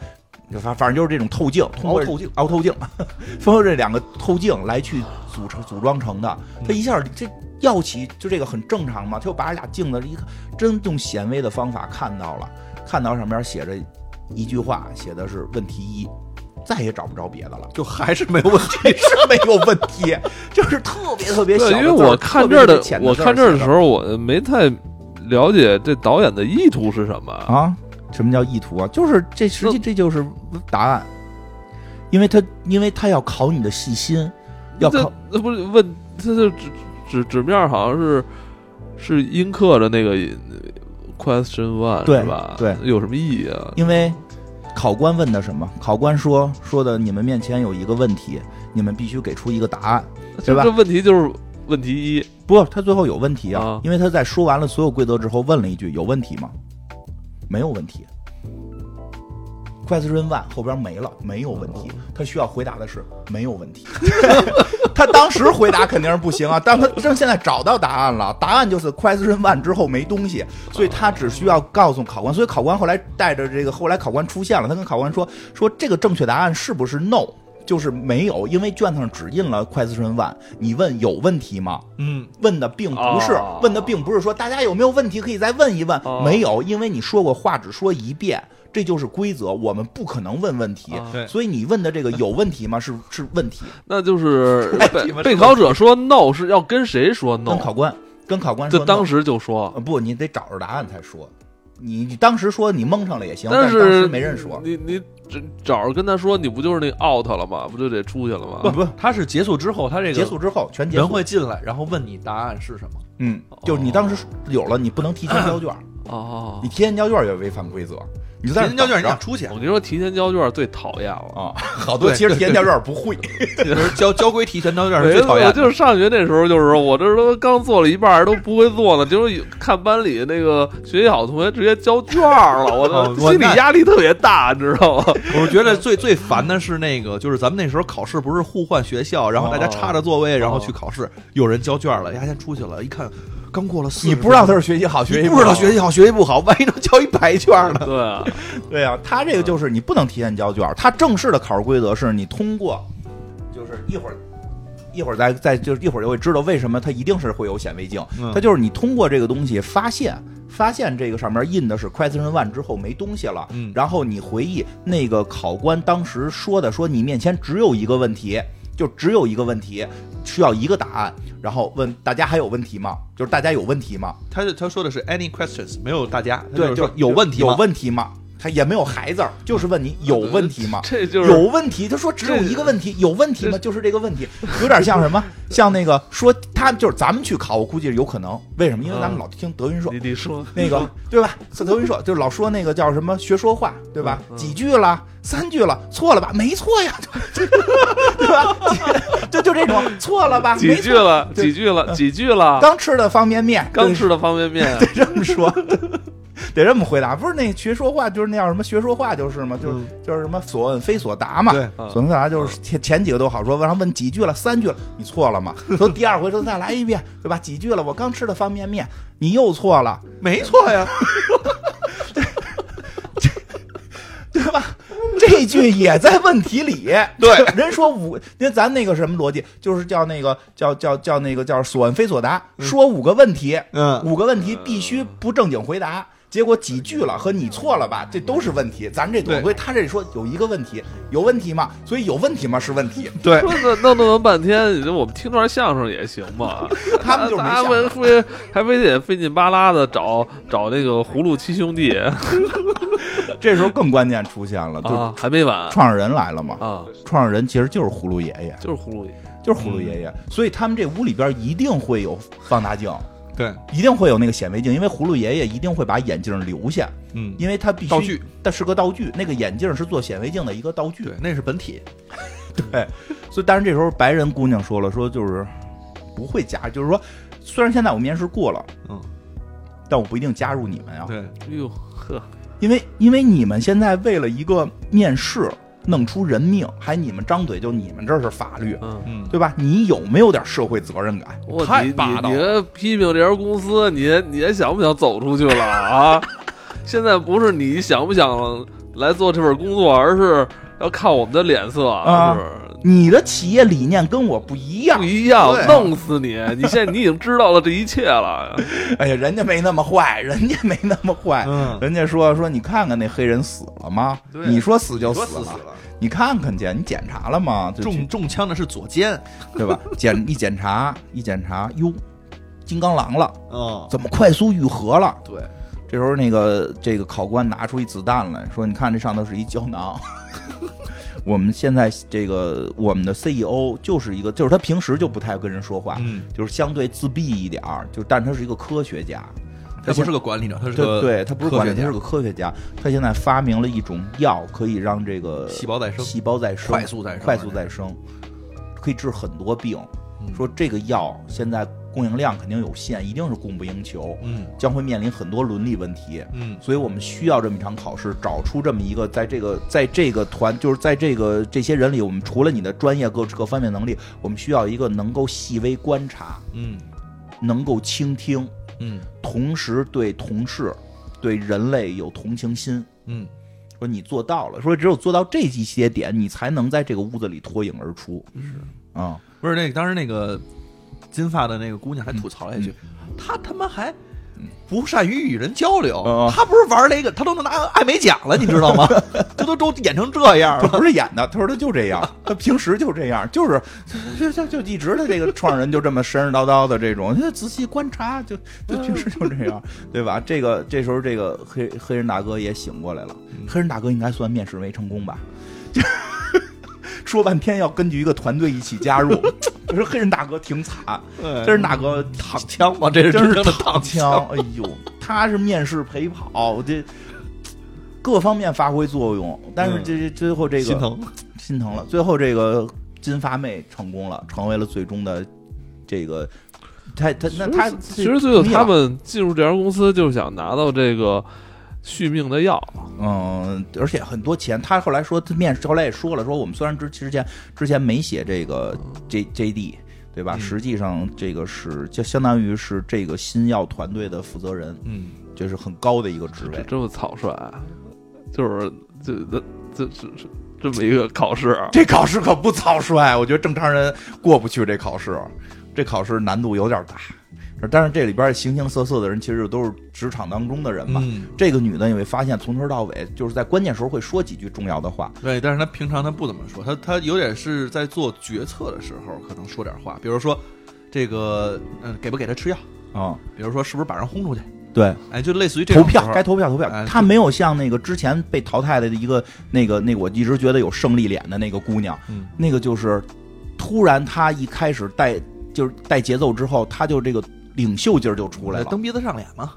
Speaker 4: 就反反正就是这种透镜，通过
Speaker 5: 凹透镜，。
Speaker 4: 凹透镜， 通过这两个透镜来去组成组装成的。
Speaker 3: 嗯
Speaker 4: 它一下这药企就这个很正常嘛，他就把这俩镜子一看，真用显微的方法看到了，看到上面写着一句话，写的是问题一，再也找不着别的了
Speaker 5: 就还是没有问 题，
Speaker 4: 这是没有问题，就是特别特别小
Speaker 3: 对，
Speaker 4: 的字儿。
Speaker 3: 因为我看这儿
Speaker 4: 特别特
Speaker 3: 的
Speaker 4: 别浅，
Speaker 3: 我
Speaker 4: 字
Speaker 3: 看这儿的
Speaker 4: 写
Speaker 3: 时候，我没太了解这导演的意图是什么啊。
Speaker 4: 啊，什么叫意图啊？就是这，实际这就是答案，因为他因为他要考你的细心，要
Speaker 3: 这
Speaker 4: 考
Speaker 3: 那不是问，这这纸纸纸面好像是是英刻的那个呃 question one
Speaker 4: 对
Speaker 3: 是吧？
Speaker 4: 对
Speaker 3: 有什么意义啊？
Speaker 4: 因为考官问的什么？考官说说的，你们面前有一个问题，你们必须给出一个答案。对
Speaker 3: 这
Speaker 4: 吧
Speaker 3: 这问题就是问题一，
Speaker 4: 不，他最后有问题啊，
Speaker 3: 啊
Speaker 4: 因为他在说完了所有规则之后，问了一句：“有问题吗？”没有问题。Question one 后边没了，没有问题。他需要回答的是没有问题。 他当时回答肯定是不行啊，但他正现在找到答案了，答案就是 Question one 之后没东西，所以他只需要告诉考官。所以考官后来带着这个，后来考官出现了，他跟考官说说这个正确答案是不是 No？就是没有，因为卷子上只印了 Question one。你问有问题吗？
Speaker 5: 嗯，
Speaker 4: 问的并不是、
Speaker 3: 哦
Speaker 4: 问的并不是说大家有没有问题可以再问一问，
Speaker 3: 哦
Speaker 4: 没有，因为你说过话只说一遍，这就是规则，我们不可能问问题。
Speaker 3: 啊
Speaker 5: 对，
Speaker 4: 所以你问的这个有问题吗？是是问题，
Speaker 3: 那 就是
Speaker 5: 你
Speaker 3: 被
Speaker 5: 们
Speaker 3: 被
Speaker 5: 这
Speaker 3: 考者说 no 是要跟谁说
Speaker 4: 跟
Speaker 3: no？
Speaker 4: 考官跟考官说
Speaker 3: 就
Speaker 4: no，
Speaker 3: 当时就说
Speaker 4: 呃，不，你得找着答案才说。你你当时说你蒙上了也行，但
Speaker 3: 但
Speaker 4: 当时
Speaker 3: 是
Speaker 4: 没人说。
Speaker 3: 你你找找着跟他说，你不就是那 out 了吗？不就得出去了吗？
Speaker 5: 哦不 不，他是结束之后，他这个
Speaker 4: 结束之后全结
Speaker 5: 人
Speaker 4: 束，
Speaker 5: 会哦进来，然后问你答案是什么，
Speaker 4: 嗯，就是你当时有了，你不能提前交卷，
Speaker 3: 哦
Speaker 4: 你，提前交卷也违反规则。你就在
Speaker 5: 提
Speaker 4: 那
Speaker 5: 前交卷你
Speaker 4: 等
Speaker 5: 想
Speaker 4: 着
Speaker 5: 出去
Speaker 3: 我，跟你说，提前交卷最讨厌了。
Speaker 4: 啊，好多其实提前交卷不 会，
Speaker 5: 就是交交规提前交卷是
Speaker 3: 没
Speaker 5: 最
Speaker 3: 错，
Speaker 5: 讨厌的，
Speaker 3: 就是上学那时候，就是我这都刚做了一半儿都不会做呢，结果有看班里那个学习好同学直接交卷儿了，我
Speaker 5: 哦
Speaker 3: 的
Speaker 5: 我
Speaker 3: 心理压力特别大，你知道吗？
Speaker 5: 我觉得最 最烦的是那个，就是咱们那时候考试不是互换学校，然后大家插着座哦位，然后去考试，有人交卷了，人家先出去了，一看刚过了四，
Speaker 4: 你不知道他是学习好，学习
Speaker 5: 你不知道
Speaker 4: 好
Speaker 5: 学习好学习不好，万一能交一百卷呢？
Speaker 3: 对啊，
Speaker 4: 对啊，他这个就是你不能提前交卷儿，他正式的考试规则是你通过，就是一会儿。一会儿再再就是一会儿就会知道为什么它一定是会有显微镜，
Speaker 5: 嗯
Speaker 4: 它就是你通过这个东西发现发现这个上面印的是 question one 之后没东西了，
Speaker 5: 嗯
Speaker 4: 然后你回忆那个考官当时说的，说你面前只有一个问题，就只有一个问题，需要一个答案，然后问大家还有问题吗？就是大家有问题吗？
Speaker 5: 他他说的是 any questions，没有大家，他
Speaker 4: 对，
Speaker 5: 就是
Speaker 4: 就
Speaker 5: 说有问题
Speaker 4: 有
Speaker 5: 吗
Speaker 4: 问题吗？他也没有孩子，就是问你有问题吗？
Speaker 3: 这 就是
Speaker 4: 有问题，他说只有一个问题，有问题吗？就是这个问题，有点像什么？像那个说他就是咱们去考，我估计有可能。为什么？因为咱们
Speaker 3: 嗯
Speaker 4: 老听德云社
Speaker 3: 你嗯你说
Speaker 4: 那个，对吧？德云社就老说那个叫什么学说话，对吧？
Speaker 3: 嗯嗯
Speaker 4: 几句了，三句了，错了吧？没错呀， 对吧？ 就就这种错了吧？
Speaker 3: 几
Speaker 4: 没
Speaker 3: 句
Speaker 4: 错。
Speaker 3: 了，
Speaker 4: 对
Speaker 3: 几句了，几句了，
Speaker 4: 刚吃的方便面，
Speaker 3: 刚吃的方便面，啊
Speaker 4: 得这么说，得这么回答。不是那学说话，就是那叫什么学说话，就是嘛，就是、就是什么所问非所答嘛。
Speaker 5: 对
Speaker 3: 啊
Speaker 4: 所问非所答就是前前几个都好说，然后问几句了，三句了，你错了嘛？说第二回说再来一遍，对吧？几句了，我刚吃的方便面，你又错了，
Speaker 5: 没错呀，
Speaker 4: 对吧？这句也在问题里。
Speaker 5: 对，
Speaker 4: 人说五，因为咱那个什么逻辑，就是叫那个叫叫叫那个叫所问非所答，说五个问题，
Speaker 5: 嗯，
Speaker 4: 五个问题必须不正经回答，结果几句了和你错了吧，这都是问题。咱这总归他这说有一个问题，有问题吗？所以有问题吗？是问题。
Speaker 5: 对，
Speaker 3: 说的 弄弄了半天，你说我们听段相声也行吧？
Speaker 4: 他们就是没
Speaker 3: 他
Speaker 4: 想
Speaker 3: 们非还非得费劲巴拉的找找那个葫芦七兄弟
Speaker 4: 这时候更关键出现了，就
Speaker 3: 啊，还没完
Speaker 4: 创始人来了嘛。
Speaker 3: 啊，
Speaker 4: 创始人其实就是葫芦爷爷，
Speaker 3: 就是葫芦爷，
Speaker 4: 就是葫芦爷爷，所以他们这屋里边一定会有放大镜，
Speaker 5: 对，
Speaker 4: 一定会有那个显微镜，因为葫芦爷爷一定会把眼镜留下，
Speaker 5: 嗯，
Speaker 4: 因为他必须
Speaker 5: 道具，
Speaker 4: 但是个道具，那个眼镜是做显微镜的一个道具。
Speaker 5: 对，那是本体，
Speaker 4: 对，所以但是这时候白人姑娘说了，说就是不会加，就是说虽然现在我面试过了，
Speaker 5: 嗯，
Speaker 4: 但我不一定加入你们啊，
Speaker 5: 对，
Speaker 3: 哎呦呵，
Speaker 4: 因为因为你们现在为了一个面试弄出人命，还你们张嘴就你们这是法律，
Speaker 3: 嗯，
Speaker 5: 嗯，
Speaker 4: 对吧？你有没有点社会责任感？
Speaker 3: 我
Speaker 5: 太
Speaker 3: 你
Speaker 5: 霸道
Speaker 3: 你
Speaker 5: 了
Speaker 3: 你批评这家公司，你你还想不想走出去了啊？ 现在不是你想不想来做这份工作，而是要看我们的脸色
Speaker 4: 啊
Speaker 3: 是
Speaker 4: 你的企业理念跟我不一样
Speaker 3: 不，一样
Speaker 4: 对，啊
Speaker 3: 弄死你！你现在你已经知道了这一切了，
Speaker 4: 哎呀，人家没那么坏，人家没那么坏。
Speaker 5: 嗯
Speaker 4: 人家说说，你看看那黑人死了吗？
Speaker 3: 对
Speaker 4: 你说死就
Speaker 5: 说死
Speaker 4: 了，
Speaker 5: 了，
Speaker 4: 你看看去，你检查了吗？就
Speaker 5: 中中枪的是左肩，
Speaker 4: 对吧？检一检查一检查，哟，金刚狼了，
Speaker 5: 嗯，
Speaker 4: 怎么快速愈合了？
Speaker 5: 对，
Speaker 4: 这时候那个这个考官拿出一子弹来说：“你看这上头是一胶囊。 我们现在这个我们的 CEO 就是一个，就是他平时就不太跟人说话，
Speaker 5: 嗯，
Speaker 4: 就是相对自闭一点儿，就但他是一个科学家。
Speaker 5: 他
Speaker 4: 现
Speaker 5: 不是个管理者，他是
Speaker 4: 对
Speaker 5: 个
Speaker 4: 对，他不是
Speaker 5: 科
Speaker 4: 管理，
Speaker 5: 学
Speaker 4: 他
Speaker 5: 家
Speaker 4: 是个科学家。他现在发明了一种药，可以让这个
Speaker 5: 细胞再生，
Speaker 4: 细胞再生，
Speaker 5: 快速再生
Speaker 4: 快速再生，可以治很多病。
Speaker 5: 嗯
Speaker 4: 说这个药现在供应量肯定有限，一定是供不应求，
Speaker 5: 嗯
Speaker 4: 将会面临很多伦理问题。
Speaker 5: 嗯
Speaker 4: 所以我们需要这么一场考试，找出这么一个在这个在这个团，就是在这个这些人里，我们除了你的专业各各方面能力，我们需要一个能够细微观察、
Speaker 5: 嗯
Speaker 4: 能够倾听，
Speaker 5: 嗯
Speaker 4: 同时对同事、对人类有同情心。
Speaker 5: 嗯，
Speaker 4: 说你做到了，说只有做到这一些点，你才能在这个屋子里脱颖而出。是啊，
Speaker 5: 不是那当时那个金发的那个姑娘还吐槽了一句，她他妈还。不善于与人交流
Speaker 4: 嗯，
Speaker 5: 她不是玩那个，她都能拿艾美奖了，你 知道吗？这都都演成这样
Speaker 4: 他
Speaker 5: 了，
Speaker 4: 不是演的，他说他就这样，他平时就这样，就是就就就一直他这个创始人就这么神神叨叨的这种，他仔细观察，就就平时就这样，对吧？这个这时候这个黑黑人大哥也醒过来了，
Speaker 5: 嗯
Speaker 4: 黑人大哥应该算面试没成功吧？ 说半天要根据一个团队一起加入， 可是黑人大哥挺惨，
Speaker 5: 对
Speaker 4: 黑人大哥
Speaker 5: 躺哎枪吗？这是
Speaker 4: 真
Speaker 5: 真
Speaker 4: 是
Speaker 5: 正的躺
Speaker 4: 枪，哎呦，他是面试陪跑，这各方面发挥作用，但
Speaker 5: 嗯
Speaker 4: 是这这最后 这个
Speaker 5: 心疼。
Speaker 4: 心疼了，最后这个金发妹成功了，成为了最终的这个，他他那他
Speaker 3: 其实最后他
Speaker 4: 同意了
Speaker 3: 们进入这家公司就是想拿到这个续命的药，
Speaker 4: 嗯，而且很多钱，他后来说他面试后来也说了，说我们虽然之之前之前没写这个 J J D。对吧？
Speaker 5: 嗯
Speaker 4: 实际上，这个是就相当于是这个新药团队的负责人，
Speaker 5: 嗯，
Speaker 4: 就是很高的一个职位
Speaker 3: 这。这么草率，就是这这这这这这么一个考试，啊
Speaker 4: 这考试可不草率，我觉得正常人过不去这考试，这考试难度有点大。但是这里边形形色色的人，其实都是职场当中的人嘛。
Speaker 5: 嗯
Speaker 4: 这个女的你会发现，从头到尾就是在关键时候会说几句重要的话。
Speaker 5: 对，但是他平常他不怎么说，他他有点是在做决策的时候可能说点话，比如说这个嗯、呃给不给他吃药，
Speaker 4: 啊、
Speaker 5: 比如说是不是把人轰出去，
Speaker 4: 对，
Speaker 5: 哎，就类似于这
Speaker 4: 投
Speaker 5: 种
Speaker 4: 票
Speaker 5: 时候
Speaker 4: 该投票投票
Speaker 5: 哎，
Speaker 4: 他没有像那个之前被淘汰的一个那个那个我一直觉得有胜利脸的那个姑娘，
Speaker 5: 嗯
Speaker 4: 那个就是突然她一开始带就是带节奏之后，她就这个领袖劲儿就出来了，
Speaker 5: 蹬鼻子上脸嘛，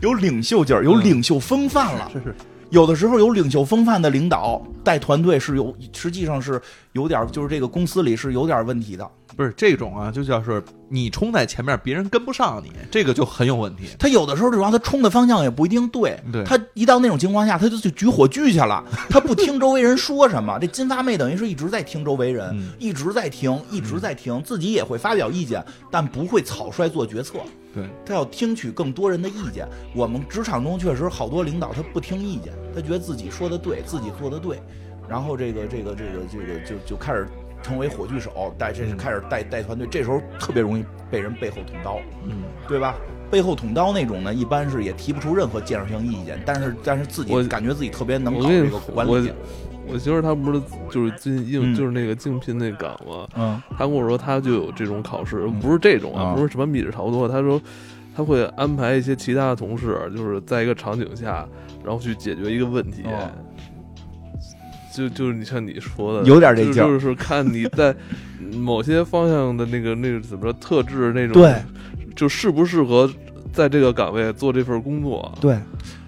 Speaker 4: 有领袖劲儿，有
Speaker 5: 嗯
Speaker 4: 领袖风范 了。
Speaker 5: 是是，
Speaker 4: 有的时候有领袖风范的领导带团队是有，实际上是有点儿就是这个公司里是有点儿问题的。
Speaker 5: 不是这种啊，就叫是你冲在前面，别人跟不上你，这个就很有问题。
Speaker 4: 他有的时候这种他冲的方向也不一定对，
Speaker 5: 对
Speaker 4: 他一到那种情况下，他就去举火炬去 了，他不听周围人说什么。这金发妹等于是一直在听周围人，
Speaker 5: 嗯
Speaker 4: 一直在听，一直在听，自己也会发表意见，但不会草率做决策。
Speaker 5: 对，
Speaker 4: 他要听取更多人的意见。我们职场中确实好多领导他不听意见，他觉得自己说的对，自己做的对，然后这个这个这个这个就就开始成为火炬手，带这
Speaker 5: 嗯
Speaker 4: 开始带带团队，这时候特别容易被人背后捅刀，
Speaker 5: 嗯，
Speaker 4: 对吧？背后捅刀那种呢，一般是也提不出任何建设性意见，但是但是自己
Speaker 3: 我
Speaker 4: 感觉自己特别能
Speaker 3: 我
Speaker 4: 搞
Speaker 3: 跟
Speaker 4: 这
Speaker 3: 你
Speaker 4: 个
Speaker 3: 说，
Speaker 4: 管
Speaker 3: 我
Speaker 4: 理，啊
Speaker 3: 我媳妇儿她不是就是进应、
Speaker 4: 嗯
Speaker 3: 就是那个竞聘那岗吗？
Speaker 4: 嗯
Speaker 3: 她跟我说她就有这种考试，不是这种
Speaker 4: 啊
Speaker 3: 啊，不是什么米纸差不多，她说。她会安排一些其他的同事，就是在一个场景下，然后去解决一个问题。
Speaker 4: 哦
Speaker 3: 就就是你像你说的，
Speaker 4: 有点这劲儿
Speaker 3: 就就是看你在某些方向的那个那个怎么说特质那种，
Speaker 4: 对，
Speaker 3: 就适不适合在这个岗位做这份工作。
Speaker 4: 对，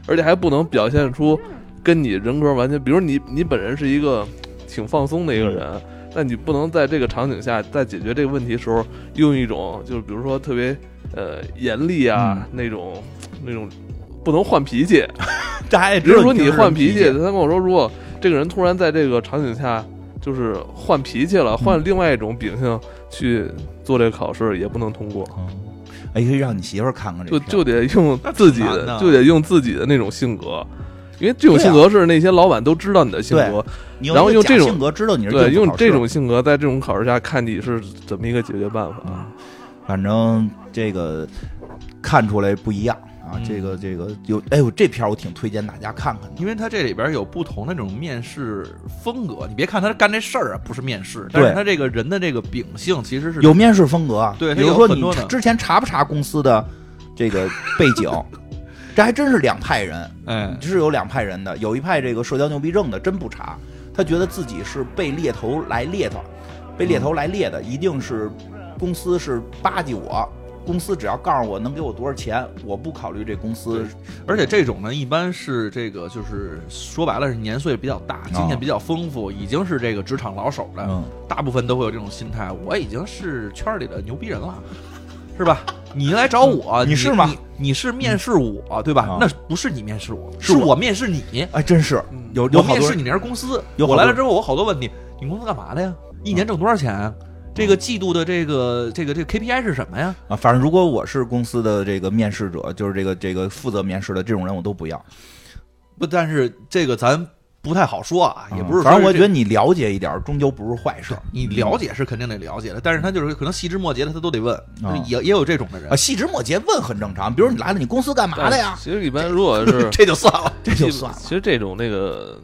Speaker 3: 而且还不能表现出跟你人格完全，比如你你本人是一个挺放松的一个人，但你不能在这个场景下，在解决这个问题的时候，用一种就是比如说特别呃严厉啊、那种那种不能换脾气，
Speaker 4: 这还
Speaker 3: 比如说哎你换
Speaker 4: 脾
Speaker 3: 脾气，他跟我说，如果这个人突然在这个场景下就是换脾气了，换另外一种秉性去做这个考试，也不能通过。
Speaker 4: 嗯哎，可以让你媳妇儿看看这
Speaker 3: 就
Speaker 4: 片儿
Speaker 3: 就得用自己
Speaker 5: 那挺难的
Speaker 3: 的，就得用自己的那种性格，因为这种
Speaker 4: 对啊
Speaker 3: 性格是那些老板都知道你的性格，
Speaker 4: 你有
Speaker 3: 然后
Speaker 4: 一个
Speaker 3: 用
Speaker 4: 假
Speaker 3: 这种
Speaker 4: 性格知道你是
Speaker 3: 对，
Speaker 4: 应付
Speaker 3: 用
Speaker 4: 考
Speaker 3: 这
Speaker 4: 试
Speaker 3: 种性格在这种考试下看你是怎么一个解决办
Speaker 4: 嗯
Speaker 3: 法。啊
Speaker 4: 反正这个看出来不一样啊，
Speaker 5: 嗯
Speaker 4: 这个这个有，哎呦，这片儿我挺推荐大家看看的。
Speaker 5: 因为他这里边有不同的那种面试风格，你别看他干这事儿啊，不是面试，但是
Speaker 4: 对
Speaker 5: 他这个人的这个秉性其实是
Speaker 4: 有面试风格啊，
Speaker 5: 对
Speaker 4: 比
Speaker 5: 它
Speaker 4: 如
Speaker 5: 有
Speaker 4: 说
Speaker 5: 很
Speaker 4: 你
Speaker 5: 多呢
Speaker 4: 之前查不查公司的这个背 景，这还真是两派人，
Speaker 5: 哎，
Speaker 4: 是有两派人的，有一派这个社交牛逼症的真不查，他觉得自己是被猎头来猎的，被猎头来猎的，一定是公司是巴结我，公司只要告诉我能给我多少钱，我不考虑这公司
Speaker 5: 而且这种呢，一般是这个就是说白了是年岁比较大，经验比较丰富，已经是这个职场老手了，
Speaker 4: 啊嗯
Speaker 5: 大部分都会有这种心态，我已经是圈里的牛逼人了，是吧？你来找我，
Speaker 4: 嗯
Speaker 5: 你
Speaker 4: 你是吗
Speaker 5: 你你是面试我，对吧？
Speaker 4: 啊
Speaker 5: 那不是你面试我，
Speaker 4: 是
Speaker 5: 是
Speaker 4: 我
Speaker 5: 我面试你。
Speaker 4: 哎，真是
Speaker 3: 嗯
Speaker 4: 有有
Speaker 5: 我
Speaker 4: 好
Speaker 5: 面
Speaker 4: 多
Speaker 5: 试
Speaker 4: 人
Speaker 5: 你那家公司，
Speaker 4: 有好多
Speaker 5: 我来了之后，我好多问题，你公司干嘛的呀？一年挣多少钱啊？这个季度的这个这个这个 KPI 是什么呀？
Speaker 4: 啊，反正如果我是公司的这个面试者，就是这个这个负责面试的这种人，我都不要。
Speaker 5: 不，但是这个咱不太好说啊，也不是说是这个。
Speaker 4: 反正我觉得你了解一点儿，终究不是坏事儿
Speaker 5: 你了解是肯定得了解的，但是他就是可能细枝末节的他都得问，
Speaker 4: 啊
Speaker 5: 也也有这种的人
Speaker 4: 啊。，细枝末节问很正常，比如你来了，你公司干嘛的呀？
Speaker 3: 其实一般如 果是
Speaker 5: 这就算了。
Speaker 4: 这就算了。
Speaker 3: 其实这种那个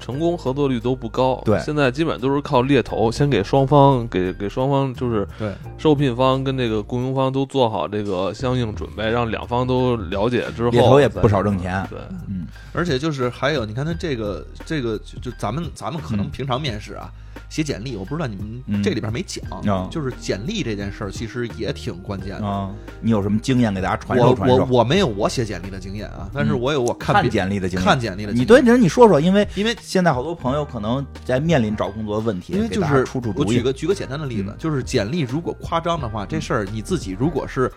Speaker 3: 成功合作率都不高。
Speaker 4: 对
Speaker 3: 现在基本都是靠猎头，先给双方给给双方就是
Speaker 5: 对
Speaker 3: 受聘方跟这个雇佣方都做好这个相应准备，让两方都了解之后，
Speaker 4: 猎头也不少挣钱
Speaker 3: 对，
Speaker 4: 嗯，
Speaker 5: 而且就是还有，你看他这个这个就就咱们咱们可能
Speaker 4: 嗯
Speaker 5: 平常面试啊，写简历，我不知道你们
Speaker 4: 嗯
Speaker 5: 这里边没讲，
Speaker 4: 啊
Speaker 5: 就是简历这件事儿其实也挺关键的。
Speaker 4: 啊，你有什么经验给大家传
Speaker 5: 我
Speaker 4: 授传
Speaker 5: 我
Speaker 4: 授？
Speaker 5: 我没有我写简历的经验啊，但是
Speaker 4: 嗯
Speaker 5: 我有我看
Speaker 4: 看
Speaker 5: 别
Speaker 4: 简历的经验，
Speaker 5: 看简历的经
Speaker 4: 你
Speaker 5: 验
Speaker 4: 对，你说说，因为
Speaker 5: 因为
Speaker 4: 现在好多朋友可能在面临找工作的问题，
Speaker 5: 因为
Speaker 4: 给
Speaker 5: 就
Speaker 4: 大家
Speaker 5: 是
Speaker 4: 出出主
Speaker 5: 我举
Speaker 4: 意。
Speaker 5: 个举个简单的例子
Speaker 4: 嗯，
Speaker 5: 就是简历如果夸张的话，这事儿你自己如果是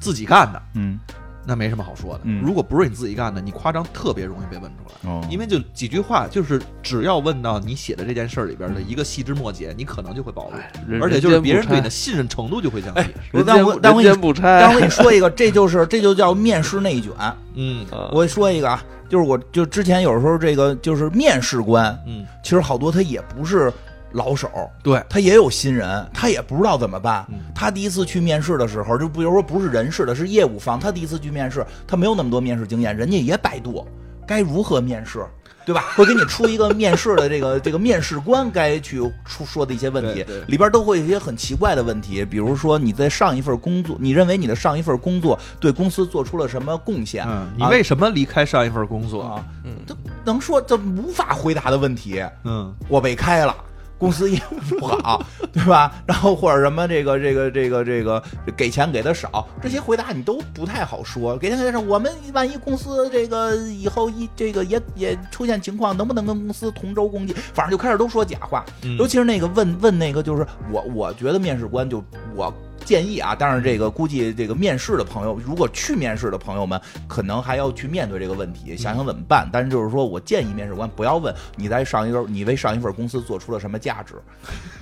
Speaker 5: 自己干的，
Speaker 4: 嗯，
Speaker 5: 那没什么好说的。
Speaker 4: 嗯
Speaker 5: 如果不是你自己干的，你夸张特别容易被问出来，
Speaker 4: 哦
Speaker 5: 因为就几句话，就是只要问到你写的这件事儿里边的一个细枝末节，你可能就会暴露，
Speaker 3: 人
Speaker 5: 而且就是
Speaker 3: 人间
Speaker 5: 别人
Speaker 3: 不
Speaker 5: 对
Speaker 3: 拆
Speaker 5: 你的信任程度就会降低。
Speaker 4: 我
Speaker 3: 人
Speaker 4: 但
Speaker 3: 间
Speaker 4: 我
Speaker 3: 不
Speaker 4: 但
Speaker 3: 人
Speaker 4: 我跟你
Speaker 3: 间不拆。
Speaker 4: 但我跟你说一个，这就是这就叫面试内卷。
Speaker 5: 嗯
Speaker 3: 啊
Speaker 4: 我说一个啊，就是我就之前有时候这个就是面试官，
Speaker 5: 嗯，
Speaker 4: 其实好多他也不是老手，
Speaker 5: 对，
Speaker 4: 他也有新人，他也不知道怎么办
Speaker 5: 嗯。
Speaker 4: 他第一次去面试的时候，就比如说不是人事的，是业务方，他第一次去面试，他没有那么多面试经验，人家也百度。该如何面试，对 吧？会给你出一个面试的这个这个面试官该去出说的一些问题
Speaker 5: 对对，
Speaker 4: 里边都会有一些很奇怪的问题，比如说你在上一份工作，你认为你的上一份工作对公司做出了什么贡献？
Speaker 5: 嗯，你
Speaker 4: 啊
Speaker 5: 为什么离开上一份工作？
Speaker 4: 啊，
Speaker 3: 嗯
Speaker 4: 这能说这无法回答的问题，
Speaker 5: 嗯，
Speaker 4: 我被开了。公司业务不好， 对吧？然后或者什么这个这个这个这个给钱给的少，这些回答你都不太好说。给钱给的少，我们万一公司这个以后一这个也也出现情况，能不能跟公司同舟共济？反正就开始都说假话，
Speaker 5: 嗯
Speaker 4: 尤其是那个问问那个，就是我我觉得面试官就我建议啊，当然这个估计这个面试的朋友，如果去面试的朋友们，可能还要去面对这个问题，想想怎么办。但是就是说我建议面试官不要问你在上一份你为上一份公司做出了什么价值，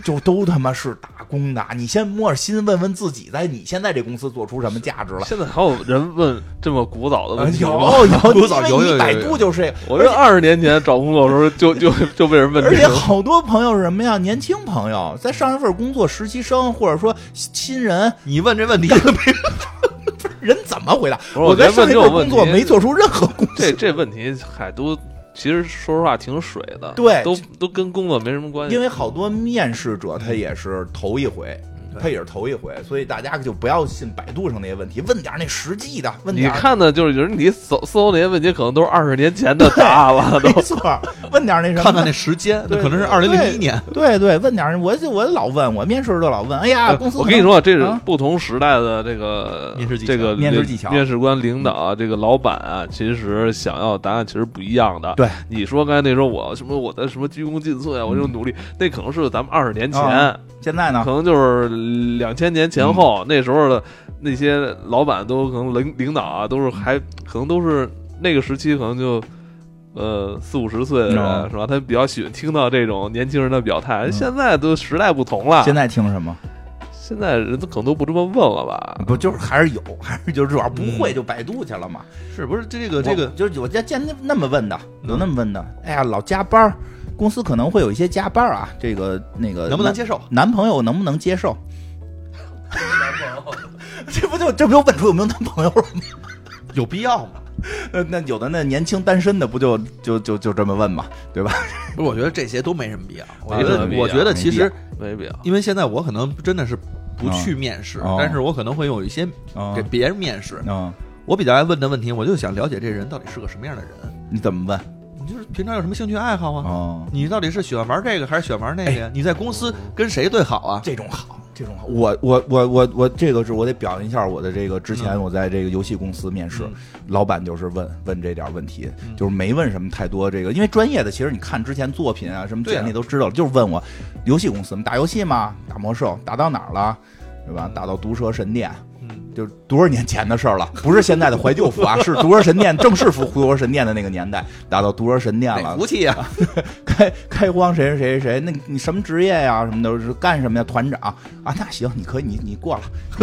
Speaker 4: 就都他妈是打工的，你先摸着心问问自己，在你现在这公司做出什么价 值了。
Speaker 3: 现在还有人问这么古早的
Speaker 4: 呃
Speaker 3: 问题
Speaker 4: 有
Speaker 3: 吗？
Speaker 4: 有，
Speaker 5: 多早
Speaker 4: 因为
Speaker 5: 有有有
Speaker 4: 你百
Speaker 5: 有
Speaker 4: 度就是这个，
Speaker 3: 我这二十年前找工作的时候就 就就被人问
Speaker 4: 而
Speaker 3: 这
Speaker 4: 且
Speaker 3: 个，
Speaker 4: 好多朋友是什么呀？年轻朋友在上一份工作，实习生或者说新人，
Speaker 5: 你问这问题，
Speaker 4: 人怎么回答？
Speaker 3: 不是我
Speaker 4: 在
Speaker 3: 觉得
Speaker 4: 上
Speaker 3: 问
Speaker 4: 一
Speaker 3: 这种
Speaker 4: 份工作
Speaker 3: 问题
Speaker 4: 没做出任何贡
Speaker 3: 这
Speaker 4: 献，
Speaker 3: 这问题海都其实说实话挺水的，
Speaker 4: 对
Speaker 3: 都都跟工作没什么关
Speaker 5: 嗯
Speaker 3: 系
Speaker 4: 因。为好多面试者他也是头一回。
Speaker 5: 嗯
Speaker 4: 他也是头一回，所以大家就不要信百度上那些问题，问点那实际的，问
Speaker 3: 你
Speaker 4: 点
Speaker 3: 看的就是有人你搜搜那些问题，可能都是二十年前的答案 了，都
Speaker 4: 没错，问点那什么，
Speaker 5: 看看那时间，那可能是二零零一年。
Speaker 4: 对对，问点我就我老问，我面试都老问，哎呀，公司
Speaker 3: 我跟你说啊，这是
Speaker 4: 啊
Speaker 3: 不同时代的这个
Speaker 5: 面试技巧
Speaker 3: 这个
Speaker 4: 面试技巧嗯
Speaker 3: 面试官、领导啊，这个老板啊，其实想要的答案其实不一样的。
Speaker 4: 对，嗯
Speaker 3: 你说刚才那说我什么我的什么鞠躬尽瘁啊，我就努力，那可能是咱们二十年前，
Speaker 4: 啊嗯现在呢
Speaker 3: 可，能就是两千年前后、那时候的那些老板都可能领领导啊，都是还可能都是那个时期可能就。呃，四五十岁的人、
Speaker 4: 嗯
Speaker 3: 是吧？他比较喜欢听到这种年轻人的表态。现在都时代不同了，
Speaker 4: 现在听什么？
Speaker 3: 现在人都可能都不这么问了吧？
Speaker 5: 嗯
Speaker 4: 不就是还是有， 还是就是主要不会就百度去了嘛。
Speaker 5: 是不是这个
Speaker 4: 我
Speaker 5: 嗯这个？
Speaker 4: 就是我家见那那么问的，有那么问的。哎呀，老加班儿，公司可能会有一些加班儿啊，这个那个
Speaker 5: 能不能
Speaker 4: 男
Speaker 5: 接受？
Speaker 4: 男朋友能不能接受？ 这不就这不就问出有没有男朋友了 吗？
Speaker 5: 有必要吗？
Speaker 4: 呃那有的那年轻单身的不就就就就这么问嘛，对吧？
Speaker 5: 不是，我觉得这些都没什么必要。我
Speaker 3: 没
Speaker 5: 觉
Speaker 3: 什么
Speaker 5: 得
Speaker 3: 必，要
Speaker 5: 我觉得其实，
Speaker 3: 没必要。
Speaker 5: 因为现在我可能真的是不去面试，
Speaker 4: 哦
Speaker 5: 但是我可能会有一些
Speaker 4: 啊
Speaker 5: 给别人面试。
Speaker 4: 嗯，
Speaker 5: 我比较爱问的问题，我就想了解这人到底是个什么样的人。
Speaker 4: 你怎么问？
Speaker 5: 你就是平常有什么兴趣爱好啊？
Speaker 4: 哦，哎
Speaker 5: 你到底是喜欢玩这个还是喜欢玩那个呀？你在公司跟谁最好啊？
Speaker 4: 这种好，这种好。我我我我我这个是我得表扬一下我的这个之前
Speaker 5: 嗯
Speaker 4: 我在这个游戏公司面试，
Speaker 5: 嗯
Speaker 4: 老板就是问问这点问题，就是没问什么太多这个，因为专业的其实你看之前作品啊什么
Speaker 5: 对啊
Speaker 4: 简历都知道了，就是问我游戏公司打游戏吗？打魔兽打到哪儿了？对吧？打到毒蛇神殿。
Speaker 5: 嗯，
Speaker 4: 就是多少年前的事儿了，不是现在的怀旧服啊，是毒蛇神殿正式服毒蛇神殿的那个年代，打到毒蛇神殿
Speaker 5: 哪
Speaker 4: 了，
Speaker 5: 服气啊 呀？
Speaker 4: 开开荒谁谁谁谁，那你什么职业呀？什么的，是干什么呀？团长啊？那行，你可以，你你过了，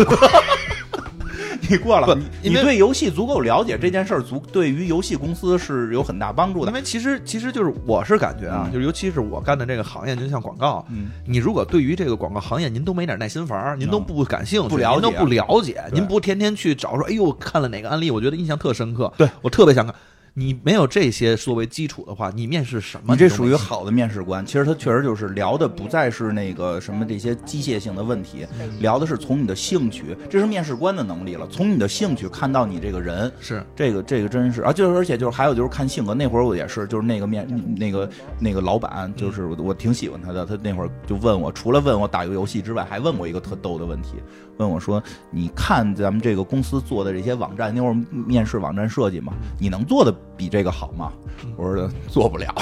Speaker 4: 你过了，你
Speaker 5: 因为
Speaker 4: 对游戏足够了解，这件事儿足对于游戏公司是有很大帮助
Speaker 5: 因
Speaker 4: 的。
Speaker 5: 为其实其实就是我是感觉啊，
Speaker 4: 嗯
Speaker 5: 就是尤其是我干的这个行业，就像广告，
Speaker 4: 嗯，
Speaker 5: 你如果对于这个广告行业您都没点耐心房，您都不感兴趣，
Speaker 4: 不了
Speaker 5: 您
Speaker 4: 解
Speaker 5: 都不了解，
Speaker 4: 对
Speaker 5: 您不天天去找说，哎呦，看了哪个案例，我觉得印象特深刻，
Speaker 4: 对
Speaker 5: 我特别想看。你没有这些作为基础的话，你面试什么？
Speaker 4: 你这属于
Speaker 5: 都没戏
Speaker 4: 好的面试官，其实他确实就是聊的不再是那个什么这些机械性的问题，
Speaker 5: 嗯
Speaker 4: 聊的是从你的兴趣，这是面试官的能力了，从你的兴趣看到你这个人，
Speaker 5: 是
Speaker 4: 这个这个真是啊，就是而且就是还有就是看性格，那会儿我也是，就是那个面那个那个老板，就是
Speaker 5: 嗯
Speaker 4: 我我挺喜欢他的，他那会儿就问我，除了问我打游戏之外，还问我一个特逗的问题，问我说，你看咱们这个公司做的这些网站，那会儿面试网站设计嘛，你能做的比这个好吗？我说做不了。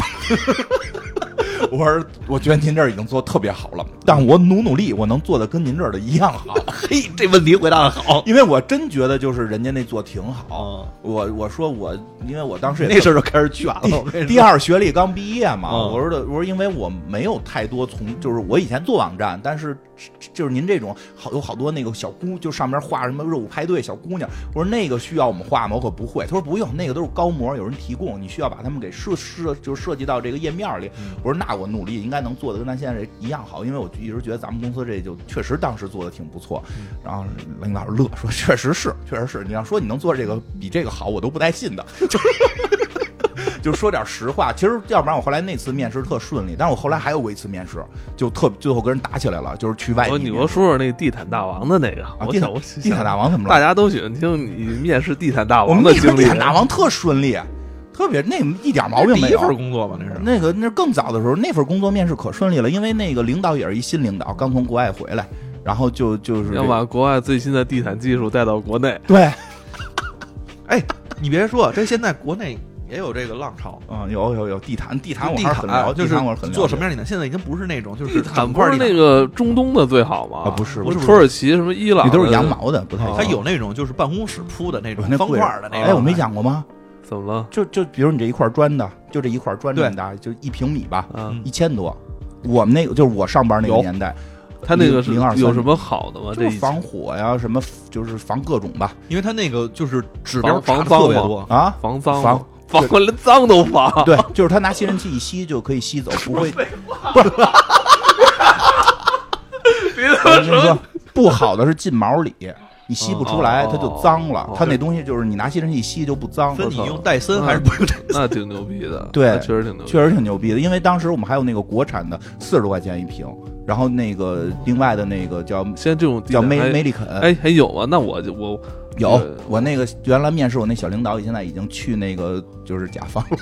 Speaker 4: 我说，我觉得您这儿已经做得特别好了，但我努努力，我能做的跟您这儿的一样好。
Speaker 5: 嘿，这问题回答的 好。
Speaker 4: 因为我真觉得就是人家那做挺好
Speaker 5: 嗯。
Speaker 4: 我我说我，因为我当时也
Speaker 5: 那事儿就开始卷了。我
Speaker 4: 第
Speaker 5: 跟你
Speaker 4: 第
Speaker 5: 说，
Speaker 4: 二学历刚毕业嘛，
Speaker 5: 嗯
Speaker 4: 我说的，我说因为我没有太多从，就是我以前做网站，但是就是您这种好有好多那个小姑，就上面画什么热舞派对小姑娘，我说那个需要我们画吗？我可不会。他说不用，那个都是高模，有人提供，你需要把他们给设设就是设计到这个页面里。
Speaker 5: 嗯
Speaker 4: 我说那我努力应该能做的跟咱现在这一样好，因为我一直觉得咱们公司这就确实当时做的挺不错。
Speaker 5: 嗯
Speaker 4: 然后领导乐说 确实是，确实是，你要说你能做这个比这个好，我都不带信的。就说点实话。其实要不然我后来那次面试特顺利，但是我后来还有过一次面试，就特最后跟人打起来了，就是去外
Speaker 3: 我哦
Speaker 4: 地
Speaker 3: 你
Speaker 4: 面
Speaker 3: 给
Speaker 4: 试。
Speaker 3: 我说说那个地毯大王的那个，
Speaker 4: 哎啊，
Speaker 3: 我
Speaker 4: 地
Speaker 3: 想
Speaker 4: 毯
Speaker 3: 我
Speaker 4: 地
Speaker 3: 想
Speaker 4: 毯大王怎么了？
Speaker 3: 大家都喜欢听你面试地毯大
Speaker 4: 我
Speaker 3: 王
Speaker 4: 们
Speaker 3: 的
Speaker 4: 那时候
Speaker 3: 经历。
Speaker 4: 地毯大王特顺利，特别那一点毛病
Speaker 5: 第
Speaker 4: 没
Speaker 5: 一
Speaker 4: 有。
Speaker 5: 份工作吧，那是。
Speaker 4: 那个那更早的时候，那份工作面试可顺利了，因为那个领导也是一新领导，刚从国外回来，然后就就是
Speaker 3: 要把国外最新的地毯技术带到国内，
Speaker 4: 对，
Speaker 5: 哎，你别说，这现在国内也有这个浪潮。
Speaker 4: 嗯，有有有地毯，地毯我
Speaker 5: 地
Speaker 4: 还是很了
Speaker 5: 毯啊
Speaker 4: 解，
Speaker 5: 就是
Speaker 4: 地毯我是很了解
Speaker 5: 做什么样的地毯，现在已经不是那 种就是
Speaker 3: 地毯
Speaker 5: 整
Speaker 3: 不
Speaker 5: 块
Speaker 3: 是
Speaker 5: 地毯
Speaker 3: 那个中东的最好吗？
Speaker 4: 啊不是
Speaker 3: 不
Speaker 5: 不是
Speaker 3: 土耳其什么伊朗
Speaker 4: 你
Speaker 3: 的，
Speaker 4: 都是羊毛的，不太
Speaker 5: 它
Speaker 4: 行
Speaker 5: 有那种就是办公室铺的那种
Speaker 4: 有哦那
Speaker 5: 方
Speaker 4: 贵
Speaker 5: 块儿的那种。
Speaker 4: 哎，我没讲过吗？
Speaker 3: 怎么了？
Speaker 4: 就就比如你这一块砖的，就这一块砖这么大，就一平米吧，
Speaker 3: 啊，
Speaker 5: 嗯
Speaker 4: 一千多。我们那个就是我上班那个
Speaker 3: 有
Speaker 4: 年代，
Speaker 3: 它那个是
Speaker 4: 零零二三
Speaker 3: 有什么好的吗？
Speaker 4: 就
Speaker 3: 这
Speaker 4: 是防火呀，什么就是防各种吧
Speaker 5: 因为它那个就是指标
Speaker 3: 防
Speaker 5: 查
Speaker 3: 防
Speaker 5: 特别
Speaker 3: 脏吗
Speaker 5: 多，
Speaker 4: 啊，
Speaker 3: 防脏
Speaker 4: 防
Speaker 3: 吗防连脏都防。
Speaker 4: 对，就是他拿吸尘器一吸就可以吸走，不会
Speaker 3: 别他妈
Speaker 4: 我跟你说，不好的是进毛里，你吸不出来，
Speaker 3: 哦
Speaker 4: 它就脏了
Speaker 3: 哦。
Speaker 4: 它那东西就是你拿吸尘器一吸就不脏。
Speaker 5: 分你
Speaker 3: 我操
Speaker 5: 用戴森还是不用戴森？
Speaker 3: 那挺牛逼的，
Speaker 4: 对
Speaker 3: 那确实挺牛逼。
Speaker 4: 确实挺牛逼的，因为当时我们还有那个国产的四十多块钱一瓶，然后那个另外的那个叫
Speaker 3: 现在这种地
Speaker 4: 叫
Speaker 3: 毯
Speaker 4: 梅
Speaker 3: 还
Speaker 4: 梅里肯，
Speaker 3: 哎呃还有吗？那我就我
Speaker 4: 有
Speaker 3: 对
Speaker 4: 我那个原来面试我那小领导，现在已经去那个就是甲方了，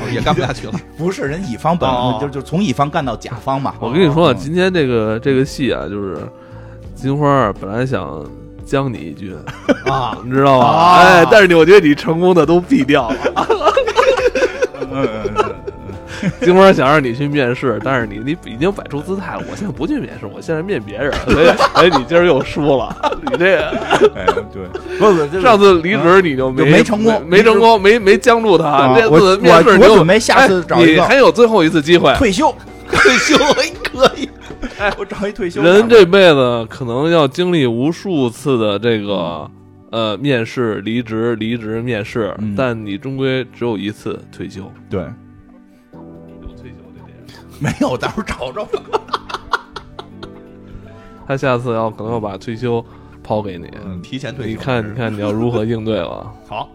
Speaker 5: 哦也干不下去了。
Speaker 4: 不是人乙方本
Speaker 5: 哦
Speaker 4: 就就从乙方干到甲方嘛。
Speaker 3: 我跟你说啊，
Speaker 4: 嗯
Speaker 3: 今天这个这个戏啊，就是金花儿本来想将你一军啊， 你知道吗？
Speaker 4: 啊
Speaker 3: 哎，但是我觉得你成功的都毙 掉了。
Speaker 4: 嗯
Speaker 3: 金花儿想让你去面试，但是你你已经摆出姿态了，我现在不去面试，我现在面别人。所以，哎，你今儿又输了， 你这个
Speaker 4: 哎对，不不就是啊
Speaker 3: 上次离职你就没
Speaker 4: 就没成功
Speaker 3: 没没成功，没没将住他。
Speaker 4: 啊
Speaker 3: 这
Speaker 4: 我
Speaker 3: 次面试
Speaker 4: 我
Speaker 3: 你就
Speaker 4: 我准备下次
Speaker 3: 哎
Speaker 4: 找一个
Speaker 3: 你还有最后一次机会，
Speaker 4: 退休，
Speaker 5: 退 休哎可以，
Speaker 4: 我找一退休的。
Speaker 3: 哎人这辈子可能要经历无数次的这
Speaker 5: 嗯
Speaker 3: 个呃面试、离职、离职、面试，
Speaker 4: 嗯
Speaker 3: 但你终归只有一次退休。
Speaker 4: 对
Speaker 3: 有退休这电影，
Speaker 4: 没有，到时候找着吧。
Speaker 3: 他下次要可能要把退休抛给你，
Speaker 5: 嗯，提前退休。
Speaker 3: 你看，你看你要如何应对了。
Speaker 5: 好，